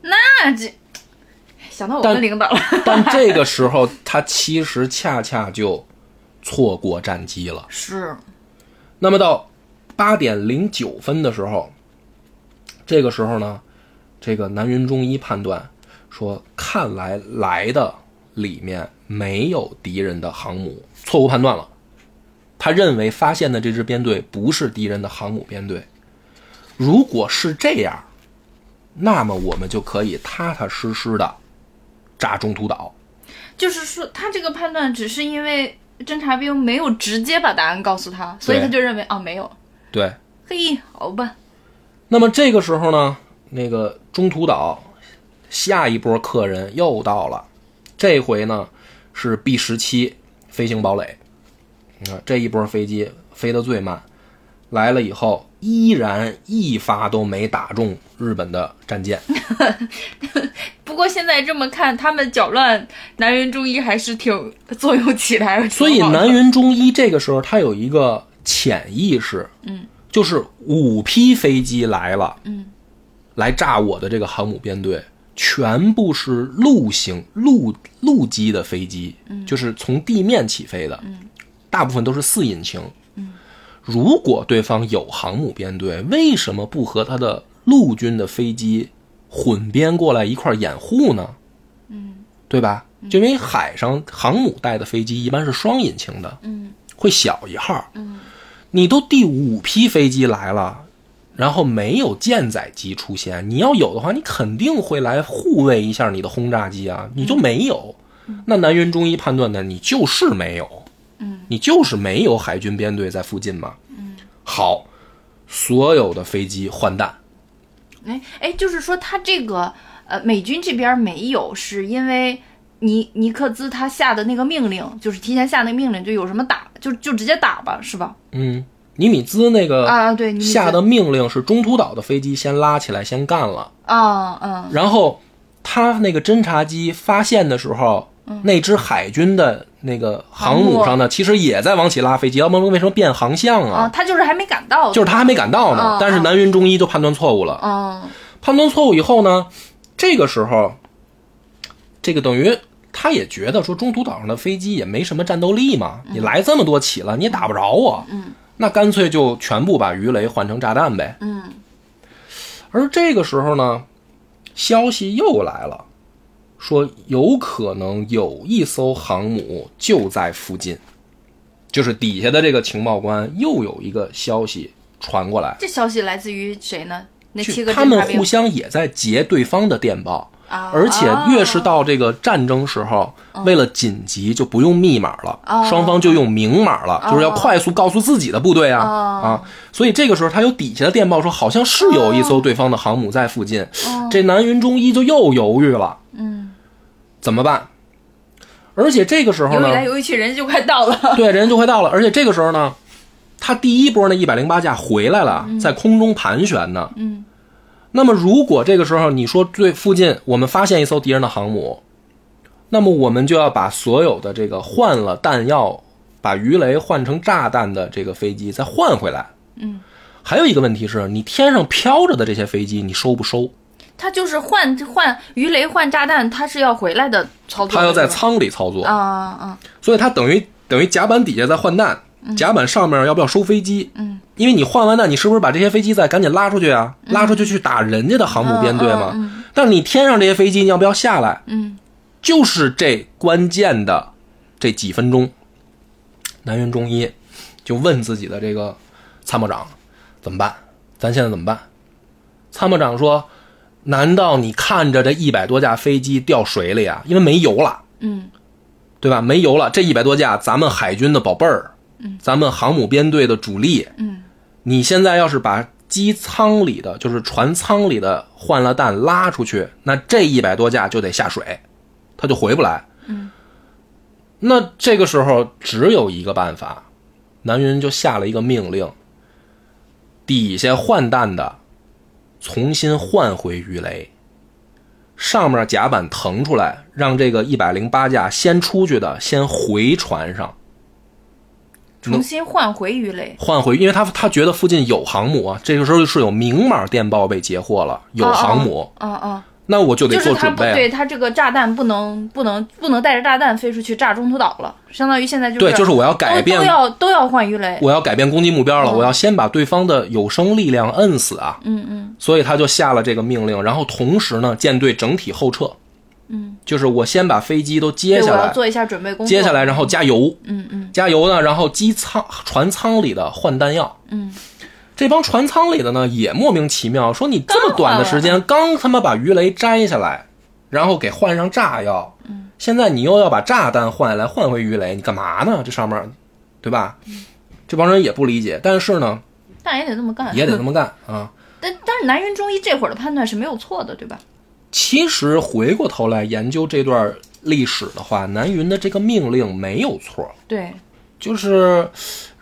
A: 那这想到我
B: 但
A: 们领导了，
B: 但这个时候他其实恰恰就错过战机了。
A: 是，
B: 那么到八点零九分的时候，这个时候呢，这个南云中一判断说，看来来的里面没有敌人的航母，错误判断了。他认为发现的这支编队不是敌人的航母编队，如果是这样，那么我们就可以踏踏实实的炸中途岛。
A: 就是说他这个判断只是因为侦察兵没有直接把答案告诉他，所以他就认为啊、没有，
B: 对，
A: 嘿，好吧，
B: 那么这个时候呢，那个中途岛下一波客人又到了，这回呢是 B 十七飞行堡垒。你看这一波飞机飞得最慢，来了以后依然一发都没打中日本的战舰。
A: 不过现在这么看，他们搅乱南云忠一还是挺作用起来了。
B: 所以
A: 挺好的
B: 南云忠一这个时候他有一个潜意识，嗯，就是五批飞机来了，嗯，来炸我的这个航母编队，全部是陆行陆陆基的飞机，嗯，就是从地面起飞的，嗯，大部分都是四引擎，嗯，如果对方有航母编队，为什么不和他的陆军的飞机混编过来一块儿掩护呢？对吧？就因为海上航母带的飞机一般是双引擎的，嗯，会小一号，嗯，你都第五批飞机来了，然后没有舰载机出现，你要有的话，你肯定会来护卫一下你的轰炸机啊，你就没有。那南云中一判断呢，你就是没有，嗯，你就是没有海军编队在附近嘛，嗯，好，所有的飞机换弹，
A: 哎哎，就是说他这个呃，美军这边没有，是因为尼尼克兹他下的那个命令，就是提前下那个命令，就有什么打就就直接打吧，是吧？
B: 嗯，尼米兹那个
A: 啊，对，你
B: 呃下的命令是中途岛的飞机先拉起来，先干了。
A: 啊嗯
B: 然后他那个侦察机发现的时候，那支海军的那个嗯航母上呢，其实也在往起拉飞机，要不然为什么变航向
A: 啊，
B: 啊？
A: 他就是还没赶到，
B: 就是他还没赶到
A: 嗯，
B: 呢但是南云中一就判断错误了。
A: 嗯
B: 判断错误以后呢，这个时候，这个等于他也觉得说中途岛上的飞机也没什么战斗力嘛，你来这么多起了，你也打不着我，嗯，那干脆就全部把鱼雷换成炸弹呗。
A: 嗯
B: 而这个时候呢，消息又来了，说有可能有一艘航母就在附近，就是底下的这个情报官又有一个消息传过来，
A: 这消息来自于谁呢？那七
B: 去
A: 个
B: 他
A: 侦
B: 们
A: 察兵
B: 互相也在截对方的电报。
A: 啊，
B: 而且越是
A: 啊
B: 到这个战争时候，为了紧急就不用密码了，
A: 嗯哦
B: 双方就用明码了，就是要快速告诉自己的部队啊、
A: 哦
B: 啊！所以这个时候他有底下的电报说，好像是有一艘对方的航母在附近，这南云中一就又犹豫了，
A: 哦嗯，
B: 怎么办？而且这个时候
A: 游一
B: 呢
A: 来，游一去，人家就快到 了。
B: 对，人就快到了，而且这个时候呢，他第一波那一百零八架回来了，在空中盘旋呢，
A: 嗯，
B: 那么，如果这个时候你说最附近我们发现一艘敌人的航母，那么我们就要把所有的这个换了弹药，把鱼雷换成炸弹的这个飞机再换回来。
A: 嗯，
B: 还有一个问题是你天上飘着的这些飞机，你收不收？
A: 他就是换换鱼雷换炸弹，他是要回来的操作的。
B: 它要在
A: 是吧
B: 舱里操作，
A: 啊啊，
B: 所以它等于等于甲板底下在换弹，甲板上面要不要收飞机？
A: 嗯，
B: 因为你换完弹，你是不是把这些飞机再赶紧拉出去啊？拉出去去打人家的航母编队嘛？但你天上这些飞机，你要不要下来？
A: 嗯，
B: 就是这关键的这几分钟，南云中一就问自己的这个参谋长怎么办？咱现在怎么办？参谋长说：“难道你看着这一百多架飞机掉水里啊？因为没油了。”
A: 嗯
B: 对吧？没油了，这一百多架，咱们海军的宝贝儿，嗯，咱们航母编队的主力，
A: 嗯，
B: 你现在要是把机舱里的，就是船舱里的换了弹拉出去，那这一百多架就得下水，它就回不来。嗯，那这个时候只有一个办法，南云就下了一个命令，底下换弹的重新换回鱼雷。上面甲板腾出来，让这个一百零八架先出去的先回船上
A: 重新换回鱼雷。
B: 换回，因为他他觉得附近有航母啊，这个时候是有明码电报被截获了，有航母，
A: 啊啊，
B: 那我就得
A: 就是
B: 做
A: 他
B: 准
A: 不
B: 备啊。
A: 对他这个炸弹不能不能不能带着炸弹飞出去炸中途岛了，相当于现在就是
B: 对，就是我要
A: 都
B: 改变
A: 都，要嗯都要换鱼雷。
B: 我要改变攻击目标了，我要先把对方的有生力量摁死啊。嗯嗯。所以他就下了这个命令，然后同时呢，舰队整体后撤。嗯，就是我先把飞机都接
A: 对，我
B: 下
A: 要
B: 来，
A: 做一下准备工作。
B: 接下来然后加油。
A: 嗯嗯
B: 加油呢，然后机舱船舱里的换弹药，
A: 嗯，
B: 这帮船舱里的呢，也莫名其妙说，你这么短的时间，刚他妈把鱼雷摘下来，然后给换上炸药，现在你又要把炸弹换下来，换回鱼雷，你干嘛呢？这上面，对吧？这帮人也不理解，但是呢，
A: 但也得这么干，
B: 也得这么干啊。
A: 但但是南云中医这会儿的判断是没有错的，对吧？
B: 其实回过头来研究这段历史的话，南云的这个命令没有错，
A: 对，
B: 就是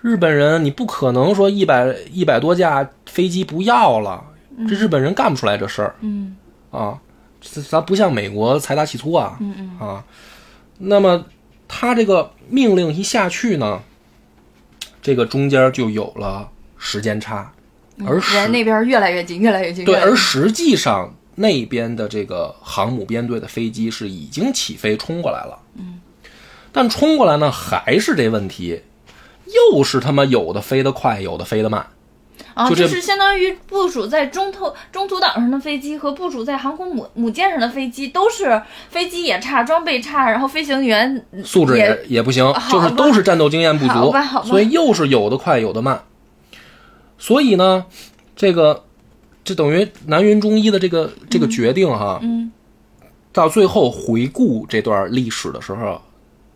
B: 日本人你不可能说一百一百多架飞机不要了，这日本人干不出来这事儿
A: 嗯
B: 啊，咱咱不像美国财大气粗啊
A: 嗯嗯，
B: 啊。那么他这个命令一下去呢，这个中间就有了时间差，
A: 嗯
B: 而实
A: 人那边越来越近，越来越近，
B: 对，
A: 越来越
B: 而
A: 近
B: 实际上那边的这个航母编队的飞机是已经起飞冲过来了，嗯，但冲过来呢还是这问题，又是他妈有的飞得快，有的飞得慢，
A: 啊，
B: 就这
A: 是相当于部署在中途中途岛上的飞机和部署在航空母母舰上的飞机，都是飞机也差，装备差，然后飞行员
B: 素质
A: 也
B: 也也不行，
A: 好
B: 就
A: 吧
B: 是都是战斗经验不
A: 好
B: 足
A: 吧好，吧
B: 所以又是有的快，有的慢，所以呢，这个这等于南云中医的这个这个决定哈，
A: 嗯
B: 到最后回顾这段历史的时候，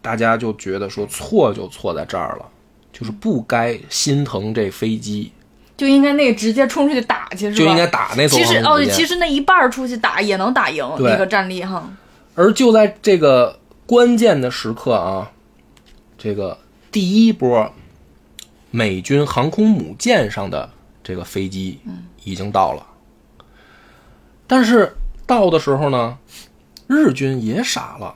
B: 大家就觉得说错就错在这儿了，就是不该心疼这飞机，
A: 就应该那个直接冲出去打去，是吧？
B: 就应该打那艘
A: 其
B: 航
A: 实
B: 空
A: 哦，
B: 母
A: 对，
B: 舰。
A: 其实那一半儿出去打也能打赢
B: 对
A: 那个战力哈。
B: 而就在这个关键的时刻啊，这个第一波美军航空母舰上的这个飞机
A: 嗯
B: 已经到了，但是到的时候呢，日军也傻了，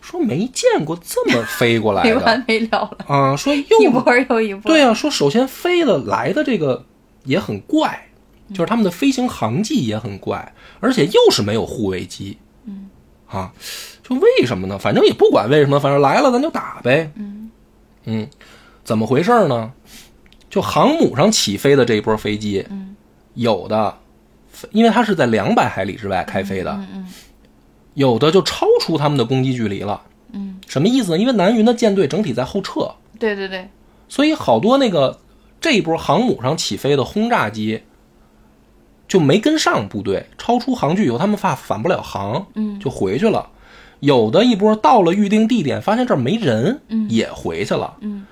B: 说没见过这么飞过来
A: 没
B: 的
A: 完没了了，
B: 啊，说
A: 一
B: 又
A: 波儿又一波。
B: 对，啊，说首先飞的来的这个也很怪，
A: 嗯
B: 就是他们的飞行航迹也很怪，而且又是没有护卫机，嗯，啊，就为什么呢？反正也不管为什么，反正来了咱就打呗，嗯怎么回事呢？就航母上起飞的这一波飞机，
A: 嗯
B: 有的，因为它是在两百海里之外开飞的，
A: 嗯嗯
B: 有的就超出他们的攻击距离了。
A: 嗯，
B: 什么意思呢？因为南云的舰队整体在后撤，
A: 对对对，
B: 所以好多那个这一波航母上起飞的轰炸机就没跟上部队，超出航距以后，他们发返不了航，
A: 嗯
B: 就回去了。有的一波到了预定地点，发现这儿没人，也回去了。
A: 嗯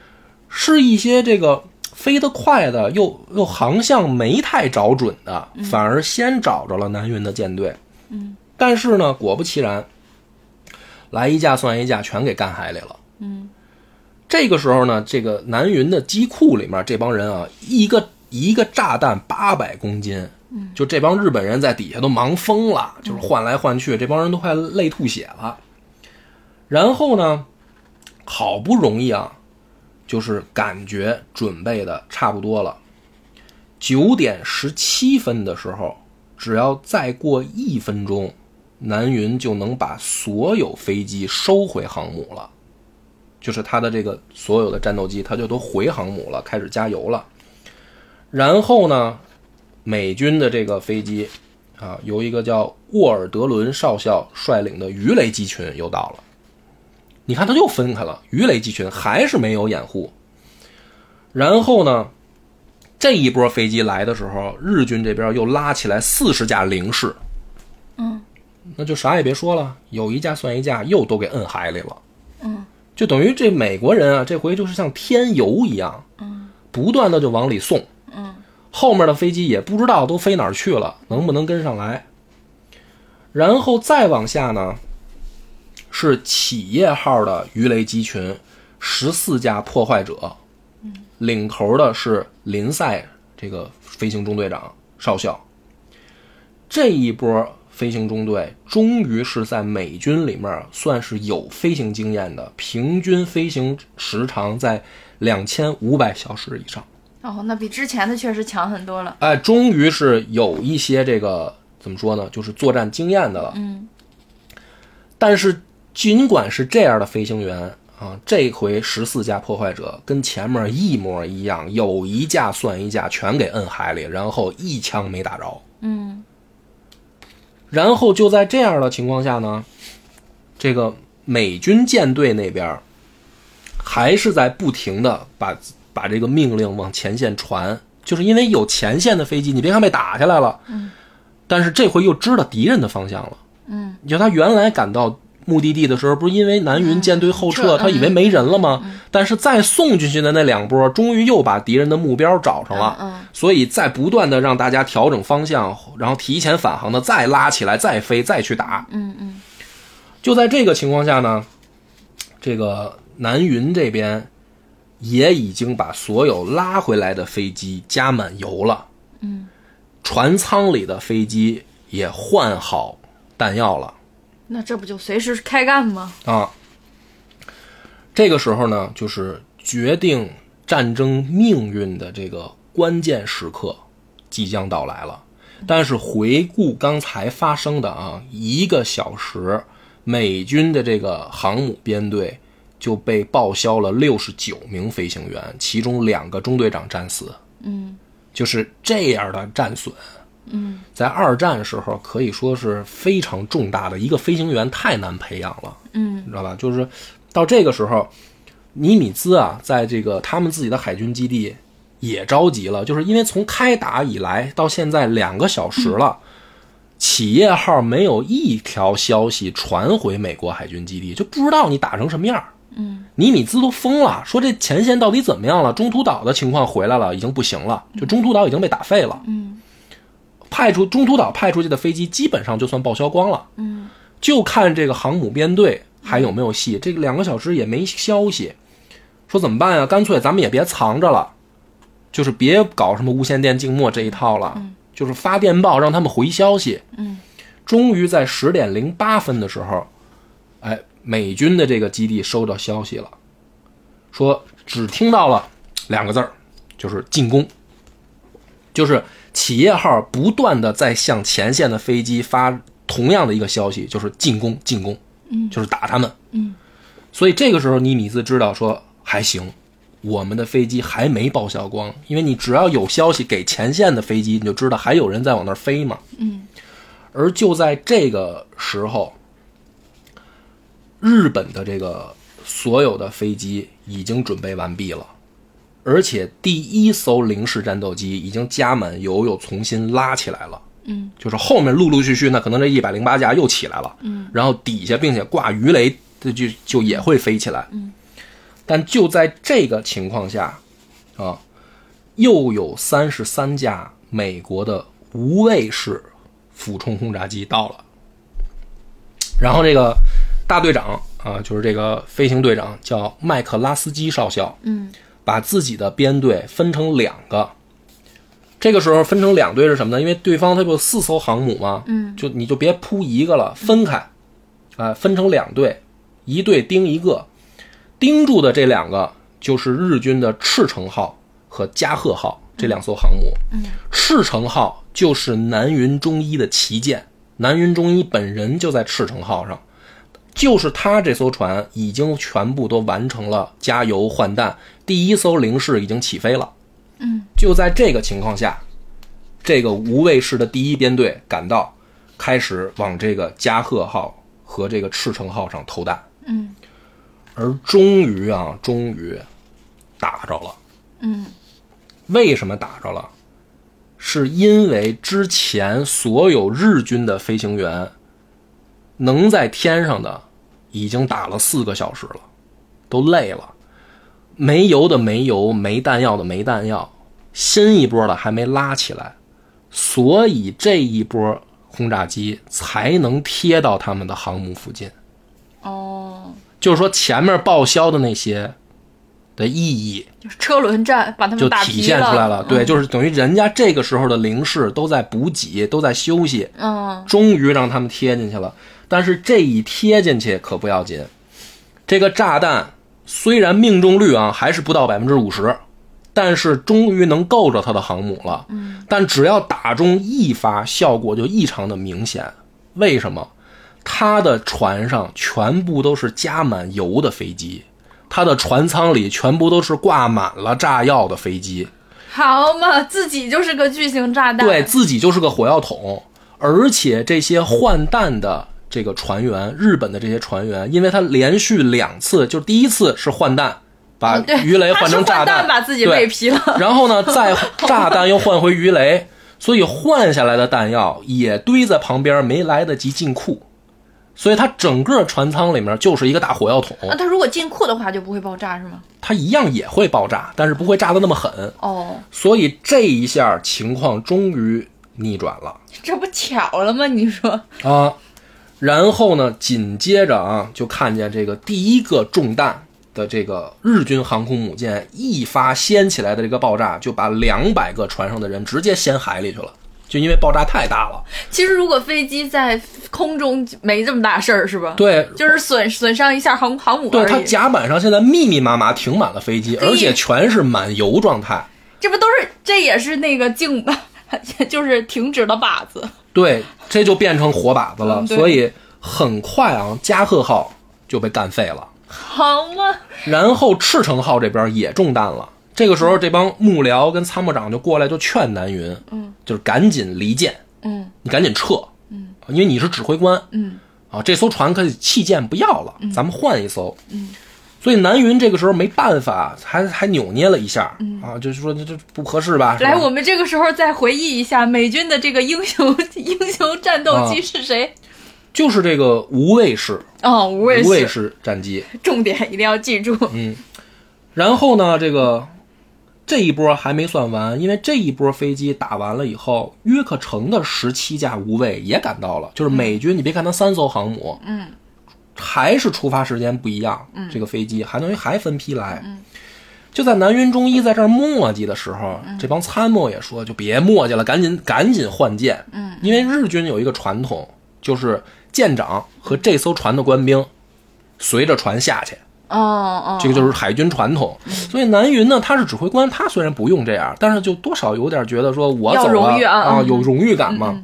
B: 是一些这个飞得快的，又又航向没太找准的，反而先找着了南云的舰队。
A: 嗯
B: 但是呢，果不其然，来一架算一架，全给干海里了。
A: 嗯
B: 这个时候呢，这个南云的机库里面这帮人啊，一个一个炸弹八百公斤，就这帮日本人在底下都忙疯了，就是换来换去，这帮人都快累吐血了。然后呢，好不容易啊，就是感觉准备的差不多了，九点十七分的时候，只要再过一分钟，南云就能把所有飞机收回航母了。就是他的这个所有的战斗机，他就都回航母了，开始加油了。然后呢，美军的这个飞机啊，由一个叫沃尔德伦少校率领的鱼雷机群又到了。你看，他又分开了，鱼雷机群还是没有掩护。然后呢，这一波飞机来的时候，日军这边又拉起来四十架零式，
A: 嗯，
B: 那就啥也别说了，有一架算一架，又都给摁海里了。
A: 嗯，
B: 就等于这美国人啊，这回就是像添油一样，
A: 嗯，
B: 不断的就往里送，
A: 嗯，
B: 后面的飞机也不知道都飞哪儿去了，能不能跟上来？然后再往下呢，是企业号的鱼雷机群，十四架破坏者，
A: 嗯
B: 领头的是林赛这个飞行中队长少校。这一波飞行中队终于是在美军里面算是有飞行经验的，平均飞行时长在两千五百小时以上。
A: 哦，那比之前的确实强很多了。
B: 哎，终于是有一些这个怎么说呢，就是作战经验的了。
A: 嗯
B: 但是尽管是这样的飞行员啊，这回十四架破坏者跟前面一模一样，有一架算一架，全给摁海里，然后一枪没打着。
A: 嗯
B: 然后就在这样的情况下呢，这个美军舰队那边还是在不停的把把这个命令往前线传，就是因为有前线的飞机，你别看被打下来了，
A: 嗯，
B: 但是这回又知道敌人的方向了。
A: 嗯，
B: 你就他原来赶到目的地的时候，不是因为南云舰队后撤，
A: 嗯撤嗯
B: 他以为没人了吗？但是再送进去的那两波，终于又把敌人的目标找上了，
A: 嗯嗯
B: 所以在不断的让大家调整方向，然后提前返航的再拉起来，再飞，再去打。
A: 嗯嗯
B: 就在这个情况下呢，这个南云这边也已经把所有拉回来的飞机加满油了，
A: 嗯，
B: 船舱里的飞机也换好弹药了
A: 那这不就随时开干吗？
B: 啊。这个时候呢，就是决定战争命运的这个关键时刻即将到来了。但是回顾刚才发生的啊，一个小时，美军的这个航母编队就被报销了六十九名飞行员，其中两个中队长战死。
A: 嗯，
B: 就是这样的战损。
A: 嗯，
B: 在二战时候可以说是非常重大的一个飞行员太难培养了。
A: 嗯，
B: 你知道吧？就是到这个时候，尼米兹啊，在这个他们自己的海军基地也着急了，就是因为从开打以来到现在两个小时了。企业号没有一条消息传回美国海军基地，就不知道你打成什么样。嗯，尼米兹都疯了，说这前线到底怎么样了？中途岛的情况回来了，已经不行了，就中途岛已经被打废了。嗯，派出中途岛派出去的飞机基本上就算报销光了。嗯，就看这个航母编队还有没有戏。这个两个小时也没消息，说怎么办啊？干脆咱们也别藏着了，就是别搞什么无线电静默这一套了，就是发电报让他们回消息。
A: 嗯，
B: 终于在十点零八分的时候，哎，美军的这个基地收到消息了，说只听到了两个字儿，就是进攻，就是企业号不断的在向前线的飞机发同样的一个消息，就是进攻，进攻，嗯，就是打他们，
A: 嗯，
B: 所以这个时候尼米兹知道说还行。我们的飞机还没报销光，因为你只要有消息给前线的飞机，你就知道还有人在往那儿飞嘛。而就在这个时候，日本的这个所有的飞机已经准备完毕了，而且第一艘零式战斗机已经加满油，又重新拉起来了。
A: 嗯，
B: 就是后面陆陆续续呢，可能这一百零八架又起来了。嗯，然后底下并且挂鱼雷，这就就也会飞起来。嗯，但就在这个情况下，啊，又有三十三架美国的无畏式俯冲轰炸机到了。然后这个大队长啊，就是这个飞行队长叫麦克拉斯基少校，
A: 嗯，
B: 把自己的编队分成两个。这个时候分成两队是什么呢？因为对方他不有四艘航母吗？
A: 嗯，
B: 就你就别扑一个了，分开，啊、分成两队，一队盯一个，盯住的这两个就是日军的赤城号和加贺号这两艘航母。赤城号就是南云中一的旗舰，南云中一本人就在赤城号上，就是他这艘船已经全部都完成了加油换弹，第一艘零式已经起飞了。
A: 嗯，
B: 就在这个情况下，这个无畏式的第一编队赶到，开始往这个加贺号和这个赤城号上投弹。
A: 嗯，
B: 而终于啊，终于打着了。
A: 嗯
B: 为什么打着了？是因为之前所有日军的飞行员能在天上的已经打了四个小时了，都累了，没油的没油，没弹药的没弹药，新一波的还没拉起来，所以这一波轰炸机才能贴到他们的航母附近。
A: 哦，
B: 就是说，前面报销的那些的意义
A: 就是车轮战把他们
B: 就
A: 打
B: 体
A: 疲
B: 现出来了。对，
A: 嗯
B: 就是等于人家这个时候的零式都在补给，都在休息，
A: 嗯
B: 终于让他们贴进去了。但是这一贴进去可不要紧，这个炸弹虽然命中率啊还是不到百分之五十，但是终于能够着他的航母了。嗯，但只要打中一发，效果就异常的明显。为什么？他的船上全部都是加满油的飞机，他的船舱里全部都是挂满了炸药的飞机。
A: 好嘛，自己就是个巨型炸弹。
B: 对自己就是个火药桶，而且这些换弹的这个船员，日本的这些船员，因为他连续两次，就第一次是换弹，把
A: 哦对
B: 鱼雷
A: 他
B: 换
A: 是
B: 成炸
A: 换
B: 弹，
A: 把自己
B: 对
A: 喂劈 了。
B: 然后呢，再炸弹又换回鱼雷，所以换下来的弹药也堆在旁边，没来得及进库，所以它整个船舱里面就是一个大火药桶，
A: 那他如果进库的话就不会爆炸是吗？
B: 它一样也会爆炸，但是不会炸得那么狠，
A: 哦，
B: 所以这一下情况终于逆转了
A: 这不巧了吗？你说，
B: 啊！然后呢，紧接着啊，就看见这个第一个中弹。的这个日军航空母舰一发掀起来的这个爆炸，就把两百个船上的人直接掀海里去了，就因为爆炸太大了。
A: 其实如果飞机在空中没这么大事儿是吧？，
B: 对，
A: 就是损损伤一下航航母
B: 对，
A: 而
B: 它
A: 已。
B: 甲板上现在密密麻麻停满了飞机，
A: 对
B: 而且全是满油状态。
A: 这不都是这也是那个静， 就是停止的靶子。
B: 对，这就变成活靶子了。
A: 嗯对
B: 所以很快啊，加贺号就被干废了，
A: 好嘛，
B: 然后赤城号这边也中弹了。这个时候，这帮幕僚跟参谋长就过来，就劝南云，嗯，就是赶紧离舰，
A: 嗯
B: 你赶紧撤，嗯，因为你是指挥官，
A: 嗯，
B: 啊，这艘船可以弃舰不要了，咱们换一艘。嗯，所以南云这个时候没办法，还还扭捏了一下，啊，就是说这这不合适吧？是吧
A: 嗯来，我们这个时候再回忆一下美军的这个英雄 英雄战斗
B: 啊
A: 机是谁？
B: 就是这个无畏式
A: 哦，无畏
B: 无畏嗯
A: 是
B: 式战机。
A: 重点一定要记住。
B: 然后呢，这个这一波还没算完，因为这一波飞机打完了以后，约克城的十七架无畏也赶到了，就是美军。你别看它三艘航母，
A: 嗯，
B: 还是出发时间不一样，嗯，这个飞机还等于还分批来，嗯。就在南云中一在这儿磨叽的时候，这帮参谋也说，就别磨叽了，赶紧赶紧换舰。嗯，因为日军有一个传统，就是舰长和这艘船的官兵随着船下去，
A: 哦哦，
B: 这个就是海军传统。所以南云呢，他是指挥官，他虽然不用这样，但是就多少有点觉得说我
A: 要
B: 走了
A: 荣誉啊嗯
B: 有荣誉感嘛。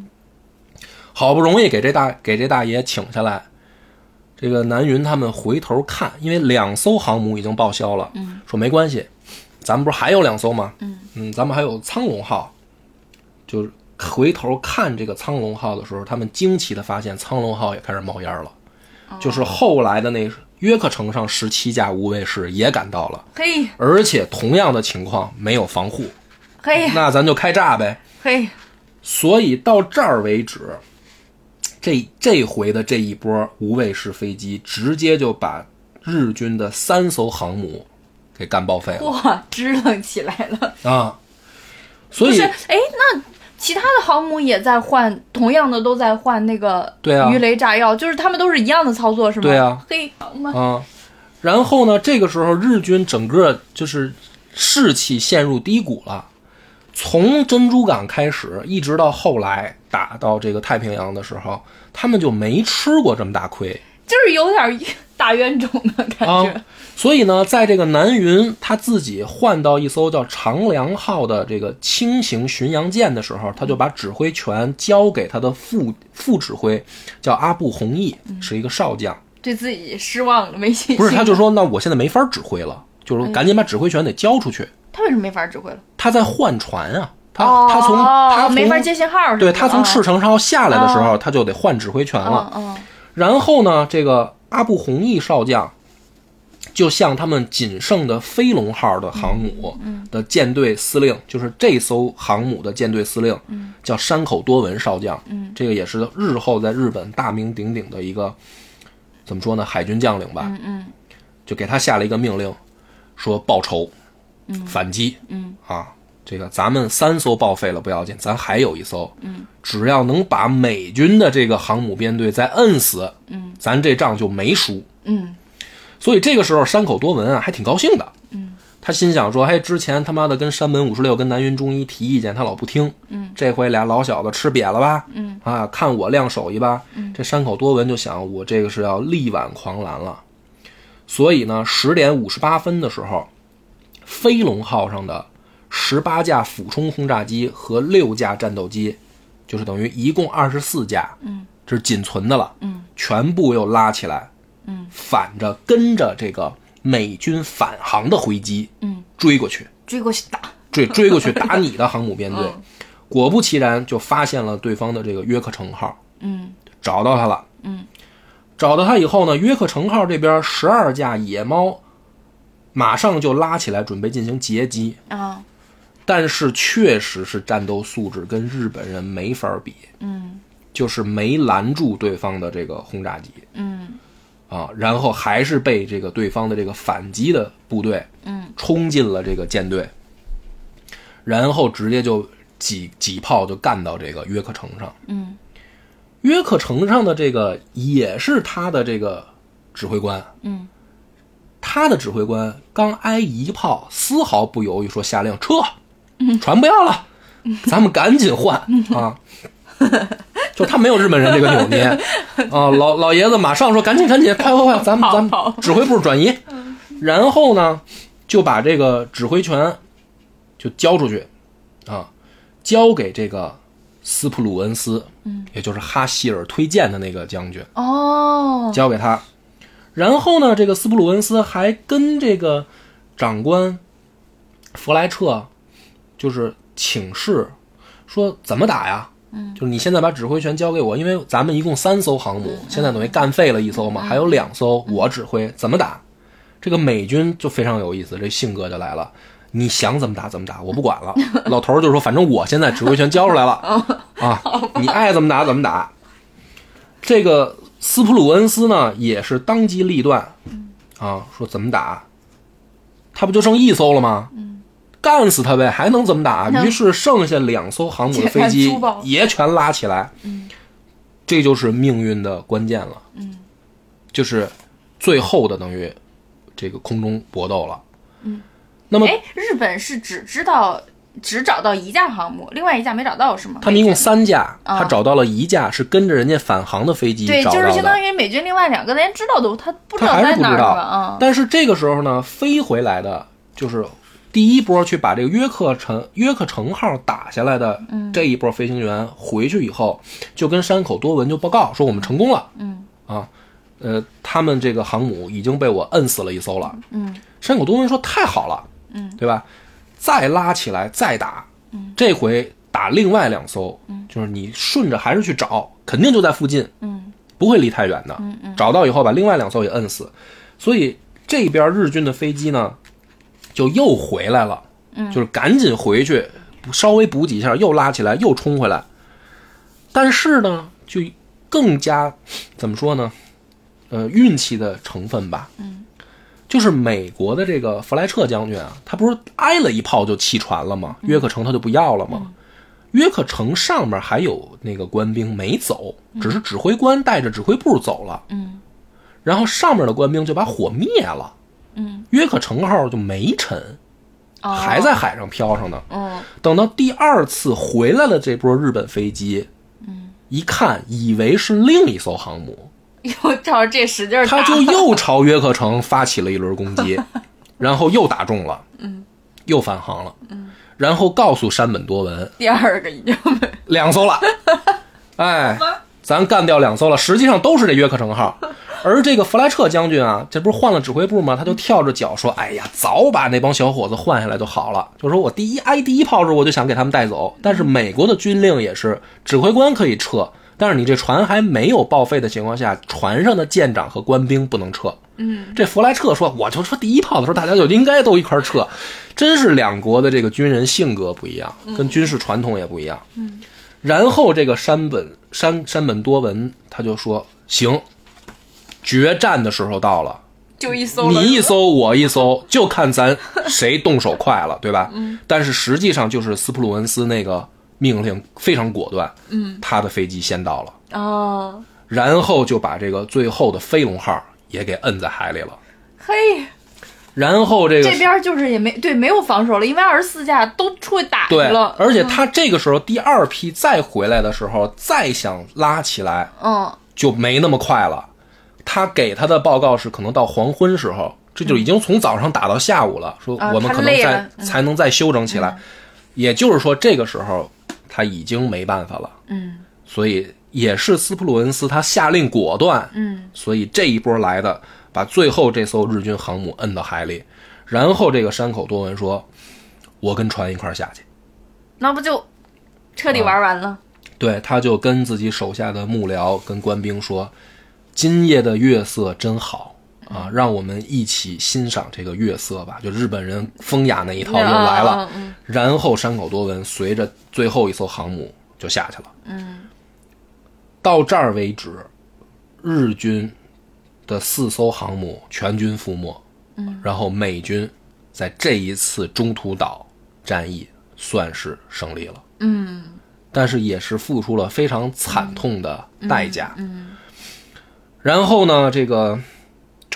B: 好不容易给这大给这大爷请下来，这个南云他们回头看，因为两艘航母已经报销了，
A: 嗯
B: 说没关系，咱们不是还有两艘吗？嗯咱们还有苍龙号，就是回头看这个苍龙号的时候，他们惊奇的发现苍龙号也开始冒烟了，
A: 哦
B: 就是后来的那约克城上十七架无畏式也赶到了，
A: 嘿
B: 而且同样的情况没有防护，
A: 嘿
B: 那咱就开炸呗。
A: 嘿，
B: 所以到这儿为止，这这回的这一波无畏式飞机直接就把日军的三艘航母给干报废了
A: 哇，支棱起来了。
B: 啊！所
A: 不
B: 以
A: 是，哎，那其他的航母也在换，同样的都在换那个
B: 对啊
A: 鱼雷炸药，就是他们都是一样的操作是吗？
B: 对啊，
A: 嘿，好嘛，
B: 啊，然后呢，这个时候日军整个就是士气陷入低谷了。从珍珠港开始，一直到后来打到这个太平洋的时候，他们就没吃过这么大亏。
A: 就是有点 大冤种的感觉。
B: 啊。所以呢，在这个南云他自己换到一艘叫长良号的这个轻型巡洋舰的时候，他就把指挥权交给他的副副指挥，叫阿布弘毅，
A: 嗯
B: 是一个少将。
A: 对自己失望了，没信心。
B: 不是，他就说，那我现在没法指挥了，就是
A: 嗯
B: 赶紧把指挥权得交出去。
A: 他为什么没法指挥了？
B: 他在换船啊，他、
A: 哦，
B: 他从他从
A: 没法接信哦号是吗，
B: 对他从赤
A: 市
B: 城上下来的时候，他就得换指挥权了。
A: 嗯嗯
B: 然后呢，这个阿布弘毅少将就向他们仅剩的飞龙号的航母的舰队司令，就是这艘航母的舰队司令，叫山口多文少将。这个也是日后在日本大名鼎鼎的一个怎么说呢，海军将领吧。就给他下了一个命令，说报仇，反击。啊，这个咱们三艘报废了不要紧，咱还有一艘，嗯，只要能把美军的这个航母编队再摁死，嗯，咱这仗就没输。
A: 嗯，
B: 所以这个时候山口多文啊还挺高兴的，嗯，他心想说，嘿，哎之前他妈的跟山本五十六跟南云中一提意见，他老不听，嗯，这回俩老小子吃瘪了吧，嗯，啊，看我亮手一巴，嗯，这山口多文就想我这个是要力挽狂澜了。所以呢，十点五十八分的时候，飞龙号上的十八架俯冲轰炸机和六架战斗机，就是等于一共二十四架，嗯，这是仅存的了，嗯，全部又拉起来，嗯，反着跟着这个美军返航的回击，嗯，追过去，
A: 追过去打，
B: 追追过去 打你的航母编队，果不其然就发现了对方的这个约克城号，
A: 嗯，
B: 找到他了，嗯，找到他以后呢，约克城号这边十二架野猫马上就拉起来准备进行截击，
A: 啊，
B: 但是确实是战斗素质跟日本人没法比，
A: 嗯
B: 就是没拦住对方的这个轰炸机
A: 嗯
B: 啊，然后还是被这个对方的这个反击的部队
A: 嗯
B: 冲进了这个舰队，然后直接就几几炮就干到这个约克城上。
A: 嗯
B: 约克城上的这个也是他的这个指挥官，
A: 嗯，
B: 他的指挥官刚挨一炮，丝毫不犹豫说下令撤，船不要了，咱们赶紧换啊！ 就他没有日本人这个扭捏啊，老老爷子马上说赶紧赶紧快快快，咱们
A: 跑
B: 咱们
A: 跑
B: 指挥部转移，然后呢就把这个指挥权就交出去啊，交给这个斯普鲁恩斯，也就是哈希尔推荐的那个将军。
A: 哦，
B: 交给他。然后呢，这个斯普鲁恩斯还跟这个长官弗莱彻就是请示说怎么打呀？嗯，就是你现在把指挥权交给我，因为咱们一共三艘航母，现在等于干废了一艘嘛，还有两艘我指挥，怎么打？这个美军就非常有意思，这性格就来了。你想怎么打怎么打，我不管了。 老头儿就说，反正我现在指挥权交出来了啊，你爱怎么打怎么打。这个斯普鲁恩斯呢，也是当机立断，啊，说怎么打，他不就剩一艘了吗？干死他呗，还能怎么打？
A: 嗯
B: 于是剩下两艘航母的飞
A: 解
B: 机
A: 开粗暴
B: 也全嗯拉起来，这就是命运的关键了，就是最后的等于这个空中搏斗了。那么
A: 哎，日本是只知道只找到一架航母，另外一架没找到是吗？
B: 他们一共三架，
A: 啊
B: 他找到了一架是跟着人家返航的飞机
A: 对，
B: 找
A: 就是
B: 到
A: 相当
B: 的，
A: 于美军另外两个连知道都他不知
B: 他
A: 道
B: 还是
A: 在
B: 不
A: 哪
B: 知
A: 儿
B: 道。
A: 了啊。
B: 但是这个时候呢，飞回来的就是第一波去把这个约克城约克城号打下来的
A: 嗯
B: 这一波飞行员回去以后，就跟山口多文就报告说我们成功了。
A: 嗯
B: 啊，呃，他们这个航母已经被我摁死了一艘了。
A: 嗯
B: 山口多文说太好了，
A: 嗯，
B: 对吧？再拉起来再打，嗯，这回打另外两艘，嗯，就是你顺着还是去找，肯定就在附近，
A: 嗯
B: 不会离太远的，
A: 嗯嗯
B: 找到以后把另外两艘也摁死，所以这边日军的飞机呢就又回来了，
A: 嗯
B: 就是赶紧回去稍微补给一下，又拉起来又冲回来，但是呢就更加怎么说呢，呃运气的成分吧，
A: 嗯，
B: 就是美国的这个弗莱彻将军啊，他不是挨了一炮就弃船了
A: 嗯
B: 吗？约克城他就不要了吗？约克城上面还有那个官兵没走，只是指挥官带着指挥部走了，
A: 嗯
B: 然后上面的官兵就把火灭了，
A: 嗯，
B: 约克城号就没沉，
A: 哦
B: 还在海上飘上呢。
A: 嗯
B: 等到第二次回来了这波日本飞机，嗯，一看以为是另一艘航母，
A: 又照着这使劲儿打，
B: 他就又朝约克城发起了一轮攻 击，然后又打中了，嗯，又返航了，嗯，然后告诉山本多文，
A: 第二个已经没
B: 两艘了，哎，咱干掉两艘了，实际上都是这约克城号。而这个弗莱彻将军啊，这不是换了指挥部吗？他就跳着脚说：“哎呀，早把那帮小伙子换下来就好了。”就说我第一挨第一炮的时候，我就想给他们带走，但是美国的军令也是，指挥官可以撤，但是你这船还没有报废的情况下，船上的舰长和官兵不能撤。
A: 嗯
B: 这弗莱彻说：“我就说第一炮的时候，大家就应该都一块儿撤。”真是两国的这个军人性格不一样，跟军事传统也不一样。嗯，然后这个山本山山本多文他就说：“行，决战的时候到了，
A: 就一搜了，
B: 你一搜我一搜，就看咱谁动手快了，对吧？”嗯，但是实际上就是斯普鲁恩斯那个命令非常果断，嗯，他的飞机先到了，
A: 哦，
B: 然后就把这个最后的飞龙号也给摁在海里了。
A: 嘿，
B: 然后这个
A: 这边儿就是也没对没有防守了，因为二十四架都出去打去
B: 对
A: 了，，
B: 而且他这个时候第二批再回来的时候，再想拉起来
A: 嗯
B: 就没那么快了。他给他的报告是，可能到黄昏时候，这就已经从早上打到下午了，说
A: 啊
B: 我们
A: 他
B: 可能
A: 累
B: 再
A: 了嗯
B: 才能再休整起来。也就是说，这个时候他已经没办法了，
A: 嗯
B: 所以也是斯普鲁恩斯他下令果断，
A: 嗯
B: 所以这一波来的，把最后这艘日军航母摁到海里，然后这个山口多文说：“我跟船一块儿下去。”
A: 那不就彻底
B: 嗯
A: 玩完了？
B: 对，他就跟自己手下的幕僚、跟官兵说：“今夜的月色真好，啊，让我们一起欣赏这个月色吧。就日本人风雅那一套又来了，
A: 嗯
B: 然后山口多文随着最后一艘航母就下去了。
A: 嗯
B: 到这儿为止，日军的四艘航母全军覆没，嗯，然后美军在这一次中途岛战役算是胜利了，
A: 嗯
B: 但是也是付出了非常惨痛的代价，嗯，然后呢，这个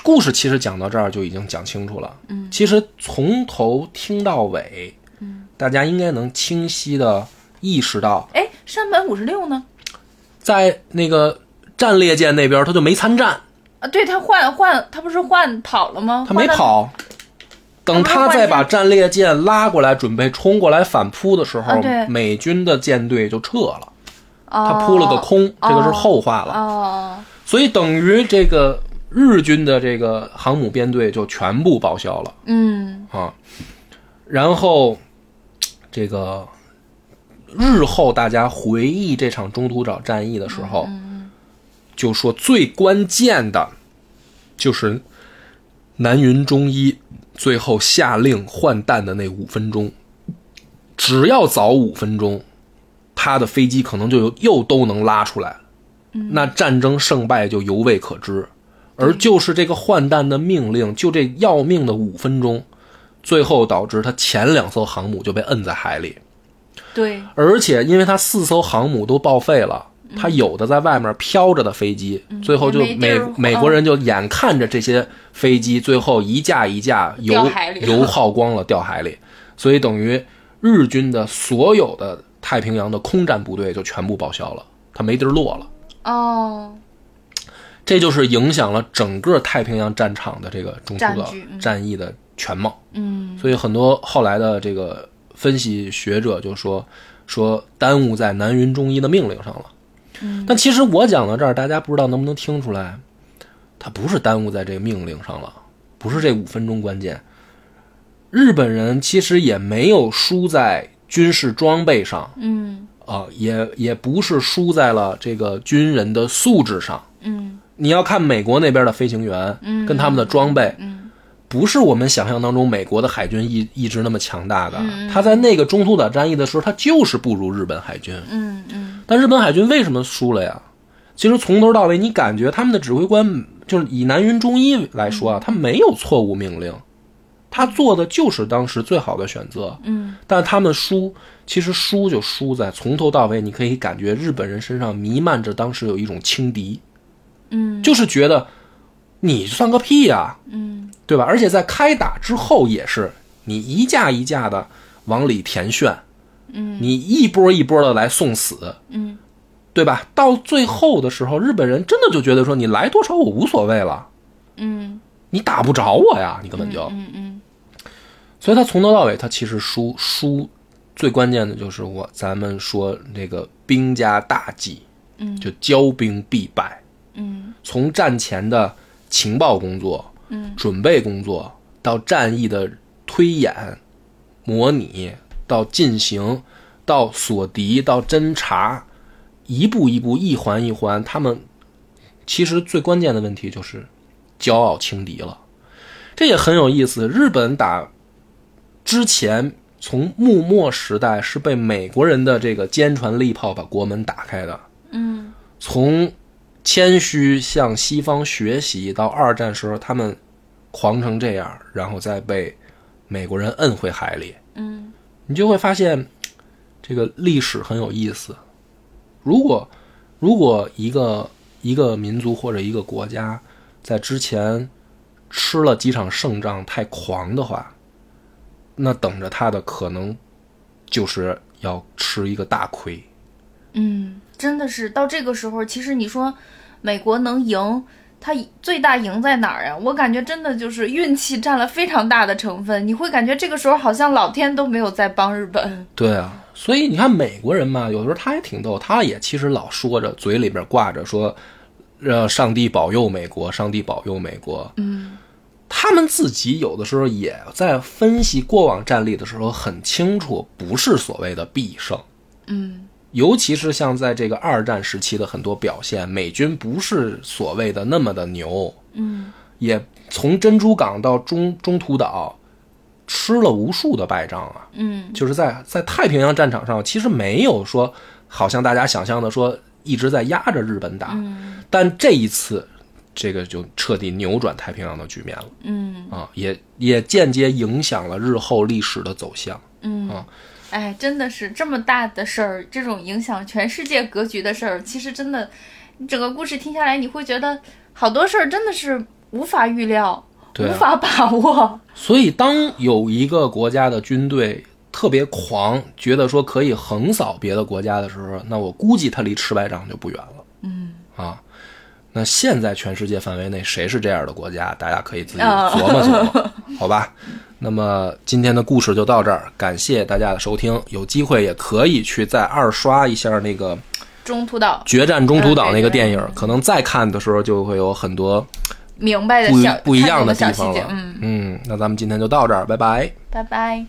B: 故事其实讲到这儿就已经讲清楚了，嗯，其实从头听到尾，嗯，大家应该能清晰的意识到
A: 嗯，哎，山本五十六呢？
B: 在那个战列舰那边，他就没参战，
A: 啊，对他换换，他不是换跑了吗？
B: 他没
A: 换到，
B: 跑。等他再把战列舰拉过来，准备冲过来反扑的时候
A: 啊，对
B: 美军的舰队就撤了，
A: 哦、
B: 他扑了个空，这个是后话了。
A: 哦，
B: 所以等于这个日军的这个航母编队就全部报销了
A: 嗯
B: 啊。然后这个日后大家回忆这场中途岛战役的时候，
A: 嗯
B: 就说最关键的就是南云中一最后下令换弹的那五分钟，只要早五分钟，他的飞机可能就有又都能拉出来，那战争胜败就犹未可知。而就是这个换弹的命令，就这要命的五分钟，最后导致他前两艘航母就被摁在海里。
A: 对，
B: 而且因为他四艘航母都报废了，他有的在外面飘着的飞机，最后就
A: 嗯也没地
B: 美
A: 儿换
B: 美国人就眼看着这些飞机最后一架一架
A: 掉
B: 油
A: 海里了
B: 油耗光了，掉海里，所以等于日军的所有的太平洋的空战部队就全部报销了，他没地儿落了。
A: 哦，
B: 这就是影响了整个太平洋战场的这个中途岛
A: 战局嗯
B: 战役的全貌。
A: 嗯
B: 所以很多后来的这个分析学者就说说耽误在南云中医的命令上了。
A: 嗯
B: 但其实我讲到这儿，大家不知道能不能听出来，他不是耽误在这个命令上了，不是这五分钟关键。日本人其实也没有输在军事装备上
A: 嗯
B: 啊、也也不是输在了这个军人的素质上。
A: 嗯
B: 你要看美国那边的飞行员，
A: 嗯
B: 跟他们的装备，
A: 嗯
B: 不是我们想象当中美国的海军一一直那么强大的。
A: 嗯
B: 他在那个中途岛战役的时候，他就是不如日本海军。
A: 嗯嗯，
B: 但日本海军为什么输了呀？其实从头到尾，你感觉他们的指挥官就是以南云忠一来说
A: 嗯
B: 啊，他没有错误命令，他做的就是当时最好的选择。
A: 嗯，
B: 但他们输，其实输就输在从头到尾，你可以感觉日本人身上弥漫着当时有一种轻敌，
A: 嗯，
B: 就是觉得你算个屁呀、
A: 嗯
B: 对吧？而且在开打之后也是，你一架一架的往里填炫，
A: 嗯，
B: 你一波一波的来送死，
A: 嗯，
B: 对吧？到最后的时候，日本人真的就觉得说你来多少我无所谓了，
A: 嗯
B: 你打不着我呀，你根本就，
A: 嗯嗯
B: 所以他从头到尾他其实输输，最关键的就是我咱们说那个兵家大忌，
A: 嗯，
B: 就骄兵必败，
A: 嗯
B: 从战前的情报工作、
A: 嗯
B: 准备工作，到战役的推演、模拟，到进行，到锁敌，到侦查，一步一步，一环一环，他们其实最关键的问题就是骄傲轻敌了。这也很有意思。日本打之前，从幕末时代是被美国人的这个坚船利炮把国门打开的。
A: 嗯
B: 从谦虚向西方学习到二战时候他们狂成这样，然后再被美国人摁回海里，
A: 嗯
B: 你就会发现这个历史很有意思。如果如果一个一个民族或者一个国家在之前吃了几场胜仗太狂的话，那等着他的可能就是要吃一个大亏。
A: 嗯，真的是到这个时候，其实你说美国能赢。它最大赢在哪儿呀、我感觉真的就是运气占了非常大的成分。你会感觉这个时候好像老天都没有在帮日 本。
B: 对啊，所以你看美国人嘛，有时候他也挺逗，他也其实老说着嘴里边挂着说，呃，上帝保佑美国，上帝保佑美国。
A: 嗯
B: 他们自己有的时候也在分析过往战例的时候，很清楚不是所谓的必胜，
A: 嗯
B: 尤其是像在这个二战时期的很多表现，美军不是所谓的那么的牛，
A: 嗯
B: 也从珍珠港到中中途岛吃了无数的败仗啊。
A: 嗯
B: 就是在在太平洋战场上，其实没有说好像大家想象的说一直在压着日本打，
A: 嗯
B: 但这一次这个就彻底扭转太平洋的局面了
A: 嗯
B: 啊，也也间接影响了日后历史的走向。
A: 嗯
B: 啊，
A: 哎，真的是这么大的事儿，这种影响全世界格局的事儿，其实真的，你整个故事听下来，你会觉得好多事儿真的是无法预料，
B: 对啊
A: 无法把握。
B: 所以，当有一个国家的军队特别狂，觉得说可以横扫别的国家的时候，那我估计他离吃败仗就不远了。
A: 嗯
B: 啊，那现在全世界范围内谁是这样的国家，大家可以自己
A: 啊
B: 琢磨琢磨， 好吧？那么今天的故事就到这儿，感谢大家的收听。有机会也可以去再二刷一下那个《
A: 中途岛
B: 决战中途岛》那个电影
A: 嗯，
B: 可能再看的时候就会有很多
A: 明白的
B: 不一
A: 小
B: 不一
A: 看
B: 样
A: 懂的
B: 地
A: 小
B: 方
A: 细节
B: 了。
A: 嗯，
B: 嗯，那咱们今天就到这儿，拜拜。
A: 拜拜。